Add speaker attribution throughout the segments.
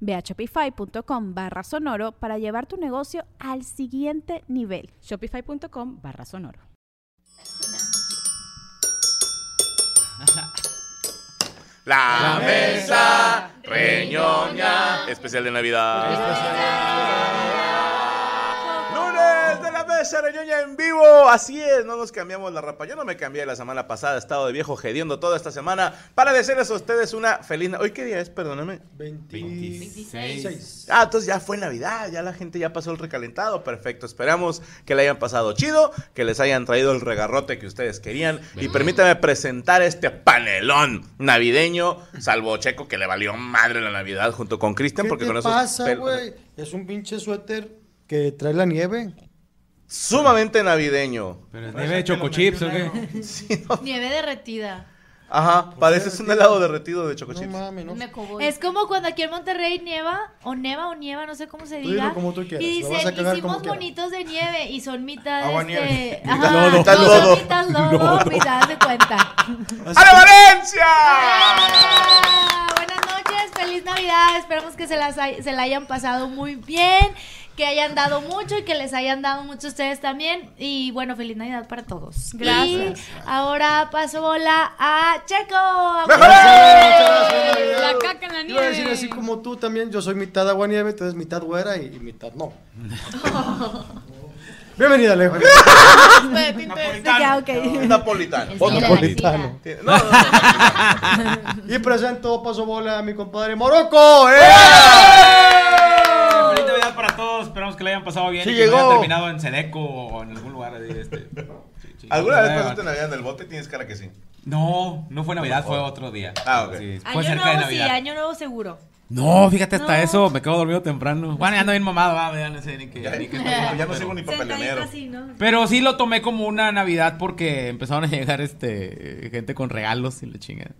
Speaker 1: Ve a shopify.com barra sonoro para llevar tu negocio al siguiente nivel.
Speaker 2: Shopify.com barra sonoro.
Speaker 3: La mesa reñoña. Especial de Navidad. Lunes de la mesa reñoña en vivo. Así es, no nos cambiamos la rapa. Yo no me cambié la semana pasada. He estado de viejo gediendo toda esta semana para desearles a ustedes una feliz. na- ¿Hoy qué día es? Perdóname.
Speaker 4: 26.
Speaker 3: Ah, entonces ya fue Navidad, ya la gente ya pasó el recalentado, perfecto. Esperamos que le hayan pasado chido, que les hayan traído el regarrote que ustedes querían. Y permítame presentar este panelón navideño, salvo Checo, que le valió madre la Navidad junto con
Speaker 4: ¿Qué
Speaker 3: Cristian, porque
Speaker 4: te
Speaker 3: con esos
Speaker 4: pasa,
Speaker 3: pel-
Speaker 4: güey? Es un pinche suéter que trae la nieve.
Speaker 3: sumamente navideño.
Speaker 5: Pero es nieve de chocochips, ¿o qué?
Speaker 6: Nieve derretida.
Speaker 3: Ajá, pareces un helado derretido de choco
Speaker 4: No
Speaker 3: chips.
Speaker 4: mames, no.
Speaker 6: Me Es como cuando aquí en Monterrey nieva, o neva o nieva, no sé cómo se
Speaker 4: Tú
Speaker 6: diga.
Speaker 4: dilo como tú quieras,
Speaker 6: y
Speaker 4: lo vas a
Speaker 6: dicen,
Speaker 4: cagar como
Speaker 6: hicimos
Speaker 4: quieras".
Speaker 6: bonitos de nieve y son mitad
Speaker 4: Agua nieve.
Speaker 6: este. Ajá, no,
Speaker 3: Mitad lodo.
Speaker 6: son mitad lodo, mitad de cuenta.
Speaker 3: ¡Ale Valencia!
Speaker 6: Ah, Buenas noches, feliz Navidad. Esperamos que se, las hay- se la hayan pasado muy bien, que hayan dado mucho y que les hayan dado mucho a ustedes también. Y bueno, feliz Navidad para todos. Gracias. ahora paso bola a Checo.
Speaker 4: La caca en la nieve. Iba a decir así como tú también, yo soy mitad agua nieve, entonces mitad güera y, y mitad no. Bienvenida, Alejo.
Speaker 1: Ya, ok.
Speaker 3: Es napolitano.
Speaker 6: Es
Speaker 3: Otro.
Speaker 6: que la
Speaker 4: Napolitano.
Speaker 6: vida.
Speaker 3: No, no, no.
Speaker 4: Y presento paso bola a mi compadre Morocco. ¡Eh!
Speaker 5: Feliz Navidad para todos. Esperamos que la hayan pasado bien.
Speaker 3: Sí
Speaker 5: y que no
Speaker 3: llegó.
Speaker 5: hayan terminado en Sedeco o en algún lugar. así, Este. Sí, sí.
Speaker 3: ¿Alguna vez
Speaker 5: Eh,
Speaker 3: pasaste Navidad en el bote? Tienes cara que sí.
Speaker 5: No, no fue Navidad, fue otro día.
Speaker 3: Ah, ok.
Speaker 6: Año
Speaker 5: fue cerca de
Speaker 6: nuevo sí,
Speaker 5: Navidad.
Speaker 6: año nuevo seguro.
Speaker 5: No, fíjate hasta
Speaker 6: No.
Speaker 5: eso. Me quedo dormido temprano. Bueno, ya ando bien mamado. va, ya no sé ni qué.
Speaker 3: Ya,
Speaker 5: ni qué
Speaker 3: ya no
Speaker 5: pero-
Speaker 3: sirvo ni
Speaker 6: Sentadito
Speaker 3: papelonero.
Speaker 6: así, ¿no?
Speaker 5: Pero sí lo tomé como una Navidad porque empezaron a llegar este gente con regalos y la chingada.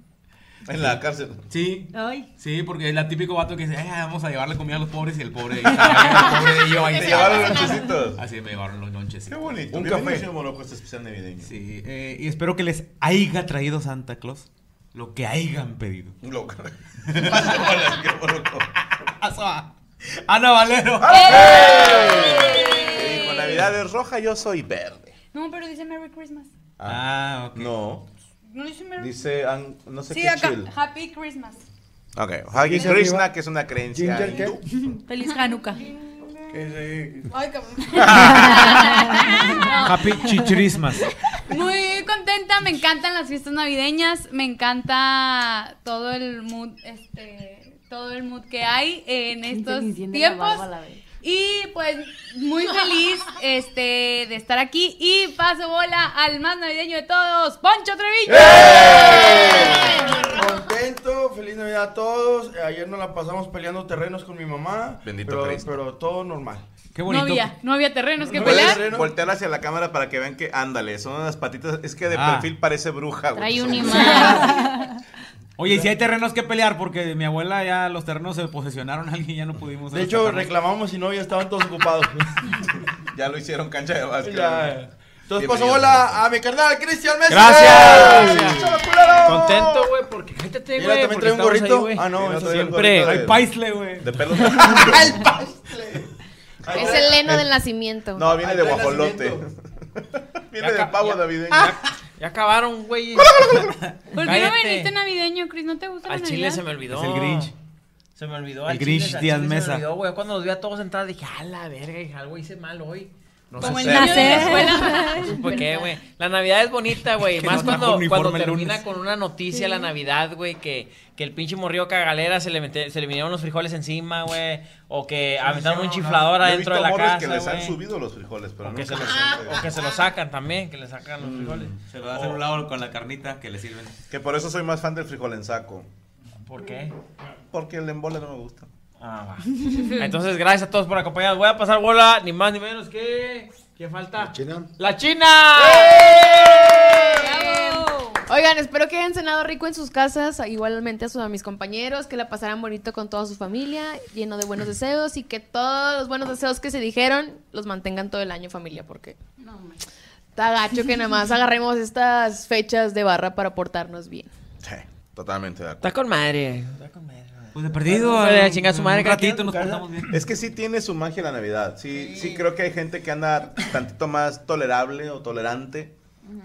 Speaker 3: En la cárcel.
Speaker 5: Sí.
Speaker 6: Ay.
Speaker 5: Sí, porque es la típico vato que dice, "Eh, vamos a llevarle comida a los pobres y el pobre. Y el pobre y yo ahí
Speaker 3: Te
Speaker 5: estaba.
Speaker 3: llevaron los chisitos.
Speaker 5: Así me llevaron los lonches. sí.
Speaker 3: Qué bonito.
Speaker 5: Un
Speaker 3: Bienvenido,
Speaker 5: café.
Speaker 3: señor Morocco, este especial navideño.
Speaker 5: Sí, eh, y espero que les haya traído Santa Claus lo que hayan pedido.
Speaker 3: Un loco. Hola, señor Morocco.
Speaker 5: Ana Valero.
Speaker 3: ¡Ah, Que dijo, Navidad es roja, yo soy verde.
Speaker 7: No, pero dice Merry Christmas.
Speaker 5: Ah, ok.
Speaker 3: No.
Speaker 7: No dice Merry
Speaker 3: Dice, an- no sé
Speaker 7: Sí,
Speaker 3: qué
Speaker 7: acá.
Speaker 3: chill.
Speaker 7: Happy Christmas.
Speaker 3: Ok. Hare
Speaker 4: Dice
Speaker 3: Krishna,
Speaker 4: arriba,
Speaker 3: que es una creencia
Speaker 4: Ginger,
Speaker 3: hindú.
Speaker 4: ¿qué?
Speaker 6: Feliz Hanukkah.
Speaker 7: Ay, cabrón.
Speaker 6: Ah,
Speaker 5: Happy Chichirismas.
Speaker 7: Muy contenta, me encantan las fiestas navideñas, me encanta todo el mood, este, todo el mood que hay en estos tiempos. Y pues muy feliz este de estar aquí y paso bola al más navideño de todos, Poncho Treviño.
Speaker 5: ¡Eh!
Speaker 8: Contento, feliz Navidad a todos. Eh, Ayer nos la pasamos peleando terrenos con mi mamá.
Speaker 3: Bendito
Speaker 8: pero,
Speaker 3: Cristo.
Speaker 8: pero todo normal.
Speaker 5: Qué
Speaker 7: No
Speaker 5: bonito.
Speaker 7: había, no había terrenos que
Speaker 8: No
Speaker 7: pelear.
Speaker 8: puede ser.
Speaker 3: Puedes voltear hacia la cámara para que vean que, ándale, son unas patitas. Es que de
Speaker 5: Ah.
Speaker 3: perfil parece bruja, güey.
Speaker 7: Trae
Speaker 3: Son-
Speaker 7: un imán.
Speaker 5: Oye, y si hay terrenos que pelear porque mi abuela ya los terrenos se posesionaron a alguien y ya no pudimos.
Speaker 8: De hecho,
Speaker 5: rescatarlos.
Speaker 8: reclamamos y no, ya estaban todos ocupados.
Speaker 3: Ya lo hicieron cancha de básquet.
Speaker 8: Ya. Entonces pues, pasó
Speaker 3: Bienvenido.
Speaker 8: bola a mi carnal, Cristian Mesa.
Speaker 3: Gracias.
Speaker 9: Contento, güey, porque cállate,
Speaker 8: Mira,
Speaker 9: güey.
Speaker 8: también
Speaker 9: porque
Speaker 8: trae un gorrito.
Speaker 9: estamos ahí, güey.
Speaker 8: Ah, no,
Speaker 3: Sí, no
Speaker 8: eso
Speaker 3: trae un
Speaker 9: siempre.
Speaker 3: gorrito
Speaker 5: Hay paisle, güey.
Speaker 3: De pelos de-
Speaker 10: Es el leno del nacimiento.
Speaker 3: No, viene de
Speaker 8: Ahí está el
Speaker 3: guajolote. viene de pavo
Speaker 9: ya-
Speaker 3: navideño.
Speaker 9: Ya acabaron, güey.
Speaker 7: ¿Por qué no
Speaker 9: Cállate.
Speaker 7: viniste navideño, Chris? ¿No te gusta la
Speaker 9: Al chile
Speaker 7: Navidad?
Speaker 9: se me olvidó.
Speaker 5: Es el Grinch.
Speaker 9: Se me olvidó.
Speaker 5: El
Speaker 9: al
Speaker 5: Grinch
Speaker 9: chile, al
Speaker 5: Díaz
Speaker 9: chile
Speaker 5: Mesa.
Speaker 9: Se me olvidó, güey. Cuando los vi a todos sentados dije, a la verga, dije, algo hice mal hoy. No
Speaker 7: Como
Speaker 9: sé
Speaker 7: el
Speaker 9: hacer.
Speaker 7: niño de la escuela.
Speaker 9: No supe qué, güey. La Navidad es bonita, güey.
Speaker 5: Que
Speaker 9: Más
Speaker 5: no trajo
Speaker 9: cuando,
Speaker 5: uniforme
Speaker 9: cuando
Speaker 5: el
Speaker 9: termina
Speaker 5: lunes.
Speaker 9: con una noticia
Speaker 5: Sí.
Speaker 9: la Navidad, güey, que, que el pinche morrió cagalera se le, mete- se le vinieron los frijoles encima, güey. O que aventaron un chiflador
Speaker 3: Yo he
Speaker 9: adentro de la
Speaker 3: visto morros
Speaker 9: casa,
Speaker 3: que les han
Speaker 9: güey.
Speaker 3: subido los frijoles, pero
Speaker 9: O que,
Speaker 3: nunca
Speaker 9: se los,
Speaker 3: les han
Speaker 9: o que se los sacan también, que le sacan los frijoles.
Speaker 5: Se lo das en
Speaker 9: O-
Speaker 5: un lado con la carnita que le sirven.
Speaker 3: Que por eso soy más fan del frijol en saco.
Speaker 9: ¿Por qué?
Speaker 3: Porque el embole no me gusta.
Speaker 9: Ah, va. Entonces, gracias a todos por acompañarnos. Voy a pasar bola, ni más ni menos que. ¿Qué falta? La China. ¡La China!
Speaker 5: ¡Eh!
Speaker 10: Oigan, espero que hayan cenado rico en sus casas, igualmente a, sus, a mis compañeros, que la pasaran bonito con toda su familia, lleno de buenos deseos y que todos los buenos deseos que se dijeron los mantengan todo el año familia, porque está gacho que nada más agarremos estas fechas de barra para portarnos bien.
Speaker 3: Totalmente de acuerdo.
Speaker 9: Está con madre.
Speaker 5: Pues de perdido.
Speaker 9: Vale,
Speaker 5: eh,
Speaker 9: chinga su madre,
Speaker 5: un
Speaker 9: cada
Speaker 5: ratito
Speaker 9: quien
Speaker 5: nos
Speaker 9: en su
Speaker 5: portamos bien.
Speaker 3: Es que sí tiene su magia la Navidad. Sí, sí creo que hay gente que anda tantito más tolerable o tolerante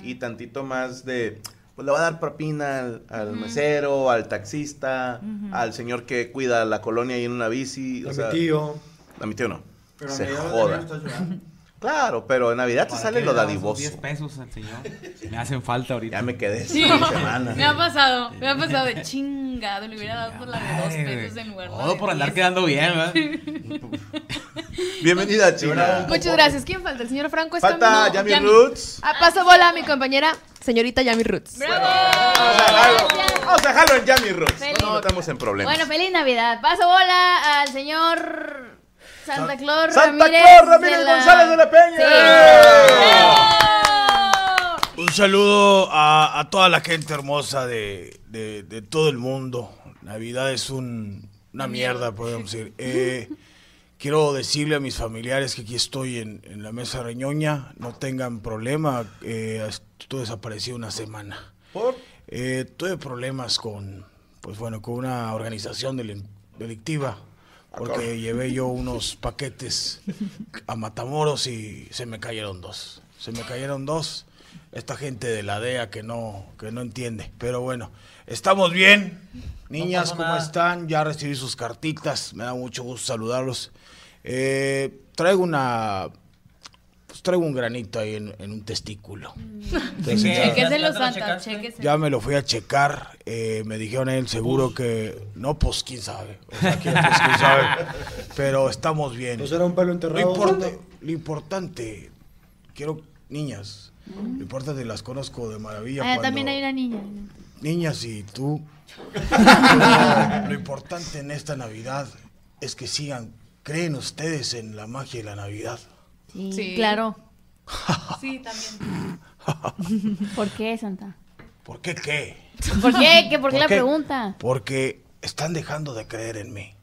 Speaker 3: y tantito más de pues le va a dar propina al, al
Speaker 6: Ujú.
Speaker 3: mesero, al taxista,
Speaker 6: Ujú.
Speaker 3: al señor que cuida la colonia y en una bici. o
Speaker 4: A mi
Speaker 3: sea,
Speaker 4: tío.
Speaker 3: A mi tío no.
Speaker 8: Pero en
Speaker 3: Se
Speaker 8: Navidad
Speaker 3: joda.
Speaker 8: también estás llorando.
Speaker 3: Claro, pero en Navidad te
Speaker 5: ¿Para
Speaker 3: sale
Speaker 5: qué
Speaker 3: lo
Speaker 5: le damos
Speaker 3: dadivoso.
Speaker 5: 10 pesos al señor. Me hacen falta ahorita.
Speaker 3: Ya me quedé
Speaker 7: Sí,
Speaker 3: sin semana.
Speaker 7: me ha pasado, me ha pasado de chingado, le hubiera dado por la de dos pesos en lugar de
Speaker 9: Oh,
Speaker 5: Todo
Speaker 7: la
Speaker 5: por
Speaker 7: de
Speaker 5: andar
Speaker 7: diez.
Speaker 5: quedando bien, ¿verdad?
Speaker 3: Bienvenida, China.
Speaker 10: Muchas gracias. ¿Quién falta? ¿El señor Franco está?
Speaker 3: Ah, Falta
Speaker 10: No,
Speaker 3: Yami
Speaker 10: Yami.
Speaker 3: Roots.
Speaker 10: Ah, paso bola a mi compañera, señorita Yami Roots.
Speaker 3: Vamos a dejarlo, vamos a dejarlo en Yami Roots. No nos metamos en problemas.
Speaker 11: Bueno, feliz Navidad. Paso bola al señor Santa Claus
Speaker 3: Santa
Speaker 11: Ramírez.
Speaker 3: Claus Ramírez
Speaker 11: de la-
Speaker 3: González de la Peña.
Speaker 12: Un saludo a, a toda la gente hermosa de, de- de todo el mundo. Navidad es un- una mierda, podemos decir. Eh, quiero decirle a mis familiares que aquí estoy en, en la mesa reñoña. No tengan problema. eh, estuve desaparecido una semana.
Speaker 3: ¿Por?
Speaker 12: Eh, tuve problemas con, pues bueno, con una organización delin- delictiva. Porque llevé yo unos paquetes
Speaker 3: ¡Eh!
Speaker 12: a Matamoros y se me cayeron dos. Se me cayeron dos. Esta gente de la DEA que no, que no entiende. Pero bueno, estamos bien. Niñas,
Speaker 9: pasó
Speaker 12: ¿cómo
Speaker 9: nada.
Speaker 12: están? Ya recibí sus cartitas. Me da mucho gusto saludarlos. Eh, traigo una. pues traigo un granito ahí en, en un testículo. Entonces, ya-
Speaker 7: Chequéselo, Santa, chequéselo.
Speaker 12: ya me lo fui a checar, eh, me dijeron en el seguro que no, pues quién sabe, o sea, que, pues, quién sabe, pero estamos bien.
Speaker 4: Pues era un pelo enterrado.
Speaker 12: Lo, importa- lo importante, quiero niñas, lo importante las conozco de maravilla.
Speaker 11: Ah,
Speaker 12: cuando-
Speaker 11: también hay una niña.
Speaker 12: Niñas y tú, lo, lo importante en esta Navidad es que sigan, creen ustedes en la magia de la Navidad.
Speaker 11: Sí. Claro.
Speaker 7: Sí, también.
Speaker 11: ¿Por qué, Santa?
Speaker 12: ¿Por qué qué?
Speaker 11: ¿Por qué? ¿Qué- por qué la pregunta?
Speaker 12: Porque están dejando de creer en mí.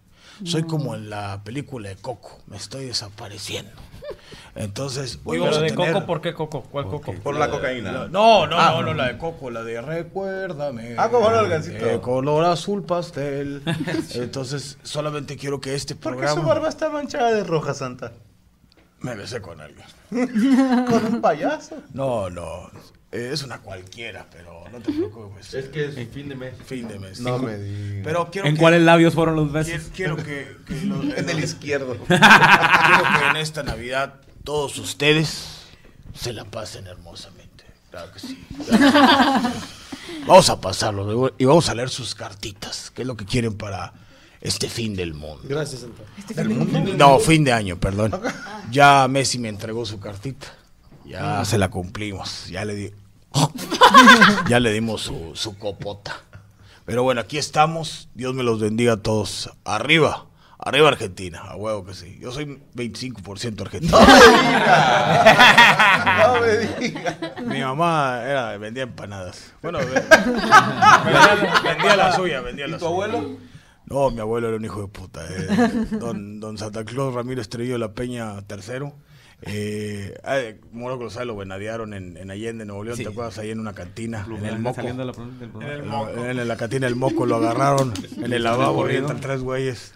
Speaker 12: Soy como en la película de Coco, me estoy desapareciendo. Entonces, hoy
Speaker 9: Pero
Speaker 12: vamos a
Speaker 9: de
Speaker 12: tener...
Speaker 9: coco, ¿por qué coco? ¿Cuál coco?
Speaker 12: Por la cocaína.
Speaker 9: La-
Speaker 12: No, no,
Speaker 9: Ah.
Speaker 12: no, no, la de Coco, la de Recuérdame.
Speaker 9: Ah, como
Speaker 3: no, el gancito.
Speaker 12: De Eh, color azul pastel. Entonces, solamente quiero que este
Speaker 3: ¿Por qué su
Speaker 12: programa
Speaker 3: barba está manchada de roja, Santa?
Speaker 12: me besé con alguien.
Speaker 3: Con un payaso.
Speaker 12: No, no. eh, Es una cualquiera, pero no te preocupes. Es que es fin de mes. Fin de mes.
Speaker 5: No
Speaker 12: sí.
Speaker 5: me digas.
Speaker 12: Pero quiero
Speaker 5: ¿En
Speaker 12: que-
Speaker 5: cuáles labios fueron los besos?
Speaker 12: Quiero, quiero que, que los-
Speaker 3: En el izquierdo.
Speaker 12: quiero que en esta Navidad todos ustedes se la pasen hermosamente. Claro que sí. Vamos a pasarlo luego, y vamos a leer sus cartitas, que es lo que quieren para este fin del mundo.
Speaker 4: Gracias, Santa.
Speaker 12: No, fin de año, perdón. Ya Messi me entregó su cartita. Ya
Speaker 4: Ah.
Speaker 12: se la cumplimos. Ya le di- ya le dimos su, su copota. Pero bueno, aquí estamos. Dios me los bendiga a todos. Arriba. Arriba Argentina. A huevo que sí. Yo soy 25% argentino.
Speaker 3: No me digas.
Speaker 12: Mi mamá era, vendía empanadas. Bueno, ve- vendía, vendía la suya, vendía la
Speaker 3: ¿Y tu
Speaker 12: suya.
Speaker 3: abuelo?
Speaker 12: No, mi abuelo era un hijo de puta. eh. Don, don Santa Claus Ramírez Trujillo de la Peña III. Eh, ay, Moro Cruzal lo venadearon en, en Allende, Nuevo León,
Speaker 5: Sí.
Speaker 12: ¿te acuerdas? Ahí en una cantina, en el
Speaker 5: Anda
Speaker 12: Moco.
Speaker 5: saliendo la pro- del programa.
Speaker 12: En, la cantina del Moco lo agarraron, en el lavabo,
Speaker 5: Corrido.
Speaker 12: están tres güeyes.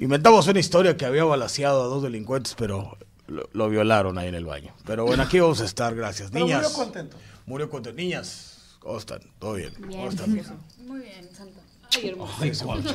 Speaker 12: Inventamos una historia que había balaseado a dos delincuentes, pero lo, lo violaron ahí en el baño. Pero bueno, aquí vamos a estar, gracias.
Speaker 3: Pero
Speaker 12: Niñas,
Speaker 3: murió contento.
Speaker 12: murió contento. Niñas, ¿cómo están? ¿Todo bien? ¿Cómo
Speaker 7: Bien,
Speaker 12: están?
Speaker 7: precioso. Muy bien, Santa. Ay, hermoso.
Speaker 12: Ay, cuánto.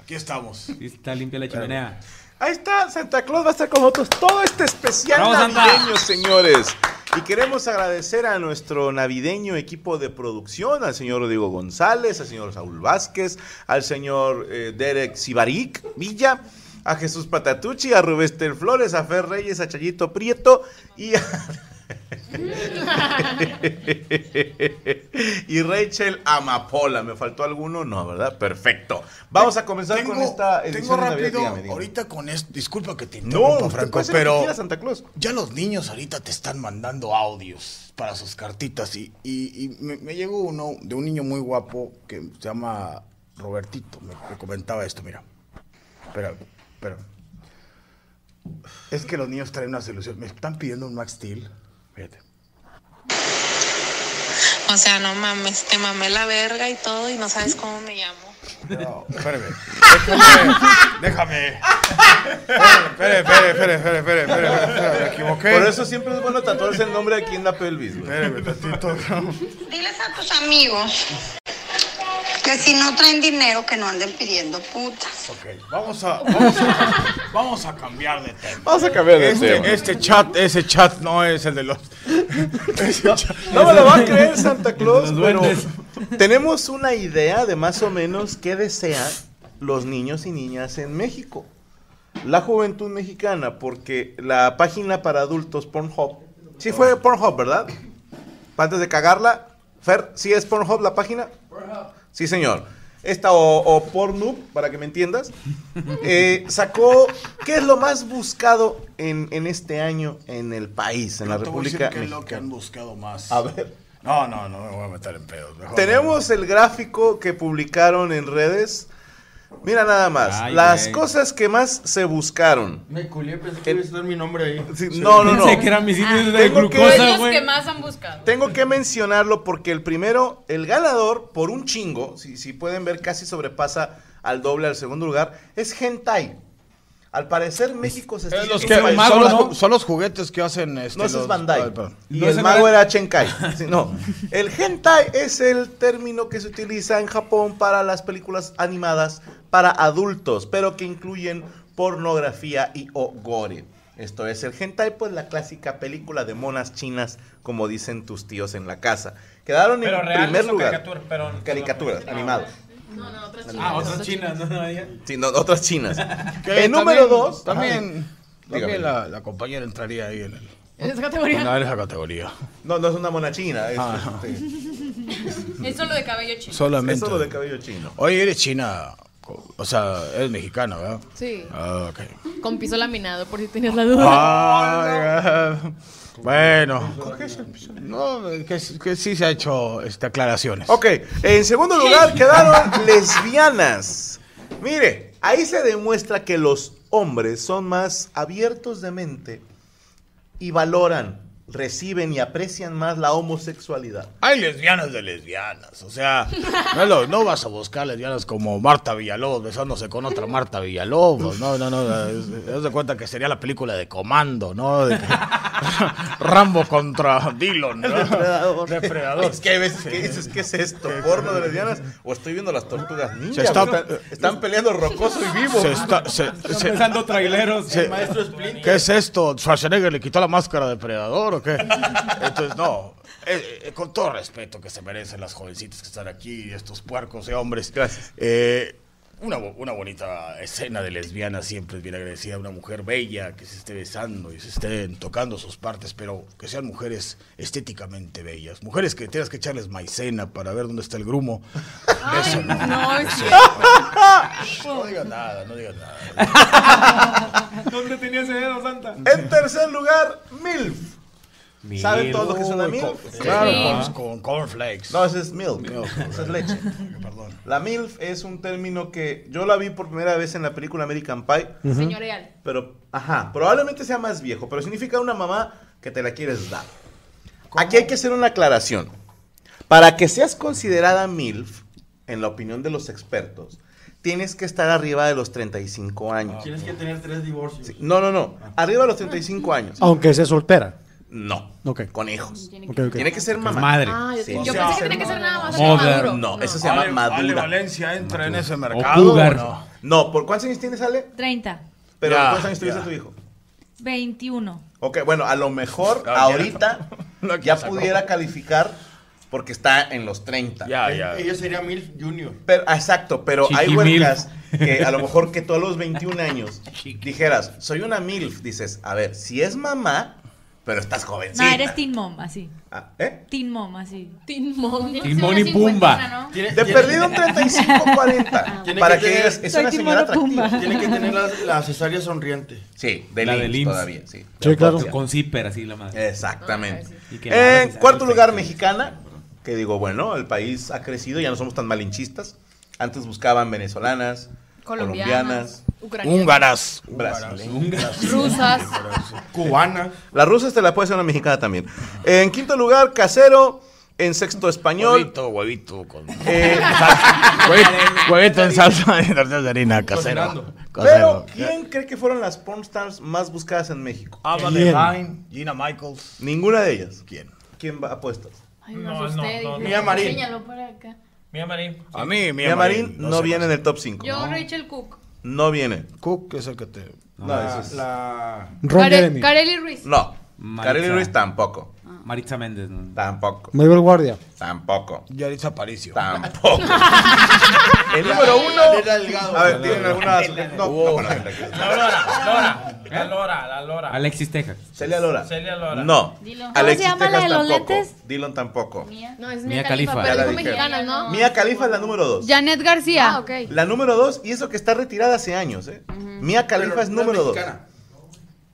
Speaker 12: Aquí estamos.
Speaker 5: Sí, Está limpia la chimenea.
Speaker 3: Ahí está, Santa Claus va a estar con nosotros todo este especial
Speaker 5: Bravo, Santa.
Speaker 3: navideño, señores. Y queremos agradecer a nuestro navideño equipo de producción, al señor Rodrigo González, al señor Saúl Vázquez, al señor eh, Derek Sibarik Villa, a Jesús Patatucci, a Rubén Flores, a Fer Reyes, a Chayito Prieto y a y Rachel Amapola. ¿Me faltó alguno? No, ¿verdad? Perfecto. Vamos a comenzar con esta
Speaker 12: Tengo
Speaker 3: edición de Navidad.
Speaker 12: rápido,
Speaker 3: Dígame, dígame.
Speaker 12: ahorita con esto, disculpa que te
Speaker 3: No,
Speaker 12: interrumpa,
Speaker 3: usted
Speaker 12: Franco,
Speaker 3: puede hacer lo que
Speaker 12: pero
Speaker 3: quiera, Santa Claus.
Speaker 12: ya los niños ahorita te están mandando audios para sus cartitas y, y- y me, me llegó uno de un niño muy guapo que se llama Robertito, me, me comentaba esto, mira. Espera, espera. Es que los niños traen una solución, me están pidiendo un Max Steel, fíjate.
Speaker 13: O sea, no mames, te mamé la verga y todo y no sabes cómo me llamo.
Speaker 12: No, espérame. Déjame. Déjame.
Speaker 3: Ah,
Speaker 12: Espérame, espérame, espérame, espérame, espérame, espérame, espérame, me equivoqué.
Speaker 3: Por eso siempre es bueno tatuarse el nombre aquí en la pelvis. güey.
Speaker 14: Diles a tus amigos que si no traen dinero, que no anden pidiendo putas.
Speaker 12: Vamos a, vamos a, vamos a cambiar de tema.
Speaker 3: Vamos a cambiar de
Speaker 12: este,
Speaker 3: tema.
Speaker 12: Este chat, ese chat no es el de los. no,
Speaker 3: No me lo va a creer Santa Claus, pero tenemos una idea de más o menos qué desean los niños y niñas en México. La juventud mexicana, porque la página para adultos Pornhub, sí fue Pornhub, ¿verdad? Antes de cagarla, Fer, ¿sí es Pornhub la página? Sí, señor. Esta o, o Pornhub, para que me entiendas, eh, sacó qué es lo más buscado en, en este año en el país, en la República
Speaker 12: ¿Qué es lo
Speaker 3: Mexicana.
Speaker 12: que han buscado más?
Speaker 3: A ver.
Speaker 12: No, no, no me voy a meter en pedos. mejor
Speaker 3: Tenemos el gráfico que publicaron en redes. Mira nada más,
Speaker 8: Ay,
Speaker 3: las
Speaker 8: güey.
Speaker 3: cosas que más se buscaron.
Speaker 8: Me culié, pensé
Speaker 12: Eh,
Speaker 8: que iba a estar mi nombre ahí.
Speaker 3: No, no, no.
Speaker 10: Ah.
Speaker 3: Tengo que-
Speaker 7: Los que más han buscado.
Speaker 3: Tengo que mencionarlo porque el primero, el ganador por un chingo, si, si pueden ver casi sobrepasa al doble al segundo lugar, es Hentai. Al parecer México se está...
Speaker 12: Los
Speaker 3: yendo
Speaker 12: que-
Speaker 3: para-
Speaker 12: son, los, son los juguetes que hacen. Este,
Speaker 3: No, ese es
Speaker 12: los-
Speaker 3: Bandai.
Speaker 12: Ay, perdón.
Speaker 3: Y el mago era Chenkai. Sí, no. El hentai es el término que se utiliza en Japón para las películas animadas para adultos, pero que incluyen pornografía y o gore. Esto es el hentai, pues la clásica película de monas chinas, como dicen tus tíos en la casa. Quedaron en primer lugar. Caricaturas, animados.
Speaker 7: No, no, otras
Speaker 5: Ah, otras chinas, no, no, ella.
Speaker 3: Sí, no, otras chinas.
Speaker 12: Que
Speaker 3: El número
Speaker 12: también-
Speaker 3: dos.
Speaker 12: Eh, También,
Speaker 3: Dígame.
Speaker 12: también la, la compañera entraría ahí en, el-
Speaker 7: ¿En esa categoría?
Speaker 12: No, en esa categoría.
Speaker 3: No, no es una mona china. es-
Speaker 12: Ah.
Speaker 7: Eso lo de cabello chino.
Speaker 12: Solamente.
Speaker 3: Eso lo de cabello chino.
Speaker 12: Oye, eres china. O sea, eres mexicana, ¿verdad?
Speaker 10: Sí.
Speaker 12: Ah, ok.
Speaker 10: Con piso laminado, por si tenías la duda.
Speaker 12: Ah,
Speaker 3: eh,
Speaker 12: bueno. No, eh, que, que sí se ha hecho este, aclaraciones.
Speaker 3: Ok, en segundo lugar quedaron lesbianas. Mire, ahí se demuestra que los hombres son más abiertos de mente y valoran, reciben y aprecian más la homosexualidad.
Speaker 12: Hay lesbianas de lesbianas, o sea, no, lo- no vas a buscar lesbianas como Marta Villalobos besándose con otra Marta Villalobos, no, no, no, es- es- haz de cuenta que sería la película de Comando, ¿no? De que- Rambo contra Dillon, ¿no? Depredador.
Speaker 3: Es que hay veces que dices, ¿qué es esto? ¿Porno de lesbianas? ¿O estoy viendo las tortugas
Speaker 12: Se
Speaker 3: ninja?
Speaker 12: está- eh,
Speaker 3: güey? están, están peleando rocoso y vivo.
Speaker 12: Se está, se- se- se- ¿Qué es esto? ¿Schwarzenegger le quitó la máscara de depredador o qué? Entonces, no. eh, eh, con todo respeto que se merecen las jovencitas que están aquí, estos puercos de hombres. Gracias. una, bo- una bonita escena de lesbiana siempre es bien agradecida. Una mujer bella que se esté besando y se estén tocando sus partes, pero que sean mujeres estéticamente bellas. Mujeres que tengas que echarles maicena para ver dónde está el grumo. Eso no.
Speaker 7: no, es
Speaker 12: Eso
Speaker 7: cierto.
Speaker 12: no. No digas nada, no digas nada.
Speaker 5: ¿Dónde tenía ese dedo, Santa?
Speaker 3: En tercer lugar, MILF. ¿Saben todos lo que es una
Speaker 12: Uy,
Speaker 3: MILF?
Speaker 12: con- Claro,
Speaker 10: pues,
Speaker 12: con, con cornflakes.
Speaker 3: No, ese es milk. Esa es leche. La MILF es un término que yo la vi por primera vez en la película American Pie.
Speaker 12: Ujú.
Speaker 10: Señorial.
Speaker 3: Pero, ajá, probablemente sea más viejo, pero significa una mamá que te la quieres dar. Aquí hay que hacer una aclaración. Para que seas considerada MILF, en la opinión de los expertos, tienes que estar arriba de los 35 años.
Speaker 12: Ah.
Speaker 8: Tienes que tener tres divorcios.
Speaker 3: No, no, no. Arriba de los 35 años.
Speaker 4: Aunque sea soltera.
Speaker 3: No.
Speaker 4: Ok.
Speaker 3: Con hijos.
Speaker 4: Ok, ok.
Speaker 3: Tiene que ser
Speaker 4: Es
Speaker 3: mamá.
Speaker 4: madre.
Speaker 10: Ah, yo-
Speaker 3: Sí.
Speaker 10: yo
Speaker 3: O sea,
Speaker 10: pensé que tenía que ser nada más
Speaker 3: Mother.
Speaker 10: maduro.
Speaker 3: No, eso se llama
Speaker 12: Ale- Ale
Speaker 3: madura.
Speaker 12: Valencia entra en ese
Speaker 3: Madura.
Speaker 12: mercado. ¿o no?
Speaker 3: No, ¿por cuántos años tienes, Ale?
Speaker 6: 30.
Speaker 3: Pero
Speaker 6: Ya,
Speaker 3: ¿cuántos años tuviste
Speaker 6: ya.
Speaker 3: tu hijo?
Speaker 6: 21.
Speaker 3: Ok, bueno, a lo mejor ahorita ya pudiera calificar porque está en los 30. Ya,
Speaker 8: ya. Ella sería mil junior.
Speaker 3: Pero, ah, exacto, pero hay
Speaker 8: Chiquimil.
Speaker 3: huelgas que a lo mejor que tú a los 21 años dijeras, soy una MILF, dices, a ver, si es mamá, pero estás jovencita.
Speaker 6: No, eres Teen Mom, así.
Speaker 3: Ah, ¿Eh?
Speaker 6: Teen Mom, así. Teen Mom.
Speaker 3: Timón y Pumba. De perdido un 35, 40.
Speaker 8: Tiene
Speaker 3: para que,
Speaker 8: que tener-
Speaker 3: digas, es
Speaker 8: Soy
Speaker 3: una
Speaker 8: Timón
Speaker 3: señora
Speaker 8: o Pumba.
Speaker 3: atractiva.
Speaker 8: Tiene que tener la- la cesárea sonriente.
Speaker 3: Sí, de
Speaker 5: La
Speaker 3: la
Speaker 5: de
Speaker 3: del
Speaker 5: IMSS.
Speaker 3: todavía, sí.
Speaker 5: Sí, claro.
Speaker 3: Con zipper, así la madre. Exactamente.
Speaker 5: Y que la hagas
Speaker 3: Eh, En
Speaker 5: y sale
Speaker 3: cuarto lugar, mexicana. Que digo, bueno, el país ha crecido, ya no somos tan malinchistas. Antes buscaban venezolanas, colombianas,
Speaker 10: Colombianas, ucranianas.
Speaker 3: húngaras, brasileñas,
Speaker 10: Rusas.
Speaker 3: cubana. La rusa te la puede hacer una mexicana también. En quinto lugar, casero. En sexto, español.
Speaker 12: Huevito, huevito. Con...
Speaker 3: Eh,
Speaker 12: Huevito en salsa de tortillas de harina, casero.
Speaker 3: Cocinando.
Speaker 12: Casero.
Speaker 3: Pero, ¿quién cree que fueron las pornstars más buscadas en México?
Speaker 12: Ava ¿Quién? Levine, Gina Michaels.
Speaker 3: Ninguna de ellas. ¿Quién? ¿Quién va apuestas?
Speaker 10: Ay,
Speaker 9: No,
Speaker 10: no,
Speaker 9: no,
Speaker 10: usted.
Speaker 9: no,
Speaker 10: dijo,
Speaker 9: Mía Marín.
Speaker 10: Señaló para acá.
Speaker 9: Mía Marín.
Speaker 12: A mí,
Speaker 3: Mia Marín no,
Speaker 12: sé,
Speaker 3: viene
Speaker 12: sé.
Speaker 3: en el top 5.
Speaker 10: Yo, Rachel Cook.
Speaker 3: No viene.
Speaker 12: Cook es el que te. Ah.
Speaker 3: No,
Speaker 12: La-
Speaker 3: ese es-
Speaker 10: Care- Carely Ruiz.
Speaker 3: No.
Speaker 5: Maritza.
Speaker 3: Kareli Ruiz tampoco. Maritza Méndez. Tampoco.
Speaker 4: Maribel Guardia.
Speaker 3: Tampoco.
Speaker 12: Yaritza Aparicio.
Speaker 3: Tampoco. el número uno. A ver, ¿tienen alguna.? No, no, para-
Speaker 9: La Lora, Lora.
Speaker 5: ¿Eh?
Speaker 9: La Lora, la Lora.
Speaker 5: Alexis Teja.
Speaker 3: Celia Lora.
Speaker 9: Celia Lora.
Speaker 3: No.
Speaker 9: Dillon.
Speaker 3: Alexis
Speaker 9: ¿Cómo se llama la
Speaker 3: Texas
Speaker 9: de los
Speaker 3: tampoco.
Speaker 9: lentes?
Speaker 3: Dillon tampoco.
Speaker 10: No, es
Speaker 3: Mía
Speaker 10: Mia Khalifa,
Speaker 3: Khalifa, ya
Speaker 10: pero
Speaker 3: la
Speaker 10: dijo
Speaker 3: dije.
Speaker 10: mexicana, ¿no?
Speaker 3: Mía Khalifa es la número dos.
Speaker 7: Janet García.
Speaker 10: Ah, ok.
Speaker 3: La número dos, y eso que está retirada hace años, ¿eh? Mía Khalifa
Speaker 8: Pero
Speaker 3: es
Speaker 8: no es
Speaker 3: número dos.
Speaker 8: mexicana.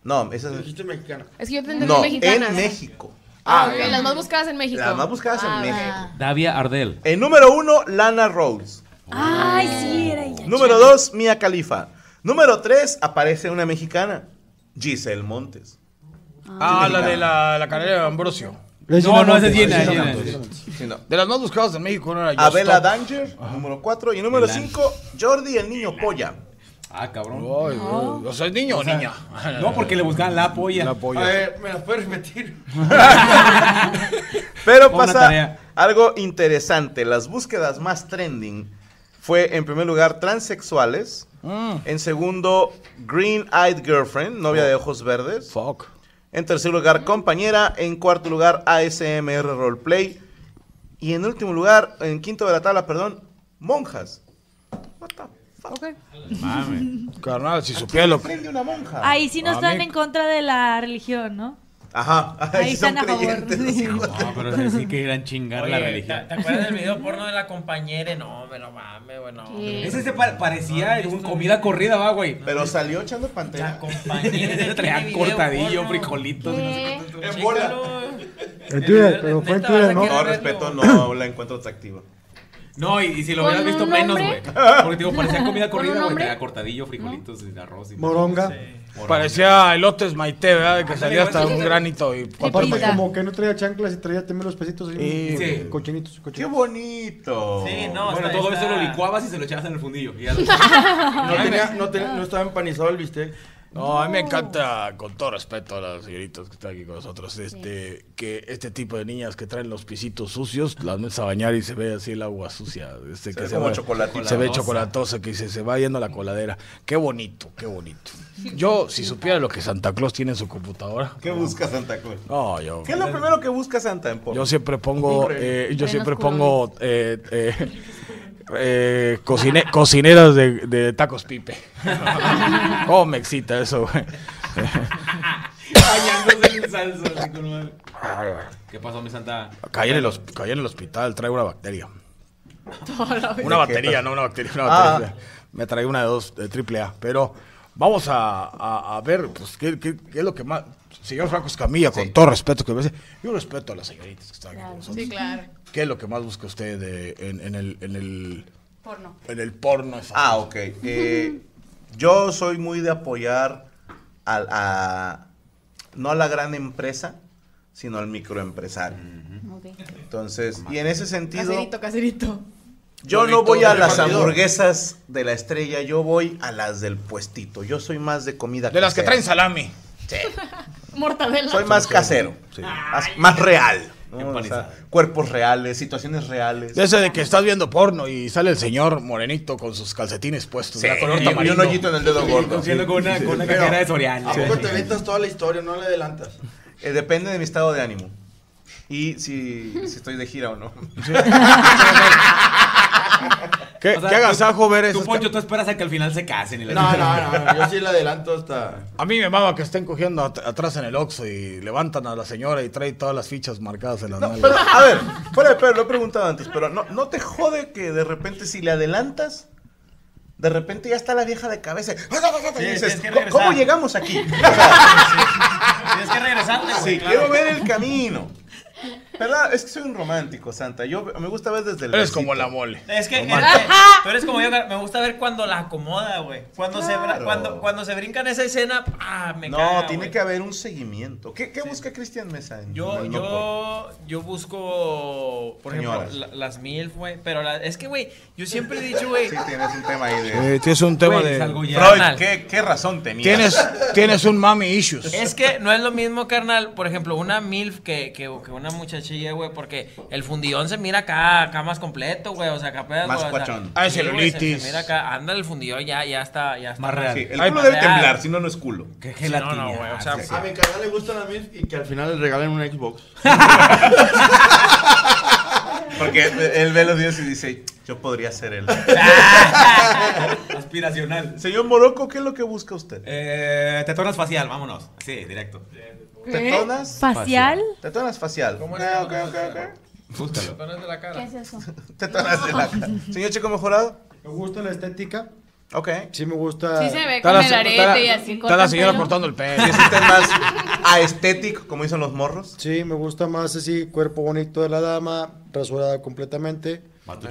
Speaker 3: No, esa es.
Speaker 8: mexicana.
Speaker 10: Es que yo entendí
Speaker 3: No,
Speaker 10: mexicanas.
Speaker 3: en México.
Speaker 10: Ah, ok, las más buscadas en México.
Speaker 3: Las más buscadas en
Speaker 10: Ah,
Speaker 3: México.
Speaker 5: Davia Ardel.
Speaker 3: En número uno, Lana Rhodes.
Speaker 10: Ay, sí, era ella.
Speaker 3: Número dos, Mia Khalifa. Número tres, aparece una mexicana, Giselle Montes.
Speaker 12: Ah, la de la, la carrera de Ambrosio.
Speaker 3: Es No, Gina no, esa es Montes. Gina,
Speaker 12: Ah,
Speaker 3: Gina
Speaker 12: Montes.
Speaker 3: Montes. Sí, no.
Speaker 12: De las más buscadas en México, no era yo.
Speaker 3: Abela
Speaker 12: Stop.
Speaker 3: Danger, número cuatro. Y número
Speaker 12: Milán.
Speaker 3: cinco, Jordi el niño polla.
Speaker 5: Ah, cabrón.
Speaker 12: Ay, güey. O sea, ¿es niño o, niña?
Speaker 5: No, porque le buscaban la polla.
Speaker 12: La
Speaker 8: A
Speaker 12: polla.
Speaker 8: ver, ¿me las puedes repetir?
Speaker 3: Pero
Speaker 5: Fue una
Speaker 3: pasa
Speaker 5: tarea.
Speaker 3: algo interesante. Las búsquedas más trending fue en primer lugar transexuales.
Speaker 12: Mm.
Speaker 3: En segundo, Green Eyed Girlfriend, novia
Speaker 12: Oh.
Speaker 3: de ojos verdes. En tercer lugar, compañera. En cuarto lugar, ASMR Roleplay. Y en último lugar, en quinto de la tabla, perdón, monjas.
Speaker 12: Mame. Carnal, si supiera lo que.
Speaker 3: Prende una monja. Ah,
Speaker 6: Ahí sí no
Speaker 12: A
Speaker 6: están
Speaker 12: mí-
Speaker 6: en contra de la religión, ¿no?
Speaker 3: Ajá.
Speaker 6: Ahí están a favor.
Speaker 5: No, pero es decir que eran chingar la
Speaker 9: Oye,
Speaker 5: religión.
Speaker 9: ¿te, te acuerdas del video porno de la compañera? No, me lo mame, güey, no.
Speaker 5: Ese se pa- parecía un comida corrida, va, güey.
Speaker 3: Pero salió echando pantalla.
Speaker 5: Traían cortadillo, frijolitos. y no sé qué.
Speaker 3: En bola.
Speaker 4: En Twitter, pero fue en Twitter, ¿no?
Speaker 3: No, respeto, no la encuentro atractiva.
Speaker 5: No, y, y si lo
Speaker 3: ¿Con
Speaker 5: hubieras
Speaker 3: un
Speaker 5: visto menos,
Speaker 3: hombre?
Speaker 5: güey. Porque, digo, parecía comida
Speaker 3: ¿Con un
Speaker 5: corrida, güey.
Speaker 3: hombre?
Speaker 5: Traía cortadillo, frijolitos, y arroz. Y
Speaker 4: Moronga.
Speaker 12: Parecía elotes maite, ¿verdad? De que salía hasta un granito y
Speaker 4: Aparte, como que no traía chanclas y traía también los pesitos
Speaker 12: Sí,
Speaker 4: ahí.
Speaker 12: güey.
Speaker 4: Cochinitos, cochinitos.
Speaker 3: ¡Qué bonito!
Speaker 9: Sí, no,
Speaker 5: bueno,
Speaker 9: está-
Speaker 5: todo
Speaker 9: está-
Speaker 5: eso lo licuabas y se lo echabas en el fundillo. Y ya lo-
Speaker 9: No tenía-
Speaker 8: no tenía- no
Speaker 12: estaba empanizado el bistec. No, a mí me encanta, con todo respeto a las señoritas que están aquí con nosotros, este, que este tipo de niñas que traen los pisitos sucios, las metes a bañar y se ve así el agua sucia. Este,
Speaker 3: Se
Speaker 12: que
Speaker 3: ve como
Speaker 12: va-
Speaker 3: chocolatosa.
Speaker 12: Se ve chocolatosa, que se, se va yendo a la coladera. Qué bonito, qué bonito. Yo, si supiera lo que Santa Claus tiene en su computadora.
Speaker 3: ¿Qué busca Santa Claus?
Speaker 12: No, yo.
Speaker 3: ¿Qué es lo primero que busca Santa en porno?
Speaker 12: Yo siempre pongo,
Speaker 3: Rey.
Speaker 12: eh, yo
Speaker 3: Renos
Speaker 12: siempre
Speaker 3: culones.
Speaker 12: pongo eh, eh, eh, cocine- cocineras de, de tacos pipe. ¿Cómo me excita eso, güey?
Speaker 5: Bañándose en salsa. así con madre. ¿Qué pasó, mi santa?
Speaker 12: Caí en, el, hos- caí en el hospital, traigo una bacteria. Una
Speaker 5: ¿Qué
Speaker 12: batería,
Speaker 5: pasó?
Speaker 12: no una bacteria, una
Speaker 5: Ah.
Speaker 12: batería. Me traí una de dos, de triple A. Pero vamos a, a- a ver, pues, ¿qué, qué, qué es lo que más... Señor Franco Escamilla, con todo respeto que me dice, yo respeto a las señoritas que están aquí con nosotros.
Speaker 10: Sí, claro.
Speaker 12: ¿Qué es lo que más busca usted de- en, en el... En el
Speaker 10: Porno.
Speaker 12: En el porno.
Speaker 3: Ah, ok. Eh, yo soy muy de apoyar al- a, no a la gran empresa, sino al microempresario. Entonces, y en ese sentido,
Speaker 10: Caserito, caserito.
Speaker 3: yo no
Speaker 10: Bonito,
Speaker 3: voy a las
Speaker 10: repartidor.
Speaker 3: hamburguesas de la estrella, yo voy a las del puestito. Yo soy más de comida
Speaker 12: De las que
Speaker 3: casera.
Speaker 12: traen salami.
Speaker 3: Sí.
Speaker 10: Mortadela.
Speaker 3: Soy más casero, más, más real. No, o sea, cuerpos reales, situaciones reales.
Speaker 12: De ese de que estás viendo porno y sale el señor morenito con sus calcetines puestos.
Speaker 3: Sí,
Speaker 12: de color
Speaker 3: y un- y un
Speaker 12: tamarindo.
Speaker 3: hoyito en el dedo gordo. Sí,
Speaker 5: con una- con una
Speaker 12: Pero-
Speaker 5: cajera de Soriana.
Speaker 8: ¿A poco te avientas toda la historia? No le adelantas.
Speaker 3: Eh, depende de mi estado de ánimo. Y si, si estoy de gira o no.
Speaker 12: ¿Qué,
Speaker 5: O sea,
Speaker 12: qué agasajo ver
Speaker 5: Tú,
Speaker 12: eso?
Speaker 5: Poncho, tú esperas a que al final se casen. y la-
Speaker 12: No, no, no.
Speaker 8: Yo sí le adelanto hasta.
Speaker 12: A mí me mama que estén cogiendo at- atrás en el Oxxo y levantan a la señora y trae todas las fichas marcadas en las nalgas.
Speaker 3: Pero, a ver, fuera de pedo, lo he preguntado antes, pero no, ¿no te jode que de repente si le adelantas, de repente ya está la vieja de cabeza? Y
Speaker 5: tienes
Speaker 3: dices,
Speaker 5: que
Speaker 3: "¿Cómo-
Speaker 5: regresar".
Speaker 3: ¿Cómo llegamos aquí?
Speaker 5: Tienes que regresarte, güey.
Speaker 3: Sí,
Speaker 5: claro.
Speaker 3: quiero ver el camino. ¿Verdad? Es que soy un romántico, Santa. Yo me gusta ver desde el.
Speaker 12: Eres
Speaker 3: como
Speaker 12: la mole.
Speaker 9: Es que
Speaker 3: Nomás.
Speaker 9: es que tú eres como yo, me gusta ver cuando la acomoda, güey. Cuando, se, bra-
Speaker 3: Claro.
Speaker 9: cuando, cuando se brincan esa escena, ah, me
Speaker 3: No,
Speaker 9: caga,
Speaker 3: tiene
Speaker 9: güey.
Speaker 3: que haber un seguimiento. ¿Qué, qué busca Cristian Mesa? en-
Speaker 9: Yo,
Speaker 3: en-
Speaker 9: yo, yo busco, por
Speaker 3: pues. Señoras.
Speaker 9: ejemplo, la- las mil, güey. Pero la- es que, güey, yo siempre he dicho, güey.
Speaker 3: Sí, tienes un tema ahí
Speaker 12: Sí, tienes un tema
Speaker 9: Güey,
Speaker 12: de...
Speaker 9: salgo ya.
Speaker 3: Freud, ¿qué, qué razón tenías?
Speaker 12: Tienes, tienes un mami issues.
Speaker 9: Es que no es lo mismo, carnal, por ejemplo, una MILF que, que, que una muchachilla, güey, porque el fundillón se mira acá, acá más completo, güey, o sea, acá pedas,
Speaker 3: Más
Speaker 9: güey, o sea,
Speaker 3: cuachón.
Speaker 12: Ah,
Speaker 9: sí, güey, se-
Speaker 12: celulitis.
Speaker 9: Se, mira acá, anda el fundillón, ya, ya está, ya está.
Speaker 3: Más real. Sí, el
Speaker 9: Ay,
Speaker 3: culo
Speaker 9: más
Speaker 3: debe
Speaker 9: real.
Speaker 3: temblar, si no, no es culo.
Speaker 9: Qué
Speaker 3: Sí, no, no,
Speaker 9: gelatina,
Speaker 3: güey, o
Speaker 9: o
Speaker 3: sea,
Speaker 9: sea,
Speaker 3: sí.
Speaker 8: A mi canal le gustan las mil y que al final le regalen una Xbox.
Speaker 3: Porque él ve los días y dice, yo podría ser él.
Speaker 5: Aspiracional.
Speaker 3: Señor Morocco, ¿qué es lo que busca usted?
Speaker 5: Eh, tetonas facial, vámonos. Sí, directo.
Speaker 3: ¿Tetonas?
Speaker 5: ¿Facial?
Speaker 3: Tetonas facial.
Speaker 5: ¿Cómo
Speaker 3: Ok,
Speaker 5: era?
Speaker 3: ok, ok, ok.
Speaker 5: Búscalo.
Speaker 9: de la cara.
Speaker 11: ¿Qué es eso?
Speaker 3: Tetonas de la cara. Señor Checo Mejorado.
Speaker 4: Me gusta la estética.
Speaker 3: Ok.
Speaker 4: Sí me gusta.
Speaker 11: Sí se ve Está con la el se- arete está la- y así, está corta la el señora pelo. cortando el pelo.
Speaker 3: Sí, es un tema más aestético, como dicen los morros.
Speaker 4: Sí, me gusta más así, cuerpo bonito de la dama, rasurada completamente.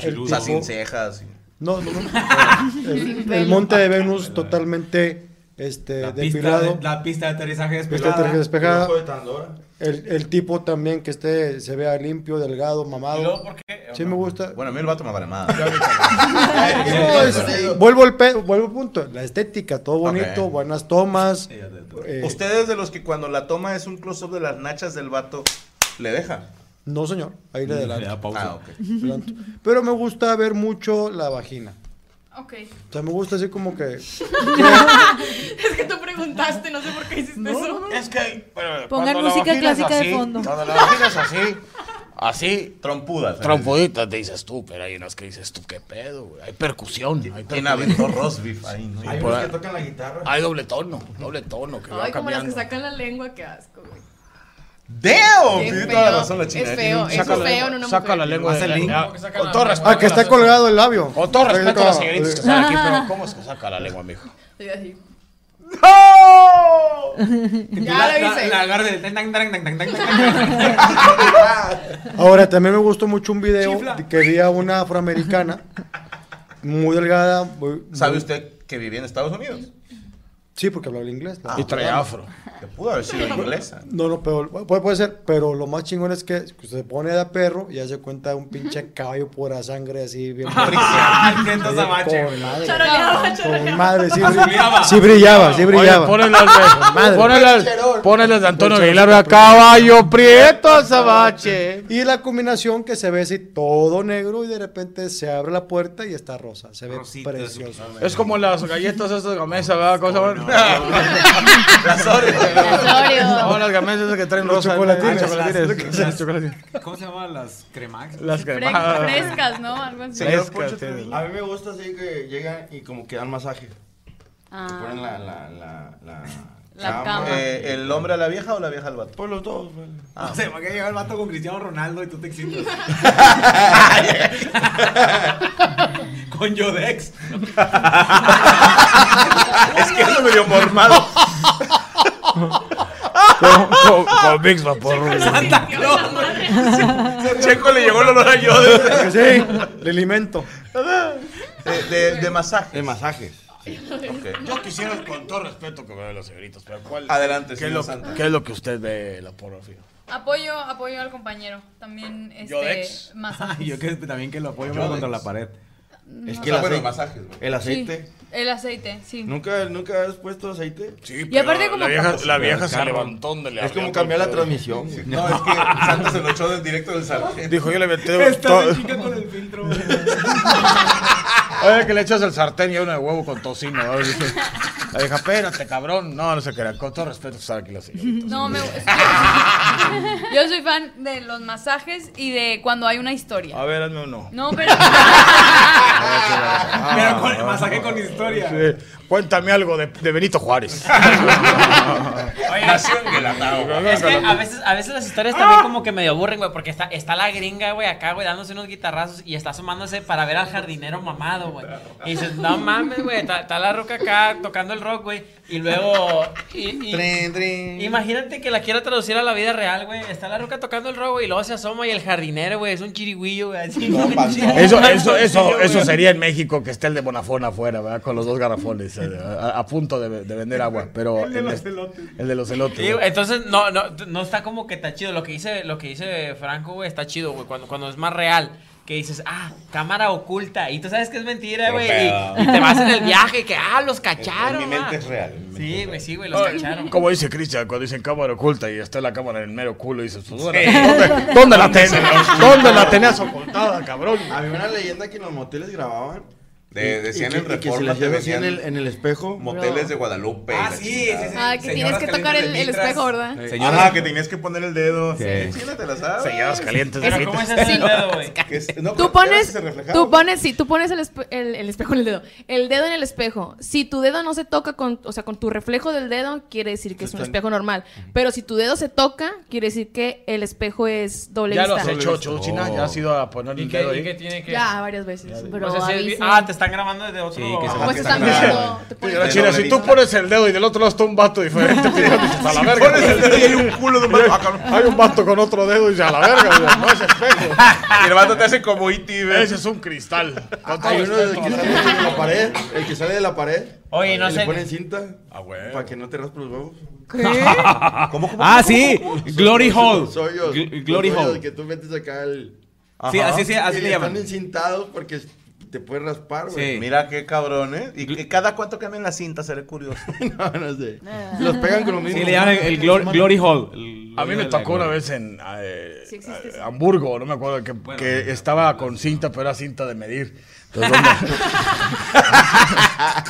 Speaker 4: El
Speaker 3: O sea,
Speaker 4: tipo-
Speaker 3: sin cejas.
Speaker 4: No, no, no.
Speaker 5: Sin
Speaker 4: el,
Speaker 5: pelo.
Speaker 4: el monte de Venus totalmente este,
Speaker 5: La pista,
Speaker 4: depilado.
Speaker 5: de, la pista de aterrizaje
Speaker 4: Pista de
Speaker 5: despejada.
Speaker 4: aterrizaje despejada.
Speaker 5: Ojo de Pandora.
Speaker 4: El, el tipo también que esté, se vea limpio, delgado, mamado.
Speaker 3: ¿Y luego por qué?
Speaker 4: Sí me gusta.
Speaker 3: Bueno, a mí el vato me vale más.
Speaker 4: No, es- vuelvo al pe- vuelvo al punto. La estética, todo bonito,
Speaker 3: Ok.
Speaker 4: buenas tomas.
Speaker 3: Eh, Ustedes de los que cuando la toma es un close-up de las nachas del vato, ¿le deja?
Speaker 4: No, señor. Ahí le adelanto.
Speaker 3: Ah, ok.
Speaker 4: Adelanto. Pero me gusta ver mucho la vagina.
Speaker 7: Ok.
Speaker 4: O sea, me gusta así como que.
Speaker 7: es que tú preguntaste, no sé por qué hiciste eso.
Speaker 9: Es que.
Speaker 7: Pongan música clásica de fondo.
Speaker 12: Cuando la vagina es así, así.
Speaker 3: Trompudas.
Speaker 12: Trompuditas, te dices tú, pero hay unas que dices tú, qué pedo, güey. Hay percusión. Hay
Speaker 3: ¿Quién
Speaker 12: percusión.
Speaker 3: aventó Rosbif ahí? no?
Speaker 12: Hay unos que tocan la guitarra. Hay doble tono, doble tono. Que
Speaker 7: Ay,
Speaker 12: va
Speaker 7: como las que
Speaker 12: cambiando.
Speaker 7: sacan la lengua, qué asco, güey.
Speaker 3: ¡Damn!
Speaker 7: Es
Speaker 3: Tiene
Speaker 7: feo,
Speaker 3: toda la razón la
Speaker 7: es
Speaker 3: china.
Speaker 7: feo,
Speaker 3: Tiene un-
Speaker 7: es
Speaker 3: saca la-
Speaker 7: feo en una
Speaker 12: Saca
Speaker 7: mujer.
Speaker 12: la lengua
Speaker 3: Más
Speaker 12: de
Speaker 3: el link.
Speaker 12: la, Con todo respeto.
Speaker 4: Ah, que
Speaker 12: a las-
Speaker 4: está colgado el labio.
Speaker 12: Con todo respeto a las señoritas que están aquí,
Speaker 4: Ah.
Speaker 12: pero ¿cómo es que saca la lengua, mijo?
Speaker 7: Y así.
Speaker 5: Ya
Speaker 7: lo
Speaker 5: hice. La, agarra del- tan, tan, tan, tan, tan, tan, tan.
Speaker 4: Ahora, también me gustó mucho un video
Speaker 5: Chifla.
Speaker 4: de que vi a una afroamericana. Muy delgada. muy- muy-
Speaker 3: ¿Sabe usted que vivía en Estados Unidos?
Speaker 4: Sí, porque hablaba inglés. la-
Speaker 3: Ah, bueno. Que pudo haber sido inglesa.
Speaker 4: No, no, pero bueno, puede, puede ser, pero lo más chingón es que se pone de perro y hace cuenta de un pinche caballo pura sangre así bien
Speaker 5: Ah, el viento
Speaker 4: Oye,
Speaker 5: sabache.
Speaker 4: con madre.
Speaker 5: Charoleaba,
Speaker 4: Con
Speaker 5: charoleaba.
Speaker 4: madre, sí,
Speaker 5: Chuleaba.
Speaker 4: brillaba, sí brillaba, sí
Speaker 12: Oye,
Speaker 4: brillaba.
Speaker 12: ponele al
Speaker 4: Con madre.
Speaker 12: de, ponele al- ponele al de Antonio Aguilar, vea, caballo prieto, sabache.
Speaker 4: Y la combinación que se ve así todo negro y de repente se abre la puerta y está rosa, se ve precioso.
Speaker 12: Es como las galletas esas de gamesa, ¿verdad? ¿Cómo se llaman?
Speaker 3: Las Oreo.
Speaker 5: Las Oreo.
Speaker 12: No, las gamesas esas que traen
Speaker 5: Los
Speaker 12: rosa.
Speaker 5: chocolatines.
Speaker 12: Ah, chocolatines.
Speaker 5: Las-
Speaker 12: Sí,
Speaker 5: las-
Speaker 12: chocolatines.
Speaker 5: ¿Cómo se llaman las cremax?
Speaker 12: Las
Speaker 7: Fre- Frescas, ¿no? Algo así.
Speaker 8: Señor Poncho Treviño. a mí me gusta así que llegan y como que dan masaje.
Speaker 7: Ah.
Speaker 8: Te ponen la, la, la, la,
Speaker 7: La cama.
Speaker 3: Eh, ¿El hombre a la vieja o la vieja al vato?
Speaker 8: Pues los dos.
Speaker 3: Ah,
Speaker 5: O sea, va a llegar el vato con Cristiano Ronaldo y tú te excitas. con Yodex.
Speaker 3: es que eso me dio mormado.
Speaker 12: Con, con, con Vicks Vapor.
Speaker 3: Checo le llegó el olor a yo.
Speaker 4: Sí, le alimento.
Speaker 3: De, de, de masajes. De
Speaker 8: masajes.
Speaker 12: Yo quisiera, con todo respeto, que me vean las señoritas, pero ¿cuál?
Speaker 3: Adelante,
Speaker 12: ¿Qué es,
Speaker 3: señor
Speaker 12: lo,
Speaker 3: Santa.
Speaker 12: ¿Qué es lo que usted ve la pornografía?
Speaker 7: Apoyo, apoyo al compañero. También este
Speaker 12: Yodex.
Speaker 7: masajes.
Speaker 5: Yo que también que lo apoyo
Speaker 12: Yodex.
Speaker 5: contra la pared.
Speaker 8: Es
Speaker 7: no
Speaker 8: que
Speaker 7: sé.
Speaker 8: el aceite, el aceite.
Speaker 7: El aceite, sí.
Speaker 8: ¿Nunca, ¿Nunca has puesto aceite?
Speaker 12: Sí,
Speaker 7: pero aparte como-
Speaker 12: la vieja- la vieja se levantó donde le
Speaker 8: Es como
Speaker 12: abrió
Speaker 8: cambiar la
Speaker 12: todo.
Speaker 8: transmisión. güey.
Speaker 12: No, es que
Speaker 8: Santa se lo echó del directo del sartén.
Speaker 12: Dijo, yo le metí todo-
Speaker 5: con el filtro.
Speaker 12: Oye, que le echas el sartén y uno de huevo con tocino. ¿no? Dice, La vieja, espérate, cabrón. No, no sé qué era. Con todo respeto, está aquí la señora.
Speaker 7: No, me, yo soy fan de los masajes y de cuando hay una historia.
Speaker 12: A ver, hazme uno.
Speaker 7: No, pero...
Speaker 12: Pero con, masaje con historia. Cuéntame algo de, de Benito Juárez.
Speaker 9: Nació
Speaker 12: enguelatado, güey.
Speaker 9: Es que a veces, a veces las historias también como que medio aburren, güey, porque está, está la gringa, güey, acá, güey, dándose unos guitarrazos y está asomándose para ver al jardinero mamado, güey. Y dices, no mames, güey, está, está la roca acá tocando el rock, güey. Y luego... y- y-
Speaker 8: Trin, trin.
Speaker 9: Imagínate que la quiera traducir a la vida real, güey. Está la roca tocando el rock, güey, y luego se asoma y el jardinero, güey, es un chirigüillo, güey. así.
Speaker 12: Eso, eso, eso, eso sería en México que esté el de Bonafona afuera, ¿verdad? Con los dos garrafones, eh, a, a punto de, de vender agua. Pero
Speaker 9: El de
Speaker 12: en
Speaker 9: los
Speaker 12: este- El de los elotes.
Speaker 9: Sí, güey, entonces no, no, no está como que está chido. Lo que dice, lo que dice Franco, güey, está chido, güey. Cuando, cuando es más real, que dices, ah, cámara oculta. Y tú sabes que es mentira,
Speaker 8: Pero
Speaker 9: güey.
Speaker 8: pedo.
Speaker 9: Y, y te vas en el viaje, que ah, los cacharon.
Speaker 8: En mi mente
Speaker 9: ah.
Speaker 8: es real.
Speaker 9: Sí, güey, sí, güey, los cacharon.
Speaker 12: Como dice Cristian, cuando dicen cámara oculta y está la cámara en el mero culo, dices, pues, bueno,
Speaker 8: Sí.
Speaker 12: ¿dónde, dónde la tenías?
Speaker 8: señor?
Speaker 12: ¿Dónde la tenías ocultada, cabrón?
Speaker 8: Había una leyenda que en los moteles grababan.
Speaker 3: De- decían
Speaker 8: y
Speaker 3: en
Speaker 8: que
Speaker 3: Reforma
Speaker 8: se las así en
Speaker 3: tenían
Speaker 8: el, en el espejo.
Speaker 3: Moteles de Guadalupe. y
Speaker 8: Ah,
Speaker 3: la
Speaker 8: sí,
Speaker 3: chingada.
Speaker 8: sí, sí.
Speaker 10: Ah, que
Speaker 8: Señoras
Speaker 10: tienes que tocar el, el
Speaker 8: calientes
Speaker 10: espejo, ¿verdad?
Speaker 3: Sí.
Speaker 8: Señoras-
Speaker 3: Ah, que tenías que poner el dedo.
Speaker 8: Sí.
Speaker 3: Sí, no te la sabes.
Speaker 12: Señoras calientes
Speaker 10: de Pero ¿cómo es eso del dedo,
Speaker 9: güey?
Speaker 3: Que es- no,
Speaker 10: Tú
Speaker 3: pero ya ves
Speaker 10: pones,
Speaker 3: que se reflejaba.
Speaker 10: tú pones, sí, tú pones el, espe- el, el espejo en el dedo, el dedo en el espejo. Si tu dedo no se toca con, o sea, con tu reflejo del dedo, quiere decir que es un
Speaker 12: Están-
Speaker 10: espejo normal. Pero si tu dedo se toca, quiere decir que el espejo es doble
Speaker 12: Ya lo
Speaker 10: vista.
Speaker 12: has hecho, China,
Speaker 3: Oh.
Speaker 12: ya has ido a poner el dedo
Speaker 9: ¿Y
Speaker 12: ahí.
Speaker 9: qué tiene que...?
Speaker 10: Ya, varias veces. Pero
Speaker 9: O sea, sí es vi-
Speaker 10: avisen.
Speaker 9: ah, te están grabando desde otro...
Speaker 12: que se
Speaker 9: Ah,
Speaker 12: la
Speaker 9: pues
Speaker 12: que
Speaker 9: están
Speaker 12: este están grabando.
Speaker 9: grabando.
Speaker 12: Mira, China, si tú pones el dedo y del otro lado está un vato diferente, pues, ya dices, a la
Speaker 3: Si
Speaker 12: verga.
Speaker 3: pones el dedo y hay un
Speaker 12: culo de un vato. ah, Hay un vato con otro dedo y dices, a la verga, güey, no es espejo.
Speaker 3: Y el vato te hace como E iti, güey.
Speaker 12: Ese es un cristal.
Speaker 8: Hay uno del que sale de la pared. El que sale de la pared.
Speaker 9: Oye, no
Speaker 8: y
Speaker 9: sé-
Speaker 8: Le ponen cinta.
Speaker 12: Ah,
Speaker 8: Para que no te raspes los huevos.
Speaker 5: ¿Cómo, ah, sí. Glory Hall.
Speaker 8: Soy yo.
Speaker 5: Gl- Glory Hall.
Speaker 8: Que tú metes acá el.
Speaker 5: Sí, así se- así
Speaker 8: Y
Speaker 5: le llaman.
Speaker 8: Están encintados porque te puedes raspar, güey.
Speaker 3: Sí. Mira qué cabrón, ¿eh? Y que cada cuánto cambian la cinta, seré curioso.
Speaker 8: no, no sé.
Speaker 6: Ah.
Speaker 8: Los pegan con lo mismo.
Speaker 5: Sí, le llaman el, el Glor- Glory Hall. El-
Speaker 12: A mí me
Speaker 5: la-
Speaker 12: tocó una
Speaker 5: la-
Speaker 12: vez en eh, eh, Hamburgo, no me acuerdo, que, que estaba con cinta, pero era cinta de medir. Entonces, ¿dónde?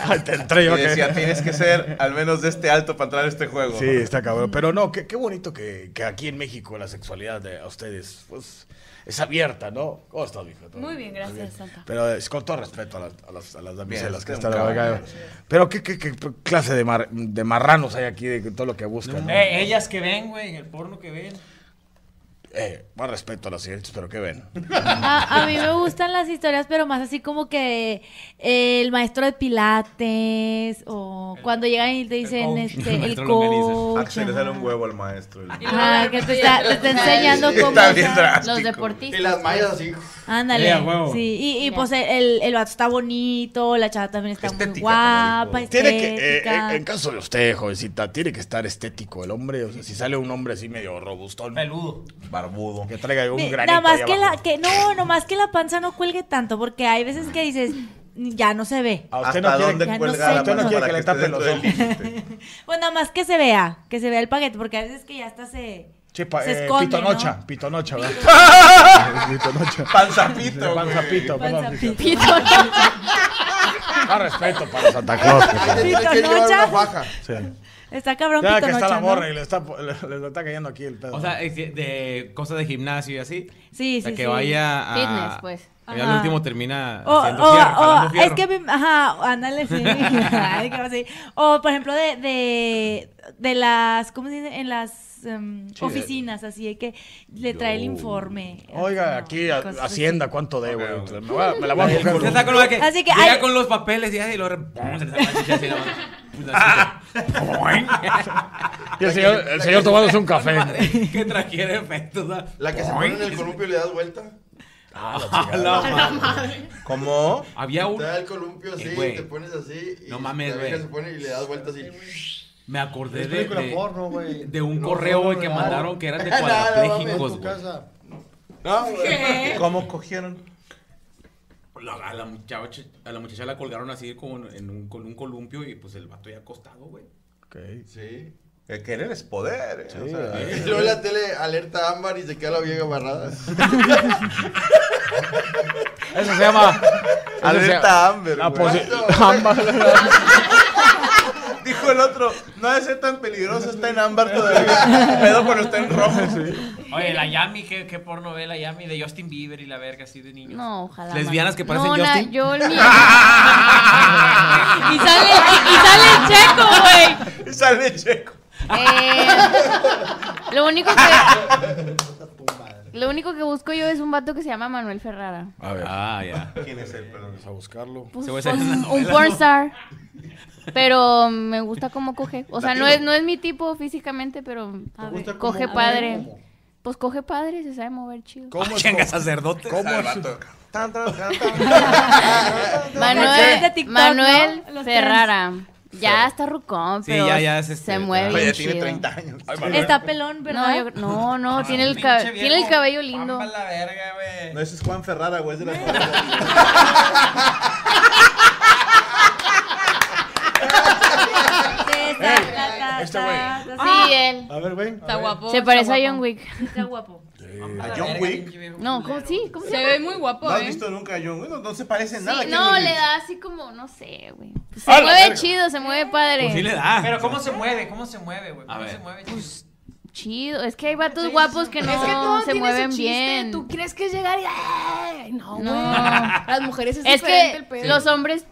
Speaker 12: Ay, te entré yo
Speaker 3: Y
Speaker 12: que-
Speaker 3: decía, tienes que ser al menos de este alto para entrar a este juego.
Speaker 12: Sí, está cabrón. Pero no, qué, qué bonito que, que aquí en México la sexualidad de a ustedes pues, es abierta, ¿no? ¿Cómo estás, mijo? ¿Todo
Speaker 7: Muy bien, gracias, Santa.
Speaker 12: Pero es con todo respeto a las, a las, a las damiselas
Speaker 8: este
Speaker 3: Bien,
Speaker 12: que
Speaker 3: un
Speaker 12: están
Speaker 3: caballero,
Speaker 12: acá. Pero ¿qué, qué, qué clase de, mar- de marranos hay aquí de todo lo que buscan. ¿no?
Speaker 9: Eh, ellas que ven, güey, el porno que ven.
Speaker 12: Eh, más respeto a las siguientes, pero ¿qué ven?
Speaker 6: A, a mí me gustan las historias, pero más así como que eh, el maestro de pilates o cuando llegan y te dicen
Speaker 3: coach.
Speaker 6: este,
Speaker 3: El
Speaker 6: el
Speaker 3: maestro
Speaker 6: coach.
Speaker 3: Ah, que se le sale un huevo al maestro.
Speaker 8: Ah.
Speaker 6: Ajá, que te está, te está enseñando
Speaker 3: Sí,
Speaker 6: cómo
Speaker 3: está bien
Speaker 6: son
Speaker 3: drástico.
Speaker 6: los deportistas.
Speaker 8: Y las mallas así.
Speaker 6: Ándale.
Speaker 3: Sí, a huevo.
Speaker 6: Sí, y, y, pues el, el vato está bonito, la chava también está muy guapa, estética.
Speaker 12: Tiene que, eh, en- en caso de usted, jovencita, tiene que estar estético el hombre. O sea, si sale un hombre así medio robustón.
Speaker 9: Peludo.
Speaker 12: Barbudo. Que traiga un
Speaker 6: Mi-
Speaker 12: granito
Speaker 6: Nada más
Speaker 12: ahí
Speaker 6: que
Speaker 12: abajo.
Speaker 6: la, que no, nomás que la panza no cuelgue tanto, porque hay veces que dices, ya no se ve.
Speaker 12: A usted no quiere-
Speaker 3: dónde
Speaker 12: ya no
Speaker 3: cuelga
Speaker 12: sé,
Speaker 3: la
Speaker 12: usted no
Speaker 3: mano
Speaker 12: quiere
Speaker 3: para
Speaker 12: que le
Speaker 3: que esté
Speaker 12: tapen los
Speaker 3: dentro del
Speaker 12: ojos.
Speaker 6: Bueno, Pues nada más que se vea, que se vea el paquete, porque a veces que ya hasta se,
Speaker 12: Chepa,
Speaker 6: se
Speaker 12: eh,
Speaker 6: esconde,
Speaker 12: pitonocha,
Speaker 6: ¿no?
Speaker 12: pitonocha, ¿verdad?
Speaker 3: pitonocha. Panzapito.
Speaker 12: Panzapito, perdón.
Speaker 6: Pito.
Speaker 12: Más respeto para Santa Claus. por favor.
Speaker 8: Tienes que llevar una faja.
Speaker 12: Sí.
Speaker 6: Está cabrón
Speaker 12: Ya que
Speaker 6: pitonocha,
Speaker 12: está la
Speaker 6: ¿no?
Speaker 12: morra y le está, le, le está cayendo aquí el pedo.
Speaker 5: O sea, es de, de cosas de gimnasio y así.
Speaker 6: Sí,
Speaker 5: O sea,
Speaker 6: sí,
Speaker 5: que
Speaker 6: sí.
Speaker 5: vaya a...
Speaker 6: Fitness, pues.
Speaker 5: Y al
Speaker 6: Ajá.
Speaker 5: último termina
Speaker 6: O,
Speaker 5: haciendo
Speaker 6: o-
Speaker 5: fierro,
Speaker 6: o-
Speaker 5: jalando
Speaker 6: es
Speaker 5: fierro.
Speaker 6: que, me- ajá, ándale, sí. Ay, qué así. O, por ejemplo, de, de, de las, ¿cómo se dice? En las em,
Speaker 12: Sí,
Speaker 6: oficinas, así de que le trae el informe.
Speaker 12: Oiga, aquí a-
Speaker 6: cosas
Speaker 12: Hacienda, ¿cuánto debo? Me, voy a- me la voy a
Speaker 5: Usted está con lo que
Speaker 6: Así que
Speaker 5: llega
Speaker 6: hay-
Speaker 5: con los papeles y, y lo re- ¡pum! se le sale la chicha así, nomás. Una chicha.
Speaker 12: Y el señor, el señor tomándose un café.
Speaker 5: ¿Qué traquiere efectos?
Speaker 8: La que se pone en el columpio y le das vuelta.
Speaker 5: Ah, la madre.
Speaker 3: ¿Cómo?
Speaker 5: Había
Speaker 8: Te
Speaker 5: un...
Speaker 8: da el columpio así,
Speaker 5: Eh, güey.
Speaker 8: te pones así. y
Speaker 5: No mames,
Speaker 8: la vieja
Speaker 5: güey.
Speaker 8: se pone y le das vuelta así.
Speaker 5: Me acordé
Speaker 8: Es
Speaker 5: de,
Speaker 8: película
Speaker 5: de-
Speaker 8: porno, güey.
Speaker 5: de un
Speaker 8: No,
Speaker 5: correo güey,
Speaker 8: no,
Speaker 5: que
Speaker 8: no,
Speaker 5: mandaron
Speaker 8: no.
Speaker 5: que eran de
Speaker 8: No, no,
Speaker 5: cuadraplégicos,
Speaker 8: mames, tu
Speaker 5: güey.
Speaker 8: casa. No, güey.
Speaker 3: ¿Cómo cogieron?
Speaker 5: la- a, la muchacha, a la muchacha la colgaron así como en un, con un columpio y pues el vato ya acostado, güey.
Speaker 8: Sí.
Speaker 3: El querer es poder. eh, o sea,
Speaker 8: Y luego la tele alerta ámbar y se queda la vieja amarrada.
Speaker 12: Eso se llama.
Speaker 3: Alerta Amber.
Speaker 12: La
Speaker 3: güey.
Speaker 12: posi-
Speaker 3: Dijo el otro, no debe ser tan peligroso, está en ámbar todavía. Pedo cuando está en rojo.
Speaker 9: Oye, la Yami, ¿qué, qué porno ve la Yami? De Justin Bieber y la verga así de niños.
Speaker 11: No, ojalá.
Speaker 5: Lesbianas que
Speaker 11: mano.
Speaker 5: parecen
Speaker 11: no,
Speaker 5: Justin.
Speaker 11: Na, yo el mío.
Speaker 9: Pues
Speaker 11: y sale, y, y sale el checo, güey.
Speaker 3: Y sale checo.
Speaker 11: Eh, lo único que. Lo único que busco yo es un vato que se llama Manuel Ferrara.
Speaker 12: A ver.
Speaker 5: Ah, ya.
Speaker 3: ¿Quién es él? Perdón.
Speaker 12: a buscarlo.
Speaker 11: Pues,
Speaker 5: Se va a
Speaker 11: pues,
Speaker 5: hacer una
Speaker 11: un,
Speaker 5: novela,
Speaker 11: porn
Speaker 5: ¿no?
Speaker 11: star. Pero me gusta cómo coge. O sea, no es, no es mi tipo físicamente, pero
Speaker 6: gusta cómo
Speaker 11: coge
Speaker 6: coge?
Speaker 11: padre. Pues coge padre, se sabe mover chido.
Speaker 12: ¿Cómo
Speaker 5: Ah, Chinga, sacerdote.
Speaker 12: ¿Cómo
Speaker 5: Al
Speaker 12: es?
Speaker 5: vato.
Speaker 3: Tan, tan, tan,
Speaker 11: Manuel,
Speaker 6: De TikTok,
Speaker 11: Manuel
Speaker 6: ¿no? Los
Speaker 11: Ferrara. Ya está rucón,
Speaker 5: Sí,
Speaker 11: pero
Speaker 5: ya- ya es
Speaker 11: se
Speaker 5: este,
Speaker 11: mueve
Speaker 3: Oye,
Speaker 11: bien
Speaker 3: ya tiene
Speaker 11: chido.
Speaker 3: 30 años.
Speaker 6: Está pelón,
Speaker 11: No,
Speaker 6: ¿verdad?
Speaker 11: yo- no,
Speaker 6: Ah,
Speaker 5: Ah,
Speaker 11: no, tiene, el
Speaker 9: pinche
Speaker 11: cab-
Speaker 9: viejo.
Speaker 11: tiene el cabello lindo.
Speaker 9: Pampa la verga, güey.
Speaker 3: No, ese es Juan Ferrara, güey, es de la familia.
Speaker 12: Este güey.
Speaker 11: Sí, él.
Speaker 4: A ver, güey.
Speaker 7: Está guapo.
Speaker 11: Se parece a John Wick.
Speaker 6: Está guapo.
Speaker 3: A John Wick.
Speaker 11: No, ¿cómo sí? ¿Cómo
Speaker 7: Se ve muy guapo,
Speaker 3: ¿No has
Speaker 7: ¿eh?
Speaker 3: visto nunca a John Wick? No, no se parece en
Speaker 11: Sí,
Speaker 3: nada. a
Speaker 11: no,
Speaker 3: Keanu
Speaker 11: le
Speaker 3: Reeves.
Speaker 11: da así como, no sé, güey. Pues Se
Speaker 3: ¡A Ah, la
Speaker 11: mueve
Speaker 3: verga!
Speaker 11: chido, se mueve padre.
Speaker 5: Pues sí le da.
Speaker 9: Pero ¿cómo se mueve? ¿Cómo se mueve, güey?
Speaker 5: A
Speaker 9: ¿Cómo
Speaker 5: ver.
Speaker 9: se mueve? Pues,
Speaker 11: Chido, es que hay vatos guapos que no
Speaker 10: es que todo
Speaker 11: se
Speaker 10: tiene
Speaker 11: mueven
Speaker 10: su chiste.
Speaker 11: bien.
Speaker 10: ¿Tú crees que es llegar y ay, no, güey?
Speaker 11: No.
Speaker 10: Ah, Las mujeres es,
Speaker 11: Es
Speaker 10: diferente el
Speaker 11: que
Speaker 10: pedo.
Speaker 11: los hombres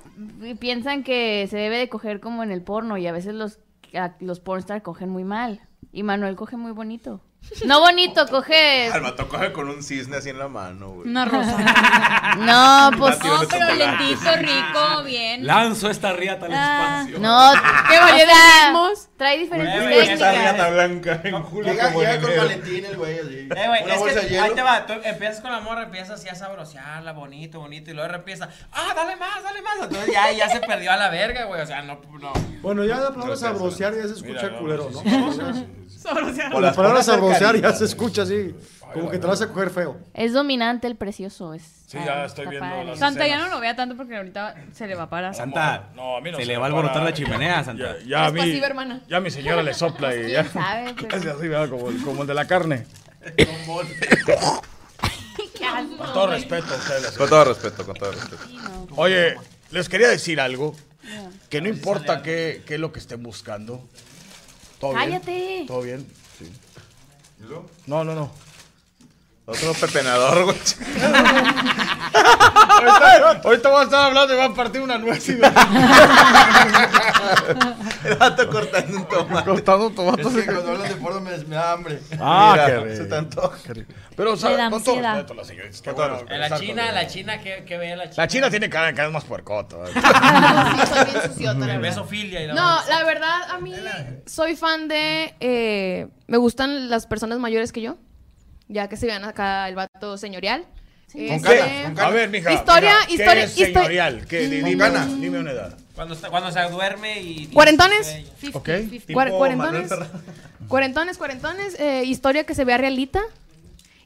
Speaker 11: piensan que se debe de coger como en el porno y a veces los, a- los pornstar cogen muy mal. Y Manuel coge muy bonito. No bonito, coge...
Speaker 3: Al vato coge con un cisne así en la mano, güey.
Speaker 7: Una rosa.
Speaker 11: No, pues...
Speaker 3: Tío,
Speaker 7: No,
Speaker 3: le
Speaker 7: pero
Speaker 3: tocó la-
Speaker 7: lentito, rico, bien.
Speaker 5: Lanzo esta riata al espacio.
Speaker 11: Ah, No,
Speaker 7: ¿Qué
Speaker 11: o
Speaker 7: variedades?
Speaker 11: sea, trae diferentes
Speaker 9: Mueve
Speaker 3: Esta
Speaker 11: técnicas.
Speaker 3: riata blanca en julio
Speaker 8: Llega,
Speaker 3: como
Speaker 8: llega
Speaker 3: en
Speaker 8: con
Speaker 3: enero.
Speaker 8: Valentín el güey así.
Speaker 9: Eh, güey,
Speaker 8: Una
Speaker 9: es
Speaker 8: bolsa
Speaker 9: que
Speaker 8: de hielo.
Speaker 9: ahí te va, tú empiezas con la morra, empiezas así a sabrosearla, bonito, bonito, y luego empiezas, ah, dale más, dale más, entonces ya, ya se perdió a la verga, güey, o sea, no, no.
Speaker 4: Bueno, ya la palabra sabrosear ya se escucha culero, ¿no?
Speaker 3: O
Speaker 4: La palabra
Speaker 3: las pones cerca,
Speaker 4: sabrosear ya
Speaker 3: cariño.
Speaker 4: se escucha así. Como que te vas a coger feo.
Speaker 11: Es dominante el precioso. Es,
Speaker 12: Sí, ya estoy viendo las-
Speaker 7: Santa ya no lo vea tanto porque ahorita se le va a parar.
Speaker 5: Santa,
Speaker 12: No, a mí no
Speaker 5: se
Speaker 12: se
Speaker 5: le
Speaker 12: me
Speaker 5: va a alborotar
Speaker 12: para.
Speaker 5: la chimenea, Santa.
Speaker 12: Ya, ya a
Speaker 10: Es
Speaker 12: mí.
Speaker 10: pasiva, hermana.
Speaker 12: Ya mi señora le sopla y ya.
Speaker 11: sabe, pero-
Speaker 12: Hace así, ¿verdad? Como, como el de la carne. Con todo respeto a ustedes.
Speaker 3: Con todo respeto, con todo respeto.
Speaker 12: Oye, les quería decir algo. Que no importa qué, qué es lo que estén buscando. ¿Todo bien?
Speaker 11: Cállate.
Speaker 12: ¿Todo bien? Sí. No, no, no.
Speaker 3: Otro pepenador, güey.
Speaker 12: Ahorita, ahorita voy a estar hablando y va a partir una nuez y va
Speaker 3: El vato cortando un tomate.
Speaker 12: cortando tomates.
Speaker 8: Es que cuando hablan de porno me, me da hambre.
Speaker 12: Ah,
Speaker 3: Mira,
Speaker 12: qué
Speaker 3: se
Speaker 12: rico.
Speaker 3: te antoja.
Speaker 12: Qué rico. Pero,
Speaker 6: Le da
Speaker 12: ¿sabes? Con todo
Speaker 6: ansiedad.
Speaker 12: respeto a las señoritas. qué
Speaker 3: Con todo
Speaker 12: bueno
Speaker 3: respeto.
Speaker 9: Eh, La
Speaker 12: empezar
Speaker 9: china,
Speaker 12: con-
Speaker 9: la china, ¿qué, qué ve la china?
Speaker 12: La china tiene cara de cada vez más ¿eh? puercota. ¿verdad?
Speaker 10: No, sí, soy bien suciota, la
Speaker 9: Ve
Speaker 10: verdad.
Speaker 9: Sofilia y la
Speaker 10: No, la verdad, a mí soy fan de. eh, me gustan las personas mayores que yo. Ya que se vean acá el vato señorial.
Speaker 12: ¿Con
Speaker 10: Este,
Speaker 12: cara? ¿Con cara? A ver, mija.
Speaker 10: Historia,
Speaker 12: mira,
Speaker 10: historia,
Speaker 12: ¿Qué es
Speaker 10: histo-
Speaker 12: señorial? ¿Qué? Di- Dime, una- dime una edad.
Speaker 9: Cuando, está- cuando se duerme y...
Speaker 10: ¿Cuarentones?
Speaker 12: ¿Ok?
Speaker 3: Tipo
Speaker 10: Cuar-
Speaker 3: Manuel
Speaker 10: cuarentones,
Speaker 3: Ferrara.
Speaker 10: cuarentones, cuarentones, eh, historia que se vea realita.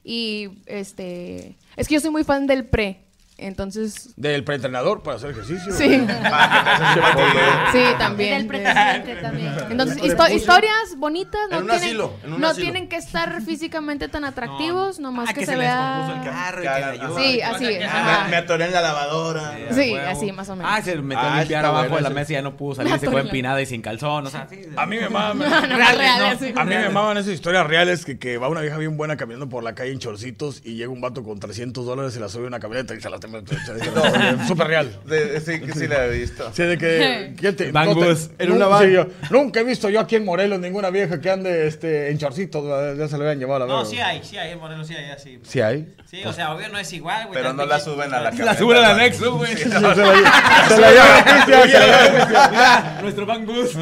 Speaker 10: Y este. Es que yo soy muy fan del pre. Entonces.
Speaker 12: ¿Del preentrenador para hacer ejercicio?
Speaker 10: Sí. Sí,
Speaker 6: Del
Speaker 10: también.
Speaker 6: presidente también.
Speaker 10: Entonces, histo- historias bonitas. No
Speaker 8: En un
Speaker 10: tienen,
Speaker 8: asilo, en un
Speaker 10: no
Speaker 8: asilo.
Speaker 10: tienen que estar físicamente tan atractivos, nomás
Speaker 5: Ah,
Speaker 10: que,
Speaker 5: que
Speaker 10: se,
Speaker 5: se les compuso el
Speaker 10: vea.
Speaker 5: carro.
Speaker 9: Arre, que la ayuda.
Speaker 10: Sí,
Speaker 9: O sea,
Speaker 10: así
Speaker 9: que
Speaker 10: es.
Speaker 9: se-
Speaker 10: Ajá.
Speaker 3: Me, me atoré en la lavadora.
Speaker 10: Sí, así, más o menos.
Speaker 5: Ah, se metió
Speaker 3: Ah,
Speaker 5: a limpiar
Speaker 3: está
Speaker 5: abajo
Speaker 3: bueno
Speaker 5: de la
Speaker 3: ese.
Speaker 5: mesa y ya no pudo salir, se quedó empinada y sin calzón, o sea, sí.
Speaker 12: A mí me maman. A mí me maman esas historias reales que, que va una vieja bien buena caminando por la calle en chorcitos y llega un vato con 300 dólares y la sube a una camioneta y se la teme. Súper real.
Speaker 3: De- sí, que sí la he visto.
Speaker 12: Sí, de que. ¿quién te-
Speaker 5: Van
Speaker 12: no te-
Speaker 5: Goghs.
Speaker 12: en una van. sí, yo, nunca he visto yo aquí en Morelos ninguna vieja que ande este, en chorcitos. ¿verdad? Ya se le habían llevado a la
Speaker 9: No,
Speaker 12: verga.
Speaker 9: sí hay, sí hay, en Morelos sí hay, así.
Speaker 12: Sí hay.
Speaker 9: Sí, o sea, obvio no es igual, güey.
Speaker 3: Pero
Speaker 9: tan
Speaker 3: no la
Speaker 9: pinche-
Speaker 3: suben a la camioneta.
Speaker 5: La sube al anexo, güey.
Speaker 12: Se la lle- se la lleva Cristian, se la lleva Cristian.
Speaker 5: Nuestro bangus.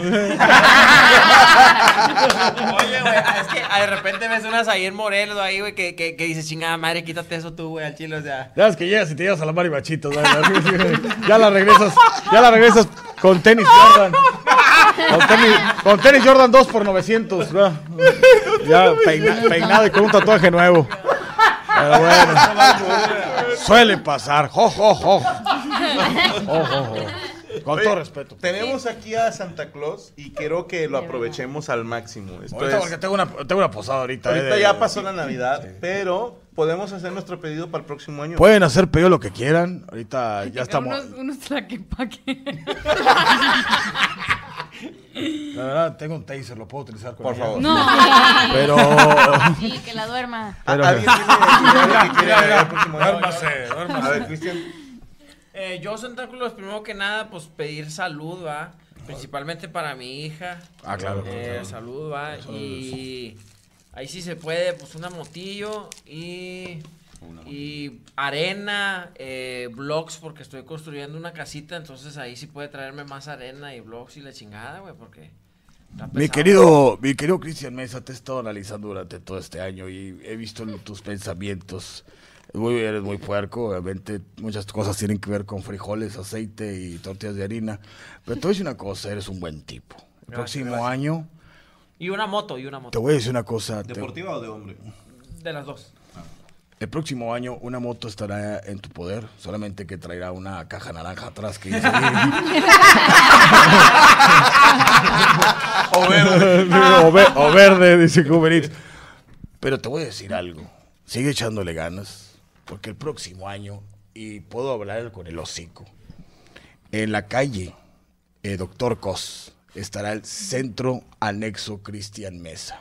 Speaker 9: Oye, güey, ah, es que de repente ves unas ahí en Morelos, ahí, güey, que, que, que dices, chingada madre, quítate eso tú, güey, al chile, o sea.
Speaker 12: Ya es que llegas y te llevas a la Mari Bachito. ¿sabes? Ya la regresas, ya la regresas con tenis Jordan. Con tenis, con tenis Jordan 2 por 900. ¿verdad? Ya peina- peinada y con un tatuaje nuevo. Pero bueno, suele pasar. Jo, jo, jo. Jo, jo, jo. Con
Speaker 3: Oye,
Speaker 12: todo respeto.
Speaker 3: Tenemos aquí a Santa Claus y quiero que lo aprovechemos al máximo. Esto
Speaker 12: Ahorita
Speaker 3: es-
Speaker 12: porque tengo una, tengo una posada ahorita. eh,
Speaker 3: Ahorita
Speaker 12: de-
Speaker 3: ya pasó la Navidad, pero podemos hacer nuestro pedido para el próximo año.
Speaker 12: Pueden hacer pedido lo que quieran. Ahorita ya estamos.
Speaker 7: Unos, unos traquepaque.
Speaker 12: La verdad, tengo un taser, lo puedo utilizar con
Speaker 3: Por
Speaker 12: ella.
Speaker 3: favor.
Speaker 11: No.
Speaker 12: Pero.
Speaker 11: Sí, que la duerma.
Speaker 12: Pero-
Speaker 3: ¿Alguien tiene idea de qué quiere
Speaker 12: Mira, mira,
Speaker 3: el próximo año?
Speaker 12: duérmase, duérmase.
Speaker 3: A ver, Cristian.
Speaker 9: Eh, yo, Santa Claus, primero que nada, pues pedir salud, va. Principalmente para mi hija.
Speaker 12: Ah, claro, claro,
Speaker 9: Eh,
Speaker 12: claro.
Speaker 9: Salud, va. Y ahí sí se puede, pues una motillo y. Y arena, eh, blogs, porque estoy construyendo una casita, entonces ahí sí puede traerme más arena y blogs y la chingada, güey, porque. está
Speaker 12: Mi
Speaker 9: pesado.
Speaker 12: querido, mi querido Cristian Mesa, te he estado analizando durante todo este año y he visto en tus pensamientos. Muy, eres muy puerco, obviamente muchas cosas tienen que ver con frijoles, aceite y tortillas de harina. Pero te voy a decir una cosa, eres un buen tipo. El
Speaker 9: Gracias,
Speaker 12: próximo
Speaker 9: gracias.
Speaker 12: año
Speaker 9: Y una moto, y una moto.
Speaker 12: Te voy a decir una cosa, te-
Speaker 3: ¿Deportiva o de hombre?
Speaker 9: De las dos.
Speaker 12: El próximo año una moto estará en tu poder, solamente que traerá una caja naranja atrás que dice o verde. o, verde, dice Uber Eats. Pero te voy a decir algo, sigue echándole ganas, porque el próximo año, y puedo hablar con el hocico, en la calle, eh, Doctor Cos, estará el centro anexo Cristian Mesa,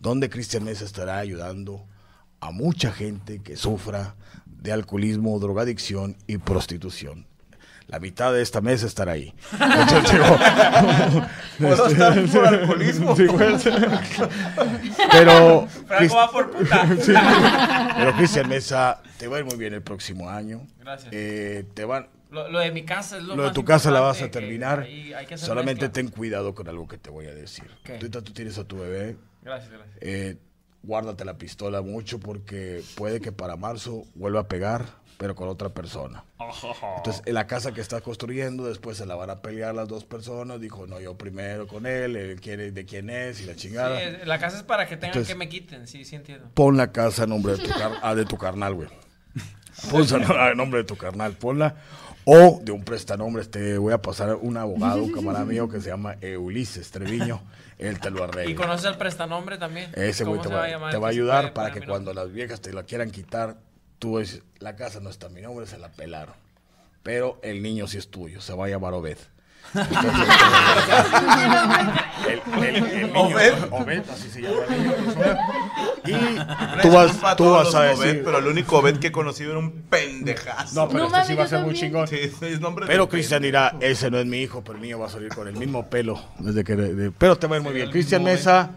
Speaker 12: donde Cristian Mesa estará ayudando a mucha gente que sufra de alcoholismo, drogadicción y prostitución. La mitad de esta mesa estará ahí. Entonces, digo,
Speaker 3: ¿Puedo estar por alcoholismo?
Speaker 12: Sí, güey. pero,
Speaker 9: Franco va por puta.
Speaker 12: Sí. pero Cristian Mesa, te va a ir muy bien el próximo año.
Speaker 9: Gracias.
Speaker 12: Eh, te van,
Speaker 9: Lo, lo de mi casa es lo,
Speaker 12: lo,
Speaker 9: más
Speaker 12: de tu casa la vas a
Speaker 9: importante, que
Speaker 12: terminar.
Speaker 9: ahí hay que hacer
Speaker 12: Solamente
Speaker 9: mezcla.
Speaker 12: ten cuidado con algo que te voy a decir.
Speaker 9: ¿Qué?
Speaker 12: Ahorita tú tienes a tu bebé.
Speaker 9: Gracias, gracias.
Speaker 12: Eh, guárdate la pistola mucho porque puede que para marzo vuelva a pegar, pero con otra persona.
Speaker 3: Oh,
Speaker 12: Entonces, en la casa que estás construyendo, después se la van a pelear las dos personas. Dijo, no, yo primero con él, él quiere de quién es y la chingada.
Speaker 9: Sí, es- la casa es para que tengan
Speaker 12: Entonces,
Speaker 9: que me quiten, sí, sí entiendo.
Speaker 12: Pon la casa a nombre de tu, car- ah, de tu carnal, güey. Ponla a nombre de tu carnal, ponla. O de un prestanombre, te voy a pasar un abogado, un camarada mío que se llama eh, Ulises Treviño. Él te lo arregla.
Speaker 9: ¿Y conoces al prestanombre también?
Speaker 12: Ese güey
Speaker 9: ¿Cómo
Speaker 12: te,
Speaker 9: se
Speaker 12: va,
Speaker 9: a llamar?
Speaker 12: te va a
Speaker 9: Entonces,
Speaker 12: ayudar
Speaker 9: puede
Speaker 12: para
Speaker 9: poner
Speaker 12: que
Speaker 9: mi
Speaker 12: cuando las viejas te la quieran quitar, tú dices, la casa no está a mi nombre, se la pelaron. Pero el niño sí es tuyo, se va a llamar Obed. Entonces, el, el- el niño-
Speaker 3: Obed.
Speaker 12: Obed, así se llama el niño. Y tú
Speaker 3: Tú
Speaker 12: vas,
Speaker 3: vas,
Speaker 12: tú vas a decir...
Speaker 3: pero el único Obed que he conocido era un pendejazo.
Speaker 12: No, pero No este sí mames, va a yo ser muy también.
Speaker 3: Sí, es nombre de
Speaker 12: Pero
Speaker 3: un
Speaker 12: Cristian dirá, ese no es mi hijo, pero el mío va a salir con el mismo pelo. Desde que, de- pero te va a ir muy bien. Cristian Mesa,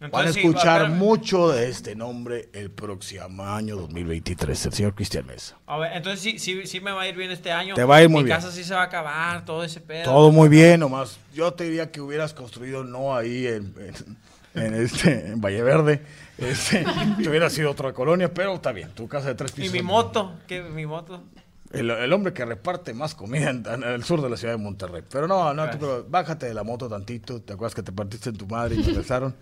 Speaker 12: van a
Speaker 9: Entonces, sí,
Speaker 12: escuchar
Speaker 9: espérame.
Speaker 12: mucho de este nombre el próximo año 2023. El señor Cristian Mesa.
Speaker 9: A ver, entonces sí, sí, sí me va a ir bien este año.
Speaker 12: Te va a ir muy
Speaker 9: mi
Speaker 12: bien.
Speaker 9: casa sí se va a acabar, todo ese pedo.
Speaker 12: Todo muy bien, nomás. Yo te diría que hubieras construido no ahí en, en- en este, en Valle Verde. Este, que hubiera sido otra colonia, pero está bien. Tu casa de tres
Speaker 9: Y
Speaker 12: pisos.
Speaker 9: mi moto, que mi moto.
Speaker 12: El, el hombre que reparte más comida en, en el sur de la ciudad de Monterrey. Pero no, no, tú, pero bájate de la moto tantito. ¿Te acuerdas que te partiste en tu madre y te besaron?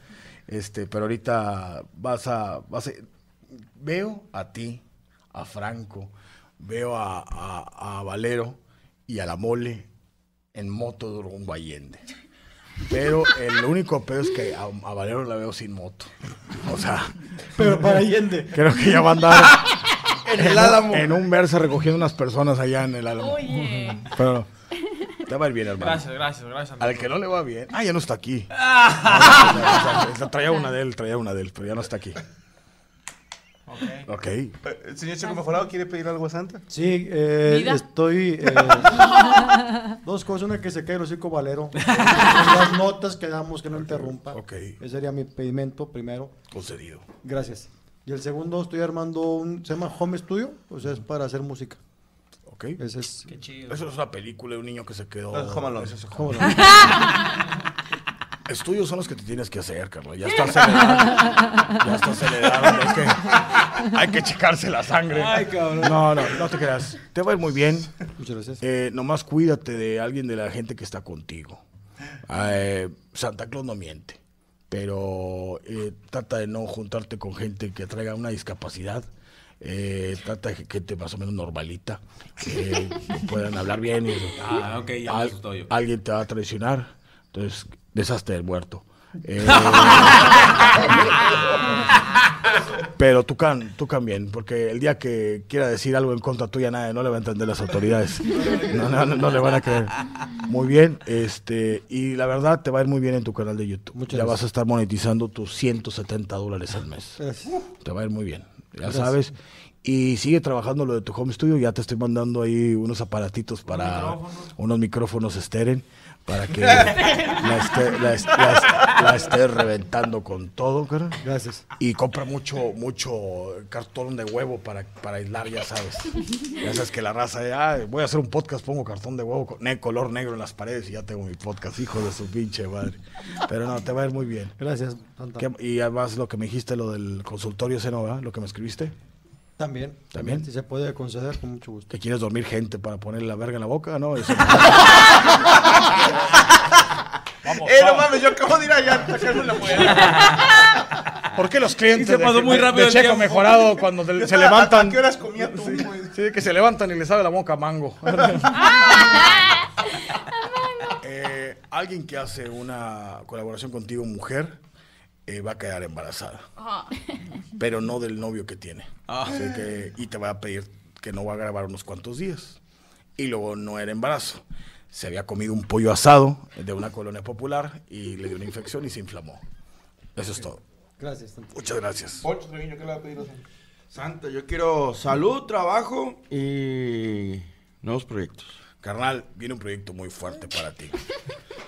Speaker 12: Este, pero ahorita vas a, vas a- Veo a ti, a Franco, veo a, a- a Valero y a la mole en moto de rumbo a Allende. Pero el único pedo es que a, a Valero la veo sin moto. O sea.
Speaker 4: Pero para Allende.
Speaker 12: Creo que ya va a andar.
Speaker 4: En el Álamo.
Speaker 12: En un verso recogiendo unas personas allá en el Álamo. Pero te va a ir bien, hermano.
Speaker 9: Gracias, gracias, gracias.
Speaker 12: Al que no le va bien. Ah, ya no está aquí. O sea, traía una de él, traía una de él, pero ya no está aquí. Ok.
Speaker 3: Eh, ¿El señor Chico Mejorado quiere pedir algo a Santa?
Speaker 4: Sí, eh,
Speaker 3: Mira.
Speaker 4: estoy. eh, dos cosas: una que se caiga el hocico valero. las notas que damos que no interrumpa.
Speaker 12: ok.
Speaker 4: Ese sería mi pedimento primero.
Speaker 12: Concedido.
Speaker 4: Gracias. Y el segundo, estoy armando un. Se llama Home Studio, o sea, es para hacer música.
Speaker 12: Ok.
Speaker 4: Ese es.
Speaker 12: Qué chido. Eso es una película de un niño que se quedó.
Speaker 3: No, es Home Alone.
Speaker 12: Eso es
Speaker 4: Home
Speaker 12: Alone. Estudios son los que te tienes que hacer, Carlos. Ya estás en edad. Ya estás en edad. Es que hay que checarse la sangre.
Speaker 5: Ay, cabrón.
Speaker 12: No, no, no te creas. Te va a ir muy bien. Eh,
Speaker 4: Muchas gracias.
Speaker 12: nomás cuídate de alguien de la gente que está contigo. Eh, Santa Claus no miente, pero eh, trata de no juntarte con gente que traiga una discapacidad eh, trata de gente más o menos normalita, que puedan hablar bien. y eso.
Speaker 5: Ah, ok, ya me
Speaker 12: Al-
Speaker 5: asustó yo.
Speaker 12: Alguien te va a traicionar, entonces deshazte del muerto. Eh, pero tú can, tú también, porque el día que quiera decir algo en contra tuya, nadie no le va a entender las autoridades. No, no, no, no le van a creer. Muy bien, este, y la verdad te va a ir muy bien en tu canal de YouTube. ya vas
Speaker 4: gracias.
Speaker 12: a estar monetizando tus 170 dólares al mes. Te va a ir muy bien, ya
Speaker 4: Gracias.
Speaker 12: sabes. Y sigue trabajando lo de tu home studio. Ya te estoy mandando ahí unos aparatitos para unos micrófonos esteren para que la esté, la, es- la es- la esté reventando con todo, cara. Gracias. Y compra mucho, mucho cartón de huevo para, para aislar, ya sabes. Ya sabes que la raza, de, "Ah, voy a hacer un podcast, pongo cartón de huevo con ne- color negro en las paredes y ya tengo mi podcast, hijo de su pinche madre. Pero no, te va a ir muy bien.
Speaker 4: Gracias, Santa.
Speaker 12: ¿Qué- y además lo que me dijiste, lo del consultorio ese, ¿no, verdad? Lo que me escribiste.
Speaker 4: También,
Speaker 12: También.
Speaker 4: también, si se puede conceder, con mucho gusto.
Speaker 12: Que quieres dormir gente para ponerle la verga en la boca, ¿no? Eso-
Speaker 3: eh, no mames, yo acabo de ir allá a sacarme la
Speaker 12: ¿Por qué los clientes
Speaker 3: Y se
Speaker 12: de-
Speaker 3: pasó muy
Speaker 12: de-
Speaker 3: rápido
Speaker 12: de
Speaker 3: el
Speaker 12: Checo
Speaker 3: tiempo.
Speaker 12: mejorado cuando se, se
Speaker 3: ¿A-
Speaker 12: levantan?
Speaker 3: a qué horas comía tú,
Speaker 12: Sí,
Speaker 3: güey?
Speaker 12: sí, que se levantan y les sabe la boca a mango. Eh, alguien que hace una colaboración contigo, mujer, eh, va a quedar embarazada, pero no del novio que tiene. Así que- y te va a pedir que no va a grabar unos cuantos días. Y luego no era embarazo. Se había comido un pollo asado de una colonia popular y le dio una infección y se inflamó. Eso es todo.
Speaker 4: Gracias, Santa.
Speaker 12: Muchas gracias.
Speaker 8: Poncho Treviño, ¿qué le va a pedir a Santa? Santa, yo quiero salud, trabajo y nuevos proyectos.
Speaker 12: Carnal, viene un proyecto muy fuerte para ti.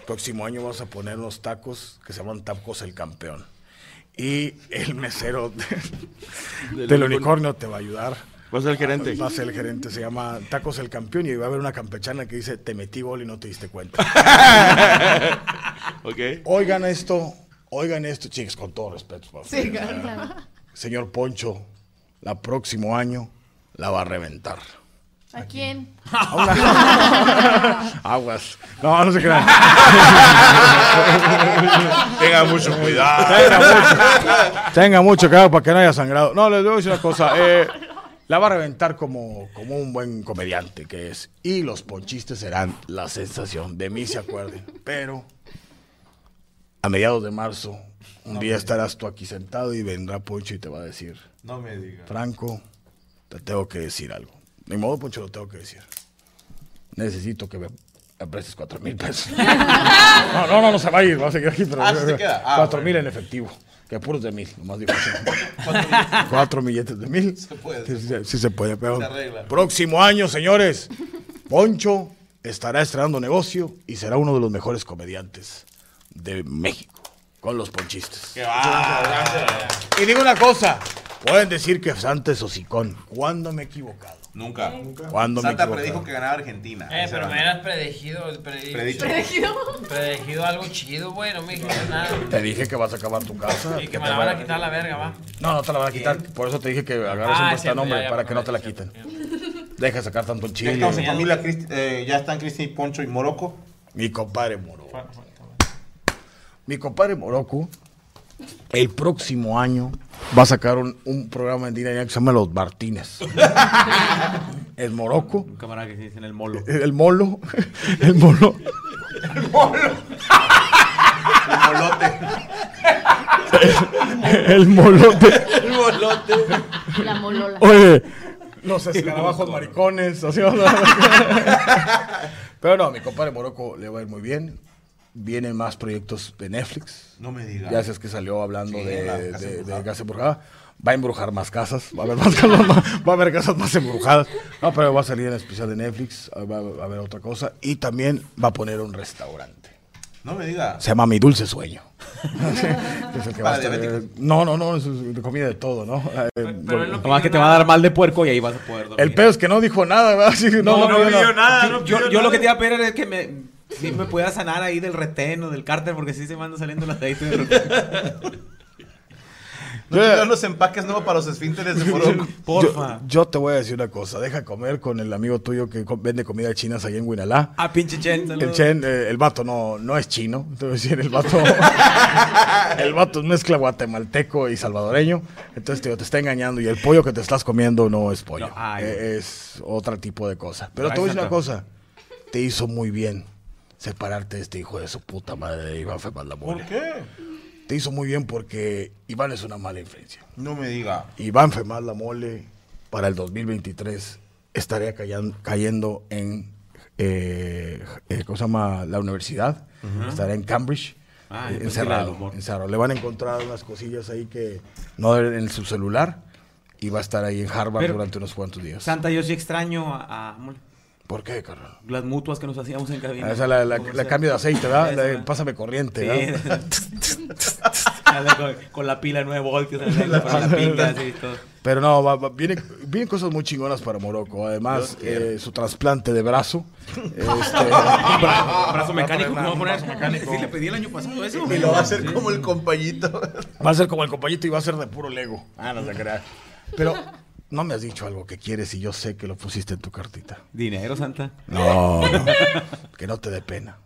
Speaker 12: Próximo año vas a poner unos tacos que se llaman Tacos el Campeón. Y el mesero de-
Speaker 8: Del
Speaker 12: del
Speaker 8: unicornio.
Speaker 12: unicornio te va a ayudar.
Speaker 8: Va a ser el gerente.
Speaker 12: Va a ser el gerente. Se llama Tacos el Campeón y va a haber una campechana que dice, te metí gol y no te diste cuenta.
Speaker 8: ok.
Speaker 12: Oigan esto, oigan esto, chicos, con todo respeto. por favor.
Speaker 10: Sí, claro.
Speaker 12: Señor Poncho, la próximo año la va a reventar.
Speaker 10: ¿A quién?
Speaker 12: Aguas. No, no se crean.
Speaker 3: Tenga mucho cuidado.
Speaker 12: Tenga mucho cuidado para que no haya sangrado. No, les voy a decir una cosa. eh, la va a reventar como, como un buen comediante que es. Y los ponchistes serán la sensación. De mí se acuerden. Pero a mediados de marzo, un día estarás tú aquí sentado y vendrá Poncho y te va a decir,
Speaker 8: No me digas.
Speaker 12: Franco, te tengo que decir algo. De modo, Poncho, lo tengo que decir. Necesito que me me prestes cuatro mil pesos. no, no, no, no se va a ir, va a seguir aquí. Pero
Speaker 8: Ah, ¿sí se queda? Ah,
Speaker 12: cuatro
Speaker 8: bueno.
Speaker 12: mil en efectivo. Que puros de mil, nomás digo. cuatro billetes de mil. Se
Speaker 8: puede.
Speaker 12: Sí, sí, sí se puede, pero.
Speaker 8: Se arregla.
Speaker 12: Próximo año, señores. Poncho estará estrenando negocio y será uno de los mejores comediantes de México. Con los ponchistes. Y digo una cosa. Pueden decir que Santa es hocicón. ¿Cuándo me he equivocado?
Speaker 3: Nunca.
Speaker 12: ¿Cuándo me
Speaker 3: Santa
Speaker 12: equivoco?
Speaker 3: predijo que ganaba Argentina.
Speaker 9: Eh,
Speaker 3: Esa
Speaker 9: pero
Speaker 3: era
Speaker 9: me
Speaker 3: la-
Speaker 9: eras predigido. Predicho.
Speaker 3: Predicho.
Speaker 9: Predigido. algo chido, güey. No me dijiste nada.
Speaker 12: Te dije que vas a acabar tu casa.
Speaker 9: Y que
Speaker 12: te
Speaker 9: me la van a quitar la verga, va.
Speaker 12: No, no te la van a quitar. Por eso te dije que agarras
Speaker 9: Ah,
Speaker 12: un
Speaker 9: cierto,
Speaker 12: prestanombre
Speaker 9: ya, ya,
Speaker 12: para que no te
Speaker 9: perdón,
Speaker 12: la quiten. Deja sacar tanto el
Speaker 3: Ya
Speaker 12: chile.
Speaker 3: estamos en familia, Cristi- eh, ya están Cristi, Poncho y Moroco.
Speaker 12: Mi compadre Moroco. Mi compadre Moroco, el próximo año va a sacar un, un programa en Dinamarca que se llama Los Martínez. el Moroco,
Speaker 5: Un camarada que se dice en el molo.
Speaker 12: el Molo, el Molo.
Speaker 5: El molo.
Speaker 3: El molote.
Speaker 12: El molote.
Speaker 3: El molote.
Speaker 11: La molola.
Speaker 12: Oye, los escarabajos maricones. así vamos a- Pero no, mi compadre Moroco le va a ir muy bien. Vienen más proyectos de Netflix.
Speaker 3: No me digas.
Speaker 12: Ya sabes que salió hablando
Speaker 3: Sí,
Speaker 12: de,
Speaker 3: la
Speaker 12: de,
Speaker 3: casa
Speaker 12: de
Speaker 3: embrujada.
Speaker 12: Casa Embrujada. Va a embrujar más casas. Va a haber más casas más, va a haber casas más embrujadas. No, pero va a salir en especial de Netflix. Va a haber otra cosa. Y también va a poner un restaurante.
Speaker 3: No me digas.
Speaker 12: Se llama Mi Dulce Sueño. Es el que va a
Speaker 3: Para
Speaker 12: estar- eh,
Speaker 3: diabéticos.
Speaker 12: No, no, no, es de comida de todo, ¿no? Eh,
Speaker 5: Pero él no Nomás que te va a dar mal de puerco y ahí vas a poder dormir.
Speaker 12: el pedo es que no dijo nada, ¿verdad? Sí, no, no, pidió nada.
Speaker 5: Sí, yo, yo lo que te iba a pedir era que me, si me pudiera sanar ahí del retén o del cárter, porque sí se me anda saliendo el aceite. de repente.
Speaker 3: No te dan los empaques nuevos para los esfínteres de Morocco.
Speaker 12: Yo, yo te voy a decir una cosa. Deja comer con el amigo tuyo que co- vende comida china ahí en Huinalá.
Speaker 5: Ah, pinche Chen.
Speaker 12: El Chen, eh, el vato no, no es chino. Te voy a decir, el vato. el vato es mezcla guatemalteco y salvadoreño. Entonces te, te está engañando. Y el pollo que te estás comiendo no es pollo. Eh, es otro tipo de cosa. Pero
Speaker 8: Ay,
Speaker 12: te voy a decir una
Speaker 8: santo.
Speaker 12: cosa. Te hizo muy bien separarte de este hijo de su puta madre de Iván Femal la
Speaker 3: ¿Por qué?
Speaker 12: te hizo muy bien porque Iván es una mala influencia.
Speaker 3: No me diga.
Speaker 12: Iván Femal la mole para el 2023 estaría callan- cayendo en eh, eh, ¿cómo se llama? la universidad,
Speaker 8: Ujú.
Speaker 12: estaría en Cambridge,
Speaker 8: Ah,
Speaker 12: eh,
Speaker 8: en
Speaker 12: encerrado,
Speaker 8: Cambridge,
Speaker 12: encerrado. Le van a encontrar unas cosillas ahí que no deben en su celular y va a estar ahí en Harvard
Speaker 5: Pero-
Speaker 12: durante unos cuantos días.
Speaker 5: Santa, yo sí extraño a, a Mole.
Speaker 12: ¿Por qué, carnal?
Speaker 5: Las mutuas que nos hacíamos en cabina.
Speaker 12: Ah, Esa la, la- la
Speaker 5: Comercial.
Speaker 12: cambio de aceite, ¿verdad?
Speaker 5: Esa.
Speaker 12: La de pásame corriente,
Speaker 5: Sí.
Speaker 12: ¿verdad?
Speaker 5: Ya sé, con, con la pila de 9 voltios, con la, pinta así y todo.
Speaker 12: Pero no, va- va- viene- vienen cosas muy chingonas para Morocco. Además, eh, su trasplante de brazo. este,
Speaker 5: Bra- brazo mecánico, ¿cómo va a poner?
Speaker 12: brazo mecánico.
Speaker 5: Sí, le pedí el año pasado eso.
Speaker 12: Y lo va a hacer
Speaker 5: Sí.
Speaker 12: como el compañito. Va a ser como el compañito y va a ser de puro Lego. Ah, no se crea. Pero no me has dicho algo que quieres y yo sé que lo pusiste en tu cartita.
Speaker 5: Dinero, Santa.
Speaker 12: No, no. que no te dé pena.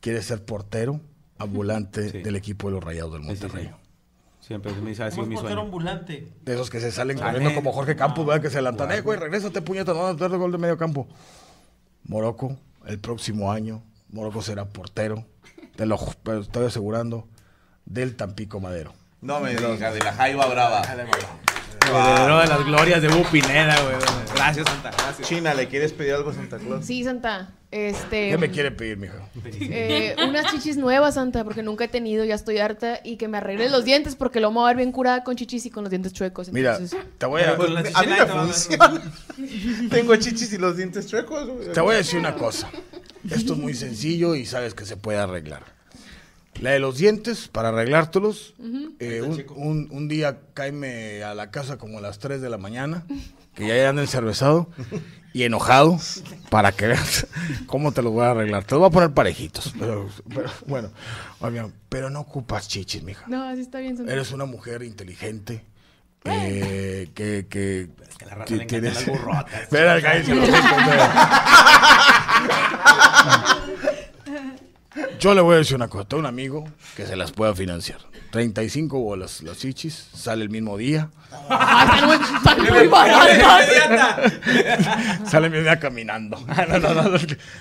Speaker 12: Quieres ser portero ambulante del equipo de los Rayados del Monterrey.
Speaker 5: Siempre me dice, ha sido
Speaker 12: ¿Cómo
Speaker 5: mi
Speaker 12: es
Speaker 5: sueño.
Speaker 9: ambulante.
Speaker 12: De esos que se salen
Speaker 5: Salen.
Speaker 12: corriendo como Jorge Campos, ¿verdad? Que se adelantan.
Speaker 5: Guau.
Speaker 12: Eh, güey, regrésate, puñeta, no van a dar el gol de medio campo. Morocco, el próximo año, Morocco será portero. Te lo ju- pero estoy asegurando. Del Tampico Madero.
Speaker 3: No me diga, de la Jaiba Brava.
Speaker 5: Heredero de las glorias de Hugo Pineda, güey. Gracias, Santa. Gracias.
Speaker 3: China, ¿le quieres pedir algo a Santa Claus?
Speaker 10: Sí, Santa. Este.
Speaker 12: ¿Qué me quiere pedir, mijo?
Speaker 10: eh, unas chichis nuevas, Santa, porque nunca he tenido, ya estoy harta. Y que me arregle los dientes, porque lo vamos a ver bien curada con chichis y con los dientes chuecos.
Speaker 12: Mira,
Speaker 10: entonces-
Speaker 12: te voy a,
Speaker 3: Pues, a mí me funciona. Tengo chichis y los dientes chuecos. güey.
Speaker 12: Te voy a decir una cosa. Esto es muy sencillo y sabes que se puede arreglar. La de los dientes, para arreglártelos,
Speaker 8: Ujú.
Speaker 12: eh, un, un- un día cáeme a la casa como a las 3 de la mañana, que ya anda encervezado y enojado, para que veas cómo te los voy a arreglar. Te los voy a poner parejitos, pero, pero bueno, obvio, pero no ocupas chichis, mija.
Speaker 10: No, así está bien, Santa.
Speaker 12: Eres una mujer inteligente. eh, que, que, que la
Speaker 5: raza le encantan las burrotas.
Speaker 12: Espera, cállese los ojos, espera. Yo le voy a decir una cosa. Tengo un amigo que se las pueda financiar. 35 bolas las chichis, sale el mismo día.
Speaker 10: Están muy baratas.
Speaker 12: sale mi día caminando. No, no, no, no.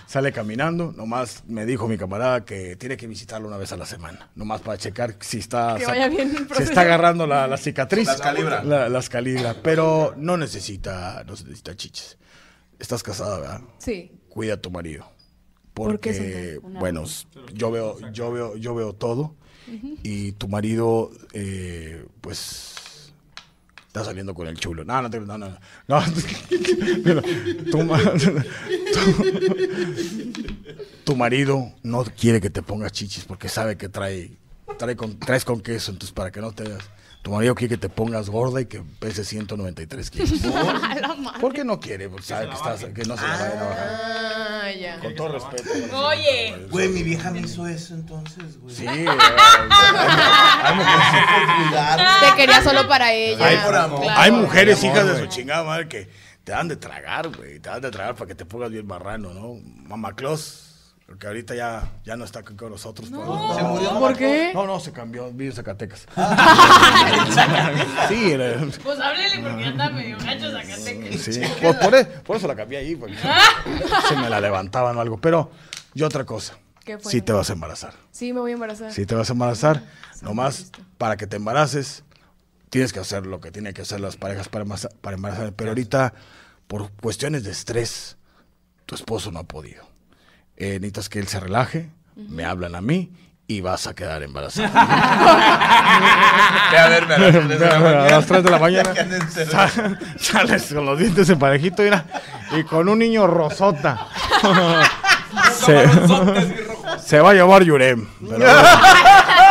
Speaker 12: Sale caminando. Nomás me dijo mi camarada que tiene que visitarlo una vez a la semana. Nomás para checar si está,
Speaker 10: Que vaya bien el
Speaker 12: si
Speaker 10: proceso.
Speaker 12: está agarrando la, la cicatriz.
Speaker 3: Las calibra.
Speaker 12: La- las calibra. Pero no necesita, no necesita chiches. Estás casada, ¿verdad?
Speaker 10: Sí.
Speaker 12: Cuida a tu marido.
Speaker 10: ¿Por qué,
Speaker 12: Porque,
Speaker 10: Santa? Una-
Speaker 12: bueno, yo veo, yo veo, yo veo todo. Y tu marido, eh, pues, está saliendo con el chulo. No, no, te- no, no. no. No, Mira, tu, ma- tu- tu marido no quiere que te pongas chichis porque sabe que trae, trae con, traes con queso, entonces para que no te veas. Tu marido quiere que te pongas gorda y que peses 193 kilos. ¿Por qué no quiere? Porque sabe que, estás, que no se la vayan a bajar.
Speaker 10: Ah, ya.
Speaker 12: Con todo respeto.
Speaker 10: Oye.
Speaker 3: Güey, mi vieja me hizo eso entonces, güey.
Speaker 12: Sí, güey. Ay, me puse vulgar.
Speaker 10: Te quería solo para ella.
Speaker 12: Hay, hay mujeres hijas de su
Speaker 10: su
Speaker 12: chingada madre que te dan de tragar, güey. Te dan de tragar para que te pongas bien barrano, ¿no? Mamá Claus, que ahorita ya, ya no está aquí con nosotros. No.
Speaker 3: ¿Se murió Mamá
Speaker 12: ¿Por
Speaker 3: Claus?
Speaker 12: qué? Ah. No, no, se cambió. Vive en Zacatecas. sí, era-
Speaker 11: Pues háblele porque ya está medio gacho Zacatecas.
Speaker 12: sí. Por, por e- por eso la cambié ahí, porque se me la levantaban o algo. Pero, y otra cosa.
Speaker 10: ¿Qué fue?
Speaker 12: Sí te vas a embarazar.
Speaker 10: Sí, me voy a embarazar.
Speaker 12: Si te vas a embarazar, nomás para que te embaraces, tienes que hacer lo que tienen que hacer las parejas para, embaraza- para embarazar. Pero ahorita, por cuestiones de estrés, tu esposo no ha podido. Eh, necesitas que él se relaje, me hablan a mí y vas a quedar embarazada.
Speaker 3: Ve a verme a las tres de la
Speaker 12: Ve a verme a las
Speaker 3: mañana.
Speaker 12: tres de la mañana.
Speaker 3: Ya que anden cerrados.
Speaker 12: Sa- Sales con los dientes en parejito mira, y con un niño rosota. se, se va a llamar Yurem. Pero,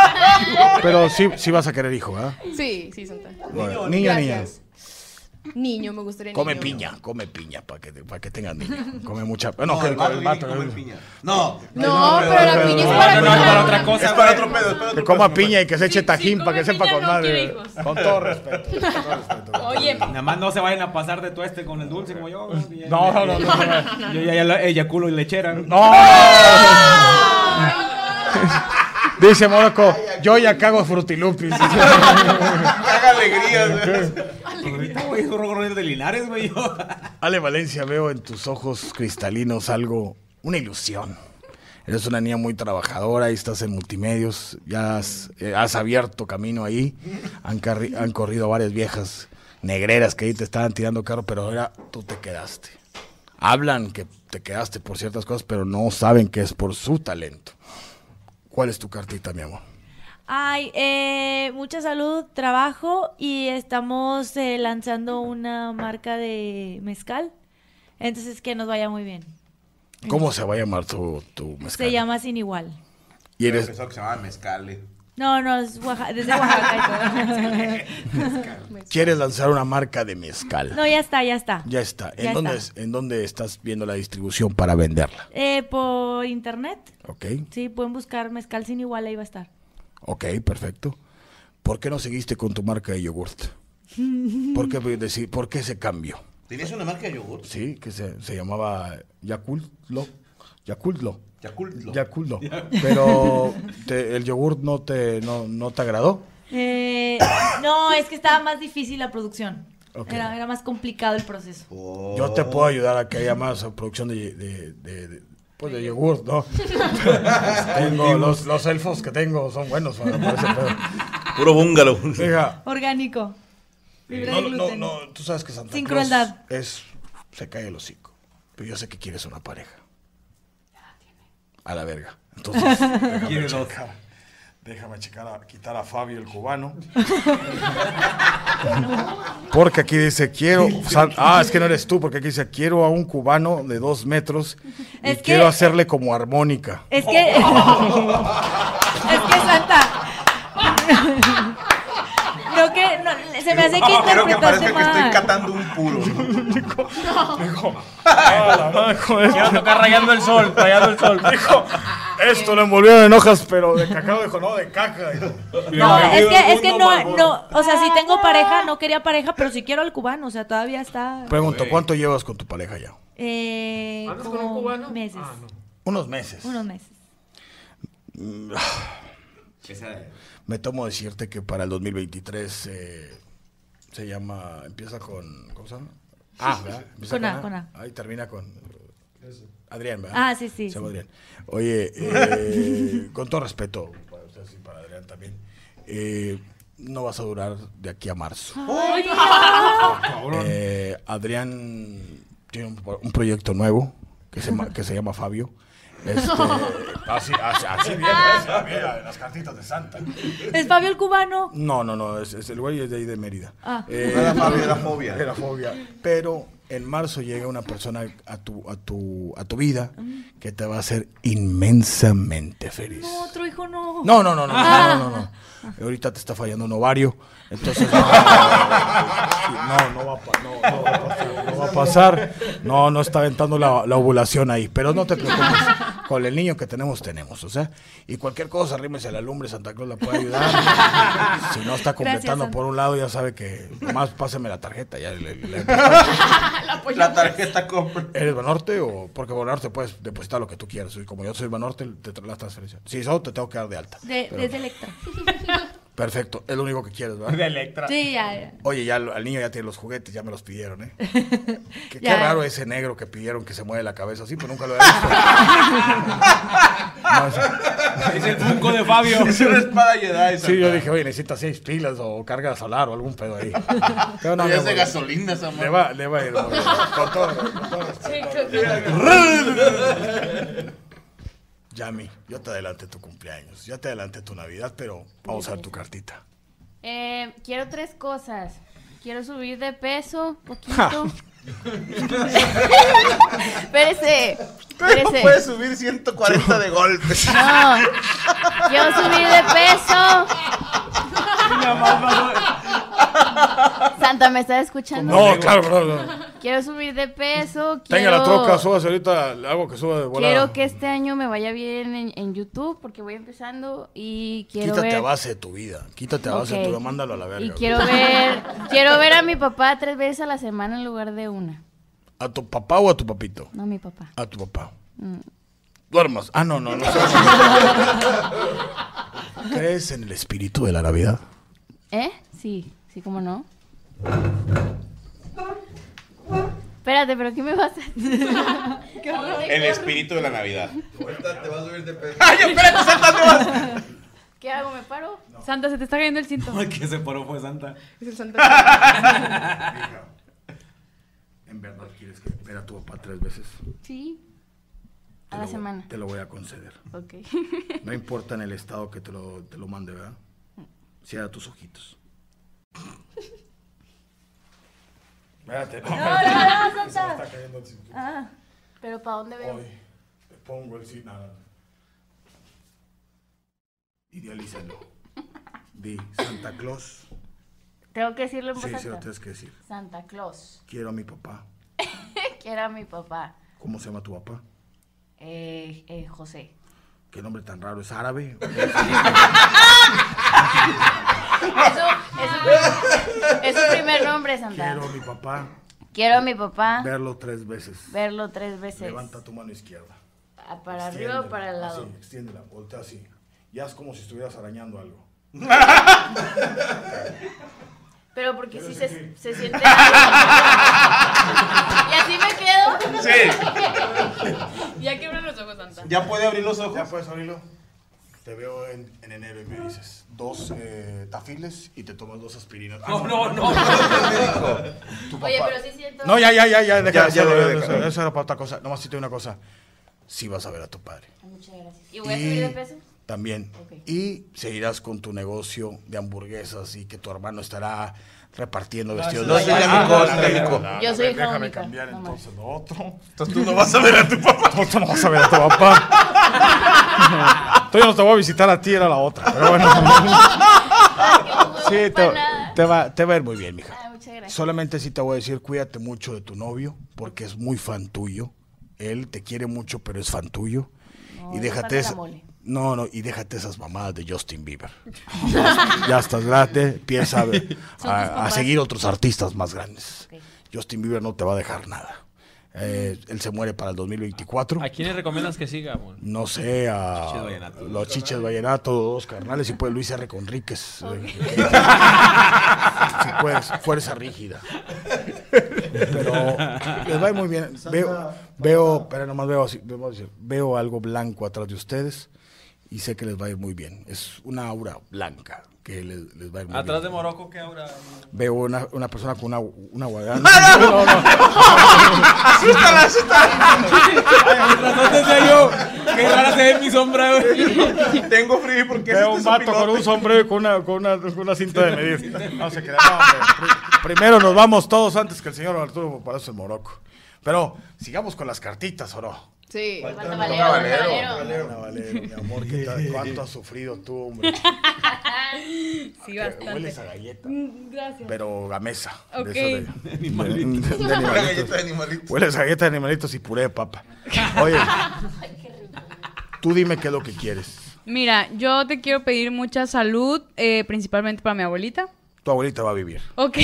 Speaker 12: pero sí, sí vas a querer hijo, ¿verdad?
Speaker 10: Sí, sí, Santa.
Speaker 12: Bueno, niño, niña.
Speaker 10: Gracias. Niño, me gustaría
Speaker 12: Come
Speaker 10: niño.
Speaker 12: piña, come piña para que, para que tengas niña. Come mucha. No, que el,
Speaker 15: vato
Speaker 12: el
Speaker 15: tiene
Speaker 12: vato,
Speaker 15: que comer
Speaker 12: el-
Speaker 15: piña. No,
Speaker 12: No,
Speaker 15: no,
Speaker 12: pero la
Speaker 15: no,
Speaker 12: piña es
Speaker 15: no,
Speaker 12: para
Speaker 15: no, no,
Speaker 12: comer.
Speaker 15: es para otra cosa.
Speaker 12: Es
Speaker 15: güey.
Speaker 12: para otro pedo, es para otro
Speaker 15: Que
Speaker 12: pedo,
Speaker 15: coma
Speaker 12: no,
Speaker 15: piña
Speaker 12: güey.
Speaker 15: y que se eche tajín para que sepa con madre.
Speaker 12: hijos.
Speaker 15: Con todo
Speaker 12: respeto.
Speaker 16: Oye.
Speaker 9: Nada más no se vayan a pasar de tueste con el dulce como yo.
Speaker 12: No, no, no, no, no,
Speaker 16: no.
Speaker 9: Yo ya, ya la eyaculo y lechera.
Speaker 12: ¡No! Dice Morocco, yo ya cago frutilupis.
Speaker 5: Caga alegrías,
Speaker 9: Ahorita, güey, es un gorro de Linares, güey. yo.
Speaker 12: Ale Valencia, veo en tus ojos cristalinos algo, una ilusión. Eres una niña muy trabajadora y estás en multimedios, ya has, eh, has abierto camino ahí. Han, carri- han corrido varias viejas negreras que ahí te estaban tirando carro, pero ahora tú te quedaste. Hablan que te quedaste por ciertas cosas, pero no saben que es por su talento. ¿Cuál es tu cartita, mi amor?
Speaker 6: Ay, eh, mucha salud, trabajo y estamos eh, lanzando una marca de mezcal. Entonces que nos vaya muy bien.
Speaker 12: ¿Cómo se va a llamar tu, tu mezcal?
Speaker 6: Se llama Sin Igual.
Speaker 12: Y eres-
Speaker 5: Pensó que se llamaba mezcale.
Speaker 6: No, no, es Oaxa- desde Oaxaca. y todo.
Speaker 12: ¿Quieres lanzar una marca de mezcal?
Speaker 6: no, ya está, ya está.
Speaker 12: Ya está. ¿En,
Speaker 6: Ya
Speaker 12: dónde,
Speaker 6: está.
Speaker 12: es- ¿En dónde estás viendo la distribución para venderla?
Speaker 6: Eh, por internet.
Speaker 12: ¿Ok?
Speaker 6: Sí, pueden buscar mezcal sin igual, ahí va a estar.
Speaker 12: Ok, perfecto. ¿Por qué no seguiste con tu marca de yogurt? ¿Por qué, deci- ¿por qué ese cambio?
Speaker 5: ¿Tenías una marca de yogur?
Speaker 12: Sí, que se, se llamaba Yakultlo. Yakultlo.
Speaker 5: Yakultlo.
Speaker 12: Yakultlo. Pero te- el yogurt no te, no, no te agradó.
Speaker 6: Eh, no, es que estaba más difícil la producción.
Speaker 12: Ok.
Speaker 6: Era, era más complicado el proceso.
Speaker 12: Yo te puedo ayudar a que haya más producción de, de, de- de- pues de yogur, ¿no? tengo los, los elfos que tengo son buenos para para ese pedo.
Speaker 5: Puro búngalo.
Speaker 12: Diga,
Speaker 6: Orgánico. Libre
Speaker 12: Eh, no,
Speaker 6: de
Speaker 12: no,
Speaker 6: gluten.
Speaker 12: no, tú sabes que Santa
Speaker 6: Sin
Speaker 12: Claus
Speaker 6: crueldad.
Speaker 12: es se cae el hocico. Pero yo sé que quieres una pareja. A la verga. Entonces, déjame Quiere dos. checar, déjame checar a- quitar a Fabio el cubano. Porque aquí dice, quiero. sal- ah, es que no eres tú, porque aquí dice, quiero a un cubano de dos metros y
Speaker 6: Es que-
Speaker 12: quiero hacerle como armónica.
Speaker 6: Es que. es que Santa. Creo que no, se me hace que
Speaker 8: Ah,
Speaker 5: No, creo que
Speaker 6: interpretaste
Speaker 5: parece que estoy
Speaker 6: mal.
Speaker 5: catando un puro.
Speaker 12: Ah, Quiero tocar rayando el sol, rayando el sol. Dijo, esto lo envolvieron en hojas, pero de cacao dijo, no, de caca. dijo.
Speaker 6: No, es que, es que no, no, o sea, si tengo pareja, no quería pareja, pero si quiero al cubano, o sea, todavía está.
Speaker 12: Pregunto, ¿cuánto llevas con tu pareja ya?
Speaker 6: Eh, como meses.
Speaker 12: Unos meses.
Speaker 6: Unos meses.
Speaker 12: Mm, Me tomo decirte que para el 2023 eh, se llama, empieza con, ¿cómo se llama? Ah, ¿verdad? Empieza
Speaker 6: Con A, con A.
Speaker 12: Ahí termina con Adrián, ¿verdad?
Speaker 6: Ah, sí, sí,
Speaker 12: Se llama
Speaker 6: sí.
Speaker 12: Adrián. Oye, eh, con todo respeto, para ustedes y para Adrián también, eh, no vas a durar de aquí a marzo.
Speaker 6: Ay,
Speaker 12: Eh, Adrián tiene un, un proyecto nuevo que se, ma- que se llama Fabio. Este,
Speaker 8: ah,
Speaker 12: así, así, así viene,
Speaker 11: Ah.
Speaker 12: así viene, las cartitas de Santa.
Speaker 6: ¿Es Fabio el cubano?
Speaker 12: No, no, no, es, es- el güey es de ahí de Mérida.
Speaker 6: Ah.
Speaker 8: Eh,
Speaker 5: No era Fabio, era Fobia.
Speaker 12: Era fobia. Pero en marzo llega una persona a tu, a tu, a tu vida que te va a hacer inmensamente feliz.
Speaker 6: No, otro hijo no.
Speaker 12: No, no, no, no,
Speaker 6: Ah.
Speaker 12: no, no, no. Ahorita te está fallando un ovario, entonces no, no, no va, a pa- no, no va a pasar, no va a pasar. No, no está aventando la, la ovulación ahí, pero no te preocupes. Con el niño que tenemos, tenemos, o sea. Y cualquier cosa, arrímese a la lumbre, Santa Claus la puede ayudar. Si no está completando
Speaker 6: Gracias,
Speaker 12: por un lado, ya sabe que más páseme la tarjeta. Ya le- le- le-
Speaker 5: La tarjeta compra.
Speaker 12: ¿Eres Banorte o...? Porque Banorte puedes depositar lo que tú quieras. Y como yo soy Banorte, te tra- las transferencias. Si eso, te tengo que dar de alta.
Speaker 6: De,
Speaker 12: Pero-
Speaker 6: desde Electra.
Speaker 12: Perfecto, es lo único que quieres, ¿verdad?
Speaker 9: De Electra.
Speaker 6: Sí, ya, ya.
Speaker 12: Oye, ya lo- al niño ya tiene los juguetes, ya me los pidieron, ¿eh? Qué, qué
Speaker 6: Ya.
Speaker 12: raro ese negro que pidieron que se mueve la cabeza así, pues nunca lo había visto.
Speaker 9: Es el Funko de Fabio.
Speaker 12: Es una espada Jedi. Sí,
Speaker 9: Santa.
Speaker 12: yo dije, oye, necesita seis pilas o carga solar o algún pedo ahí. Pero
Speaker 5: Ya es
Speaker 12: mi
Speaker 5: de
Speaker 12: amor,
Speaker 5: gasolina esa
Speaker 12: Le va, le va a ir, amor, con todo. Yami, yo te adelanté tu cumpleaños, ya te adelanté tu Navidad, pero vamos a ver tu cartita.
Speaker 11: Eh, quiero tres cosas. Quiero subir de peso, poquito. espérese,
Speaker 5: Pero
Speaker 11: espérese.
Speaker 5: puedes subir 140 de golpe.
Speaker 11: No. Quiero subir de peso. Santa, ¿me estás escuchando?
Speaker 12: No, claro, claro, claro.
Speaker 11: Quiero subir de peso.
Speaker 12: Tenga
Speaker 11: Quiero...
Speaker 12: la troca, subas ahorita, le hago que suba de volada.
Speaker 11: Quiero que este año me vaya bien en, en YouTube porque voy empezando y quiero
Speaker 12: Quítate a
Speaker 11: ver...
Speaker 12: base de tu vida. Quítate a base
Speaker 11: Ok.
Speaker 12: de tu vida. Mándalo a la verga.
Speaker 11: Y
Speaker 12: güey.
Speaker 11: quiero ver, quiero ver a mi papá tres veces a la semana en lugar de una.
Speaker 12: ¿A tu papá o a tu papito?
Speaker 11: No, mi papá.
Speaker 12: A tu papá.
Speaker 11: Mm.
Speaker 12: Duermas. Ah, no, no, no. ¿Crees en el espíritu de la Navidad?
Speaker 11: ¿Eh? Sí, sí, ¿cómo no? Espérate, ¿pero qué me vas a
Speaker 3: El espíritu de la Navidad.
Speaker 8: Ahorita te vas a subir de peso.
Speaker 3: ¡Ay, espérate, Santa, te vas!
Speaker 11: ¿Qué hago? ¿Me paro?
Speaker 7: Santa, se te está cayendo el cinto.
Speaker 5: El que se paró fue Santa.
Speaker 7: Es el Santa.
Speaker 12: ¿En verdad quieres que ver a tu papá tres veces?
Speaker 11: Sí.
Speaker 12: Te
Speaker 11: A la
Speaker 12: lo-
Speaker 11: semana.
Speaker 12: Te lo voy a conceder.
Speaker 11: Ok.
Speaker 12: No importa en el estado que te lo, te lo mande, ¿verdad? Cierra tus ojitos. Espérate. No,
Speaker 11: no, no,
Speaker 12: Que se me
Speaker 11: Santa.
Speaker 12: está cayendo el cinturón.
Speaker 11: Ah, ¿pero para dónde veo?
Speaker 12: Hoy te pongo el sin nada. Idealízalo. Di Santa Claus.
Speaker 11: Tengo que decirlo en voz
Speaker 12: Oh. Sí, sí,
Speaker 11: alta.
Speaker 12: lo tienes que decir.
Speaker 11: Santa Claus.
Speaker 12: Quiero a mi papá.
Speaker 11: Quiero a mi papá.
Speaker 12: ¿Cómo se llama tu papá?
Speaker 11: Eh, eh, José.
Speaker 12: ¿Qué nombre tan raro? ¿Es árabe?
Speaker 11: Eso, eso- es su primer nombre, Santa.
Speaker 12: Quiero a mi papá.
Speaker 11: Quiero a mi papá
Speaker 12: Verlo tres veces.
Speaker 11: verlo tres veces.
Speaker 12: Levanta tu mano izquierda.
Speaker 11: Ah, Para arriba o
Speaker 12: Extiéndela,
Speaker 11: para el lado.
Speaker 12: Así, extiéndela, voltea así. Ya es como si estuvieras arañando algo.
Speaker 11: Pero porque si se, se siente. ¿Y así me quedo?
Speaker 7: Sí. ya quebran los ojos, Santa.
Speaker 12: los ojos. Ya puedes abrirlo. Te veo en, en enero y me dices dos eh, tafiles y te tomas dos aspirinas. Ah,
Speaker 5: No, no, no.
Speaker 12: Tu
Speaker 11: Oye,
Speaker 12: papá.
Speaker 11: pero sí siento.
Speaker 12: No, ya, ya, ya, ya,
Speaker 8: Ya,
Speaker 12: deja,
Speaker 8: ya
Speaker 12: eso,
Speaker 8: lo voy a
Speaker 12: eso,
Speaker 8: dejar.
Speaker 12: eso era para otra cosa. Nomás si te una cosa. Sí vas a ver a tu padre.
Speaker 11: Muchas gracias. ¿Y voy a subir de peso?
Speaker 12: También.
Speaker 11: Ok.
Speaker 12: Y seguirás con tu negocio de hamburguesas y que tu hermano estará repartiendo
Speaker 8: No,
Speaker 12: vestidos.
Speaker 8: eso es
Speaker 12: baño.
Speaker 8: la
Speaker 12: Ah,
Speaker 8: mejor,
Speaker 12: no,
Speaker 8: la
Speaker 12: no, no,
Speaker 8: mejor.
Speaker 12: no, no,
Speaker 11: Yo soy hija
Speaker 12: Déjame
Speaker 11: única,
Speaker 12: cambiar
Speaker 11: nomás.
Speaker 12: entonces lo otro.
Speaker 3: Entonces tú no vas a ver a tu papá.
Speaker 12: No, tú no vas a ver a tu papá. Tú ya no te voy a visitar a ti, era la otra. Pero bueno. sí, te, te va, te va a ir muy bien, mija.
Speaker 11: Ah, muchas gracias.
Speaker 12: Solamente sí te voy a decir, cuídate mucho de tu novio, porque es muy fan tuyo. Él te quiere mucho, pero es fan tuyo.
Speaker 11: No,
Speaker 12: y
Speaker 11: no
Speaker 12: déjate
Speaker 11: tanto la
Speaker 12: esa-
Speaker 11: mole.
Speaker 12: No, no, y déjate esas mamadas de Justin Bieber. ya estás grande, empieza a, a- a seguir otros artistas más grandes. Justin Bieber no te va a dejar nada. Eh, él se muere para el 2024.
Speaker 9: ¿A quiénes recomiendas que siga, amor?
Speaker 12: No sé, a
Speaker 9: Chiches Vallenato.
Speaker 12: los chiches vallenato, dos carnales, y pues Luis R. Conríquez. si puedes, fuerza rígida. Pero les va a ir muy bien. Veo, veo, pero nomás veo así, les voy a decir, veo algo blanco atrás de ustedes y sé que les va a ir muy bien. Es una aura blanca que les, les va a ir muy
Speaker 5: Atrás de
Speaker 12: bien.
Speaker 5: Morocco, ¿qué ahora?
Speaker 12: Veo una, una persona con una, una guadaña.
Speaker 5: ¡Asústala, asústala! No te decía yo. Qué rara se ve mi sombra, güey.
Speaker 3: Tengo frío porque
Speaker 8: este
Speaker 12: Veo un vato con un sombrero y con una, con una, con una cinta de medir. No se crea, no, hombre. Pri- Primero nos vamos todos antes que el señor Arturo para eso el Morocco. Pero sigamos con las cartitas, ¿o no?
Speaker 7: Sí.
Speaker 12: Falta
Speaker 7: Valero,
Speaker 12: Valero.
Speaker 7: Valero.
Speaker 12: Valero, Valero, mi amor, ¿qué tal? ¿cuánto has sufrido tú, hombre?
Speaker 7: Sí, bastante.
Speaker 12: bastante.
Speaker 7: Mm,
Speaker 12: hueles a galleta.
Speaker 7: Gracias.
Speaker 12: Pero gamesa.
Speaker 7: Ok.
Speaker 12: de-
Speaker 7: Animalito.
Speaker 12: de- de
Speaker 7: Una
Speaker 12: animalitos.
Speaker 7: galleta de animalitos.
Speaker 12: Hueles a galleta de animalitos y puré de papa. Oye, tú dime qué es lo que quieres.
Speaker 7: Mira, yo te quiero pedir mucha salud, eh, principalmente para mi abuelita.
Speaker 12: Tu abuelita va a vivir.
Speaker 7: Ok.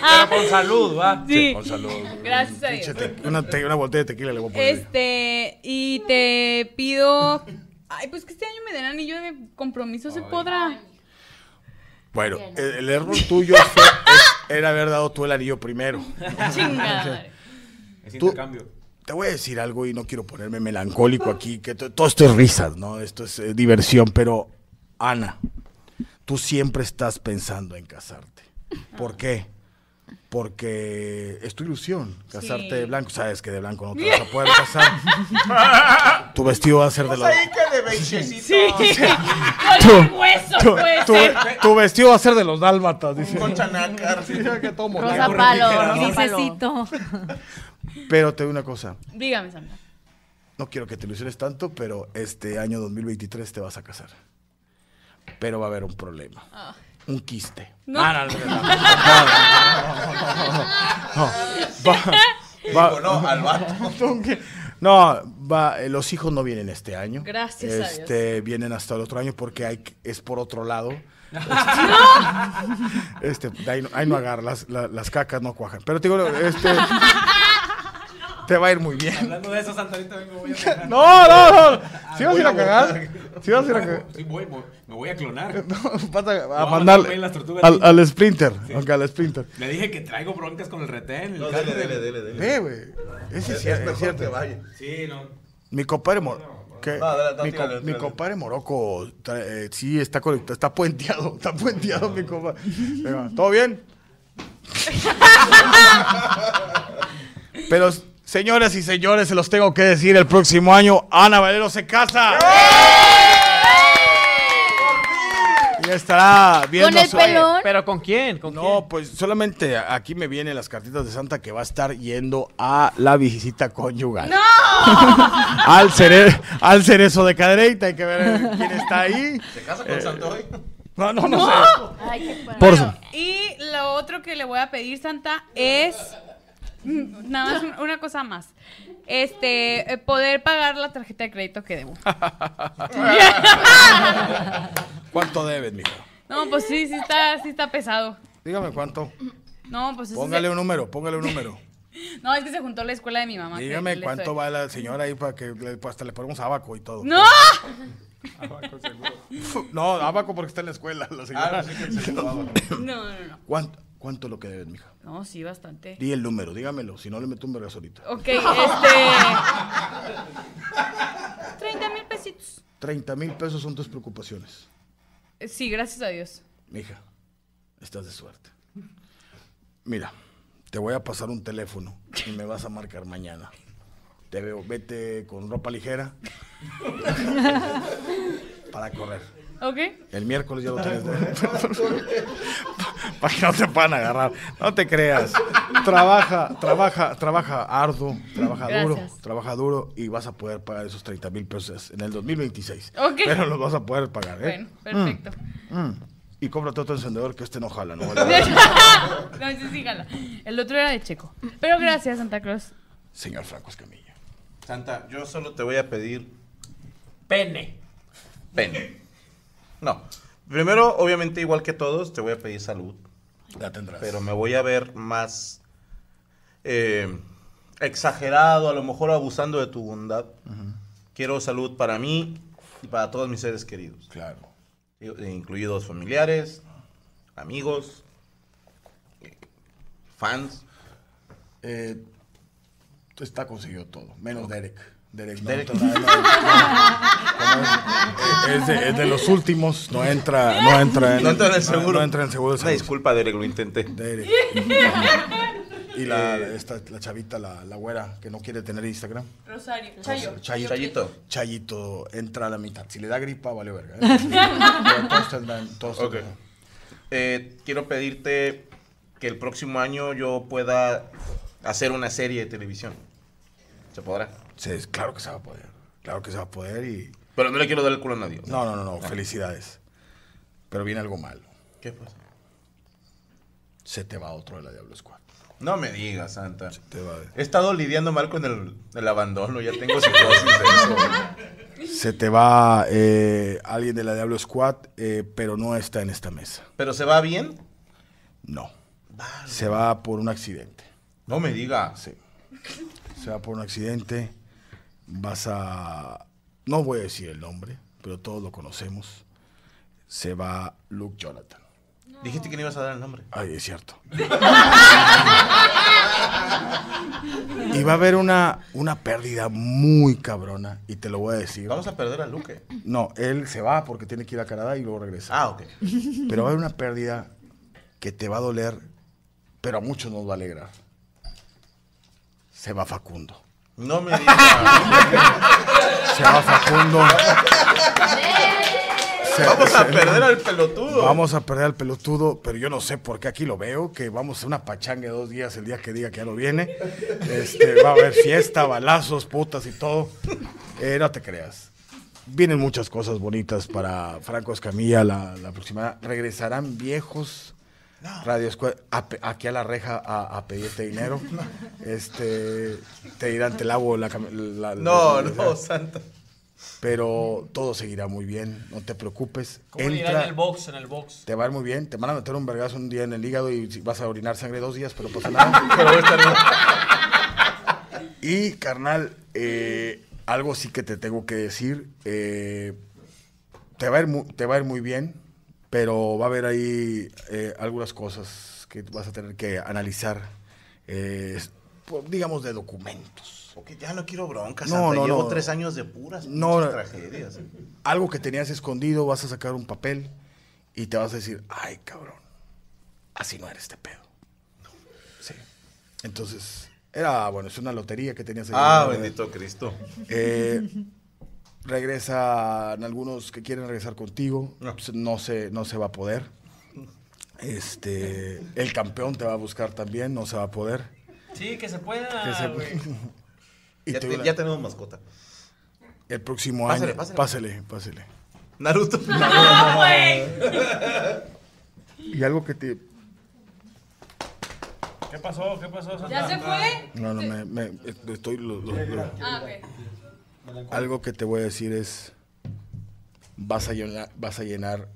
Speaker 9: Pero con salud, ¿va?
Speaker 7: Ah. Sí.
Speaker 12: con salud.
Speaker 7: Gracias a
Speaker 12: Pinche
Speaker 7: Dios.
Speaker 12: te- Una, te- una botella de tequila le voy a poner.
Speaker 7: Este, y te pido. Ay, pues que este año me den anillo de compromiso, se podrá.
Speaker 12: Bueno, el, el error tuyo fue, es- era haber dado tú el anillo primero.
Speaker 7: Chingada
Speaker 12: Entonces,
Speaker 7: madre.
Speaker 5: Es
Speaker 12: Tú-
Speaker 5: intercambio.
Speaker 12: Te voy a decir algo y no quiero ponerme melancólico aquí, que to- todo esto es risas, ¿no? Esto es eh, diversión, pero Ana, tú siempre estás pensando en casarte. ¿Por qué? Porque es tu ilusión casarte
Speaker 8: Sí.
Speaker 12: de blanco. Sabes que de blanco no te vas a poder casar. tu vestido va a ser de la...
Speaker 3: que de beichecito.
Speaker 12: Tu, tu- tu- tu vestido va a ser de los dálmatas, dice.
Speaker 3: Con chanacar. Sí,
Speaker 12: que tomo.
Speaker 7: Rosa Palo, Rosa Palo.
Speaker 12: Pero te digo una cosa.
Speaker 7: Dígame, Sandra.
Speaker 12: no quiero que te ilusiones tanto, pero este año 2023 te vas a casar. Pero va a haber un problema.
Speaker 7: Ah.
Speaker 12: un quiste.
Speaker 7: No.
Speaker 12: Ah, no, no, no, no. No, no, no.
Speaker 3: Y
Speaker 12: Va- va-
Speaker 3: dijo, no, al vato.
Speaker 12: No, va, eh, los hijos no vienen este año.
Speaker 7: Gracias a Dios.
Speaker 12: este, Vienen hasta el otro año porque hay, que- es por otro lado. Este, de ahí, no- ahí no agarra, las, la- las cacas no cuajan. Pero te digo, este, te va a ir muy bien.
Speaker 5: Hablando de eso, Santa, ahorita vengo, voy a cagar.
Speaker 12: No, no, no.
Speaker 3: Ah,
Speaker 12: Si vas a
Speaker 5: Voy
Speaker 12: ir a cagar,
Speaker 5: abortar.
Speaker 12: si vas a ir a cagar.
Speaker 5: Sí, voy, voy, me voy a clonar.
Speaker 12: Vas a,
Speaker 5: Voy
Speaker 12: a
Speaker 5: mandar,
Speaker 12: mandarle
Speaker 5: güey, las tortugas
Speaker 12: al,
Speaker 5: ninja.
Speaker 12: al sprinter. aunque al sprinter.
Speaker 5: Le dije que traigo broncas con el retén. El
Speaker 3: No,
Speaker 5: carro
Speaker 3: dele,
Speaker 5: de-
Speaker 3: dele, dele,
Speaker 12: Ve, güey. Ese sí es
Speaker 3: mejor
Speaker 12: cierto.
Speaker 3: que vaya.
Speaker 5: Sí, no.
Speaker 12: Mi compadre Mor- que-
Speaker 3: No, adelante, no,
Speaker 12: mi,
Speaker 3: tírale,
Speaker 12: co- mi
Speaker 3: tírale.
Speaker 12: compadre Morocco tra- eh, sí está conectado, está puenteado, está puenteado mi compadre. Venga, ¿Todo bien? Pero señoras y señores, se los tengo que decir, el próximo año Ana Valero se casa. Y estará viendo
Speaker 11: ¿Con el
Speaker 12: su-
Speaker 11: pelón?
Speaker 12: ¿Pero con quién? no, pues solamente aquí me vienen las cartitas de Santa que va a estar yendo a la visita conyugal. ¡No! al, cere- al cerezo de cadereita, hay que ver quién está ahí.
Speaker 3: ¿Se casa con
Speaker 12: Eh,
Speaker 3: Santoy?
Speaker 12: No, no, no, sé. Por
Speaker 7: Por
Speaker 12: su-
Speaker 7: Y lo otro que le voy a pedir, Santa, es. mm, Nada más un- una cosa más. Este, eh, poder pagar la tarjeta de crédito que debo.
Speaker 12: Eh, ¿Cuánto debes, mijo?
Speaker 7: No, pues sí, sí está, sí está pesado.
Speaker 12: Dígame cuánto.
Speaker 7: No, pues eso
Speaker 12: Póngale
Speaker 7: se-
Speaker 12: un número, póngale un número.
Speaker 7: No, es que se juntó la escuela de mi mamá. que
Speaker 12: Dígame
Speaker 7: le
Speaker 12: cuánto
Speaker 7: estoy-
Speaker 12: va la señora ahí para que le- pues, hasta le ponemos abaco y todo.
Speaker 7: ¡No!
Speaker 12: No, abaco porque está en la escuela la señora.
Speaker 7: Ah, no, sí que se llamaba No, no, Eh. no.
Speaker 12: ¿Cuánto, cuánto es lo que debes, mija?
Speaker 7: No, sí, bastante.
Speaker 12: Di el número, dígamelo, si no le meto un vergas ahorita.
Speaker 7: Ok, este. 30 mil pesitos.
Speaker 12: 30 mil pesos son tus preocupaciones,
Speaker 7: Eh, Sí, gracias a Dios.
Speaker 12: mija. Estás de suerte. Mira, te voy a pasar un teléfono y me vas a marcar mañana. Te veo, vete con ropa ligera para correr.
Speaker 7: ¿Ok?
Speaker 12: El miércoles ya lo tienes. Para que no te puedan agarrar. No te creas. Trabaja, trabaja, trabaja arduo, trabaja duro,
Speaker 7: Gracias.
Speaker 12: trabaja duro y vas a poder pagar esos 30 mil pesos en el 2026.
Speaker 7: Ok.
Speaker 12: Pero los vas a poder pagar, ¿eh?
Speaker 7: Bueno, perfecto.
Speaker 12: Mm, mm. Y cómprate otro encendedor que este no jala, ¿no?
Speaker 7: no, sí, sí, jala. El otro era de Checo. Pero gracias, Santa Claus.
Speaker 12: Señor Franco Escamilla.
Speaker 3: Santa, yo solo te voy a pedir pene. Pene. No. Primero, obviamente, igual que todos, te voy a pedir salud.
Speaker 12: La tendrás.
Speaker 3: Pero me voy a ver más eh, exagerado, a lo mejor abusando de tu bondad. Quiero salud para mí y para todos mis seres queridos. Eh,
Speaker 12: Claro.
Speaker 3: Incluidos familiares, amigos, eh, fans.
Speaker 12: Eh, está conseguido todo, menos Derek. Derek, no
Speaker 3: Derek.
Speaker 12: entra nada. Es de, es de los últimos, no entra, no entra
Speaker 3: No entra en el seguro.
Speaker 12: no entra en el seguro de
Speaker 3: Una
Speaker 12: salud.
Speaker 3: disculpa, Derek, lo intenté.
Speaker 12: Derek. Y la,
Speaker 3: Eh,
Speaker 12: esta, la chavita, la, la güera, que no quiere tener Instagram. Pues,
Speaker 7: Rosario. Chayo.
Speaker 12: Chayito. Chayito entra a la mitad. Si le da gripa, vale verga. ¿eh? Pero todos tendrán- todos
Speaker 3: Ok.
Speaker 12: tendrán.
Speaker 3: Eh, quiero pedirte que el próximo año yo pueda hacer una serie de televisión. ¿Se podrá?
Speaker 12: Sí, es- claro que se va a poder. Claro que se va a poder y...
Speaker 3: Pero no le quiero dar el culo a nadie. o sea.
Speaker 12: No, no, no, no, felicidades. Pero viene algo malo.
Speaker 3: ¿Qué pasa?
Speaker 12: Se te va otro de la Diablo Squad.
Speaker 3: No me digas, Santa.
Speaker 12: Te va-
Speaker 3: He estado lidiando mal con el, el abandono. Ya tengo psicosis de eso.
Speaker 12: Se te va eh, alguien de la Diablo Squad, eh, pero no está en esta mesa.
Speaker 3: ¿Pero se va bien?
Speaker 12: No. Se va por un accidente.
Speaker 3: No me diga.
Speaker 12: Sí. Se va por un accidente. Vas a. No voy a decir el nombre, pero todos lo conocemos. Se va Luke Jonathan.
Speaker 3: Dijiste que no ibas a dar el nombre.
Speaker 12: Ay, es cierto. Y va a haber una, una pérdida muy cabrona, y te lo voy a decir.
Speaker 3: Vamos a perder a Luque.
Speaker 12: No, él se va porque tiene que ir a Canadá y luego regresa.
Speaker 3: Ah, ok.
Speaker 12: Pero va a haber una pérdida que te va a doler, pero a muchos nos va a alegrar. Se va Facundo.
Speaker 3: No me digas.
Speaker 12: Se va Facundo. Se-
Speaker 3: Vamos a
Speaker 12: se-
Speaker 3: perder al pelotudo.
Speaker 12: Vamos a perder al pelotudo, pero yo no sé por qué aquí lo veo, que vamos a una pachanga de dos días el día que diga que ya no viene. Este, va a haber fiesta, balazos, putas y todo. Eh, no te creas. Vienen muchas cosas bonitas para Franco Escamilla la, la próxima. Regresarán viejos Radio Escue- a pe- aquí a la reja a, a pedirte dinero. este Te dirán, te lavo la, cam- la- la-
Speaker 3: No,
Speaker 12: la-
Speaker 3: no, santa.
Speaker 12: Pero todo seguirá muy bien, no te preocupes.
Speaker 9: ¿Cómo le dirán en el box, en el box?
Speaker 12: Te va a ir muy bien, te van a meter un vergazo un día en el hígado y si- vas a orinar sangre dos días, pero pasa nada. y carnal, eh, algo sí que te tengo que decir. eh, te, va a ir mu- te va a ir muy bien, pero va a haber ahí eh, algunas cosas que vas a tener que analizar, eh, es- pues, digamos, de documentos.
Speaker 3: Porque ya no quiero broncas,
Speaker 12: No,
Speaker 3: santa.
Speaker 12: no,
Speaker 3: Llevo
Speaker 12: no.
Speaker 3: tres años de puras
Speaker 12: No,
Speaker 3: pinches
Speaker 12: no.
Speaker 3: tragedias.
Speaker 12: Algo que tenías escondido, vas a sacar un papel y te vas a decir, ay cabrón, así no eres este pedo. Sí. Entonces, era, bueno, es una lotería que tenías ahí.
Speaker 3: Ah, bendito Cristo.
Speaker 12: Eh, regresan algunos que quieren regresar contigo. Pues, No, se, no se va a poder. Este, el campeón te va a buscar también, no se va a poder.
Speaker 9: Sí, que se pueda.
Speaker 12: Que se-
Speaker 9: güey.
Speaker 12: Y
Speaker 3: Ya,
Speaker 12: te
Speaker 3: te-
Speaker 12: una-
Speaker 3: ya tenemos mascota.
Speaker 12: El próximo
Speaker 3: Pásale,
Speaker 12: año.
Speaker 3: pásale.
Speaker 12: Pásale, pásale.
Speaker 3: Naruto.
Speaker 12: Naruto. Y algo que te.
Speaker 5: ¿Qué pasó? ¿Qué pasó, Santa?
Speaker 7: ¿Ya se fue?
Speaker 12: No, no, me, me- estoy. lo- lo- lo-
Speaker 7: Ah, ok.
Speaker 12: algo que te voy a decir es. Vas a, llenar, vas a llenar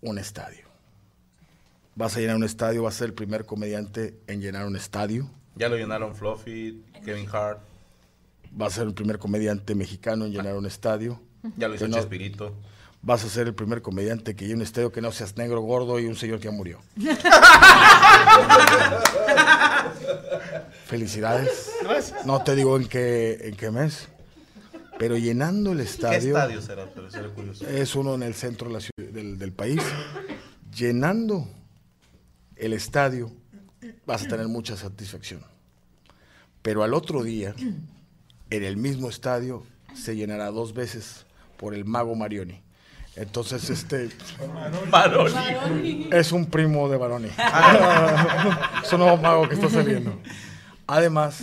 Speaker 12: un estadio. Vas a llenar un estadio, vas a ser el primer comediante en llenar un estadio.
Speaker 3: Ya lo llenaron Fluffy, Kevin Hart.
Speaker 12: Vas a ser el primer comediante mexicano en llenar un estadio.
Speaker 3: Ya lo hizo
Speaker 12: Que no-
Speaker 3: Chespirito.
Speaker 12: Vas a ser el primer comediante que llene un estadio que no seas negro, gordo y un señor que ya murió. Felicidades.
Speaker 3: Gracias.
Speaker 12: No te digo en qué, en qué mes, pero llenando el estadio.
Speaker 3: ¿Qué estadio será? Pero seré curioso.
Speaker 12: Es uno en el centro de la ciu- del, del país. Llenando el estadio, vas a tener mucha satisfacción. Pero al otro día, en el mismo estadio, se llenará dos veces por el mago Marioni. Entonces, este.
Speaker 3: Baroni.
Speaker 12: Es un primo de Baroni.
Speaker 7: Ah.
Speaker 12: es un nuevo mago que está saliendo. Además,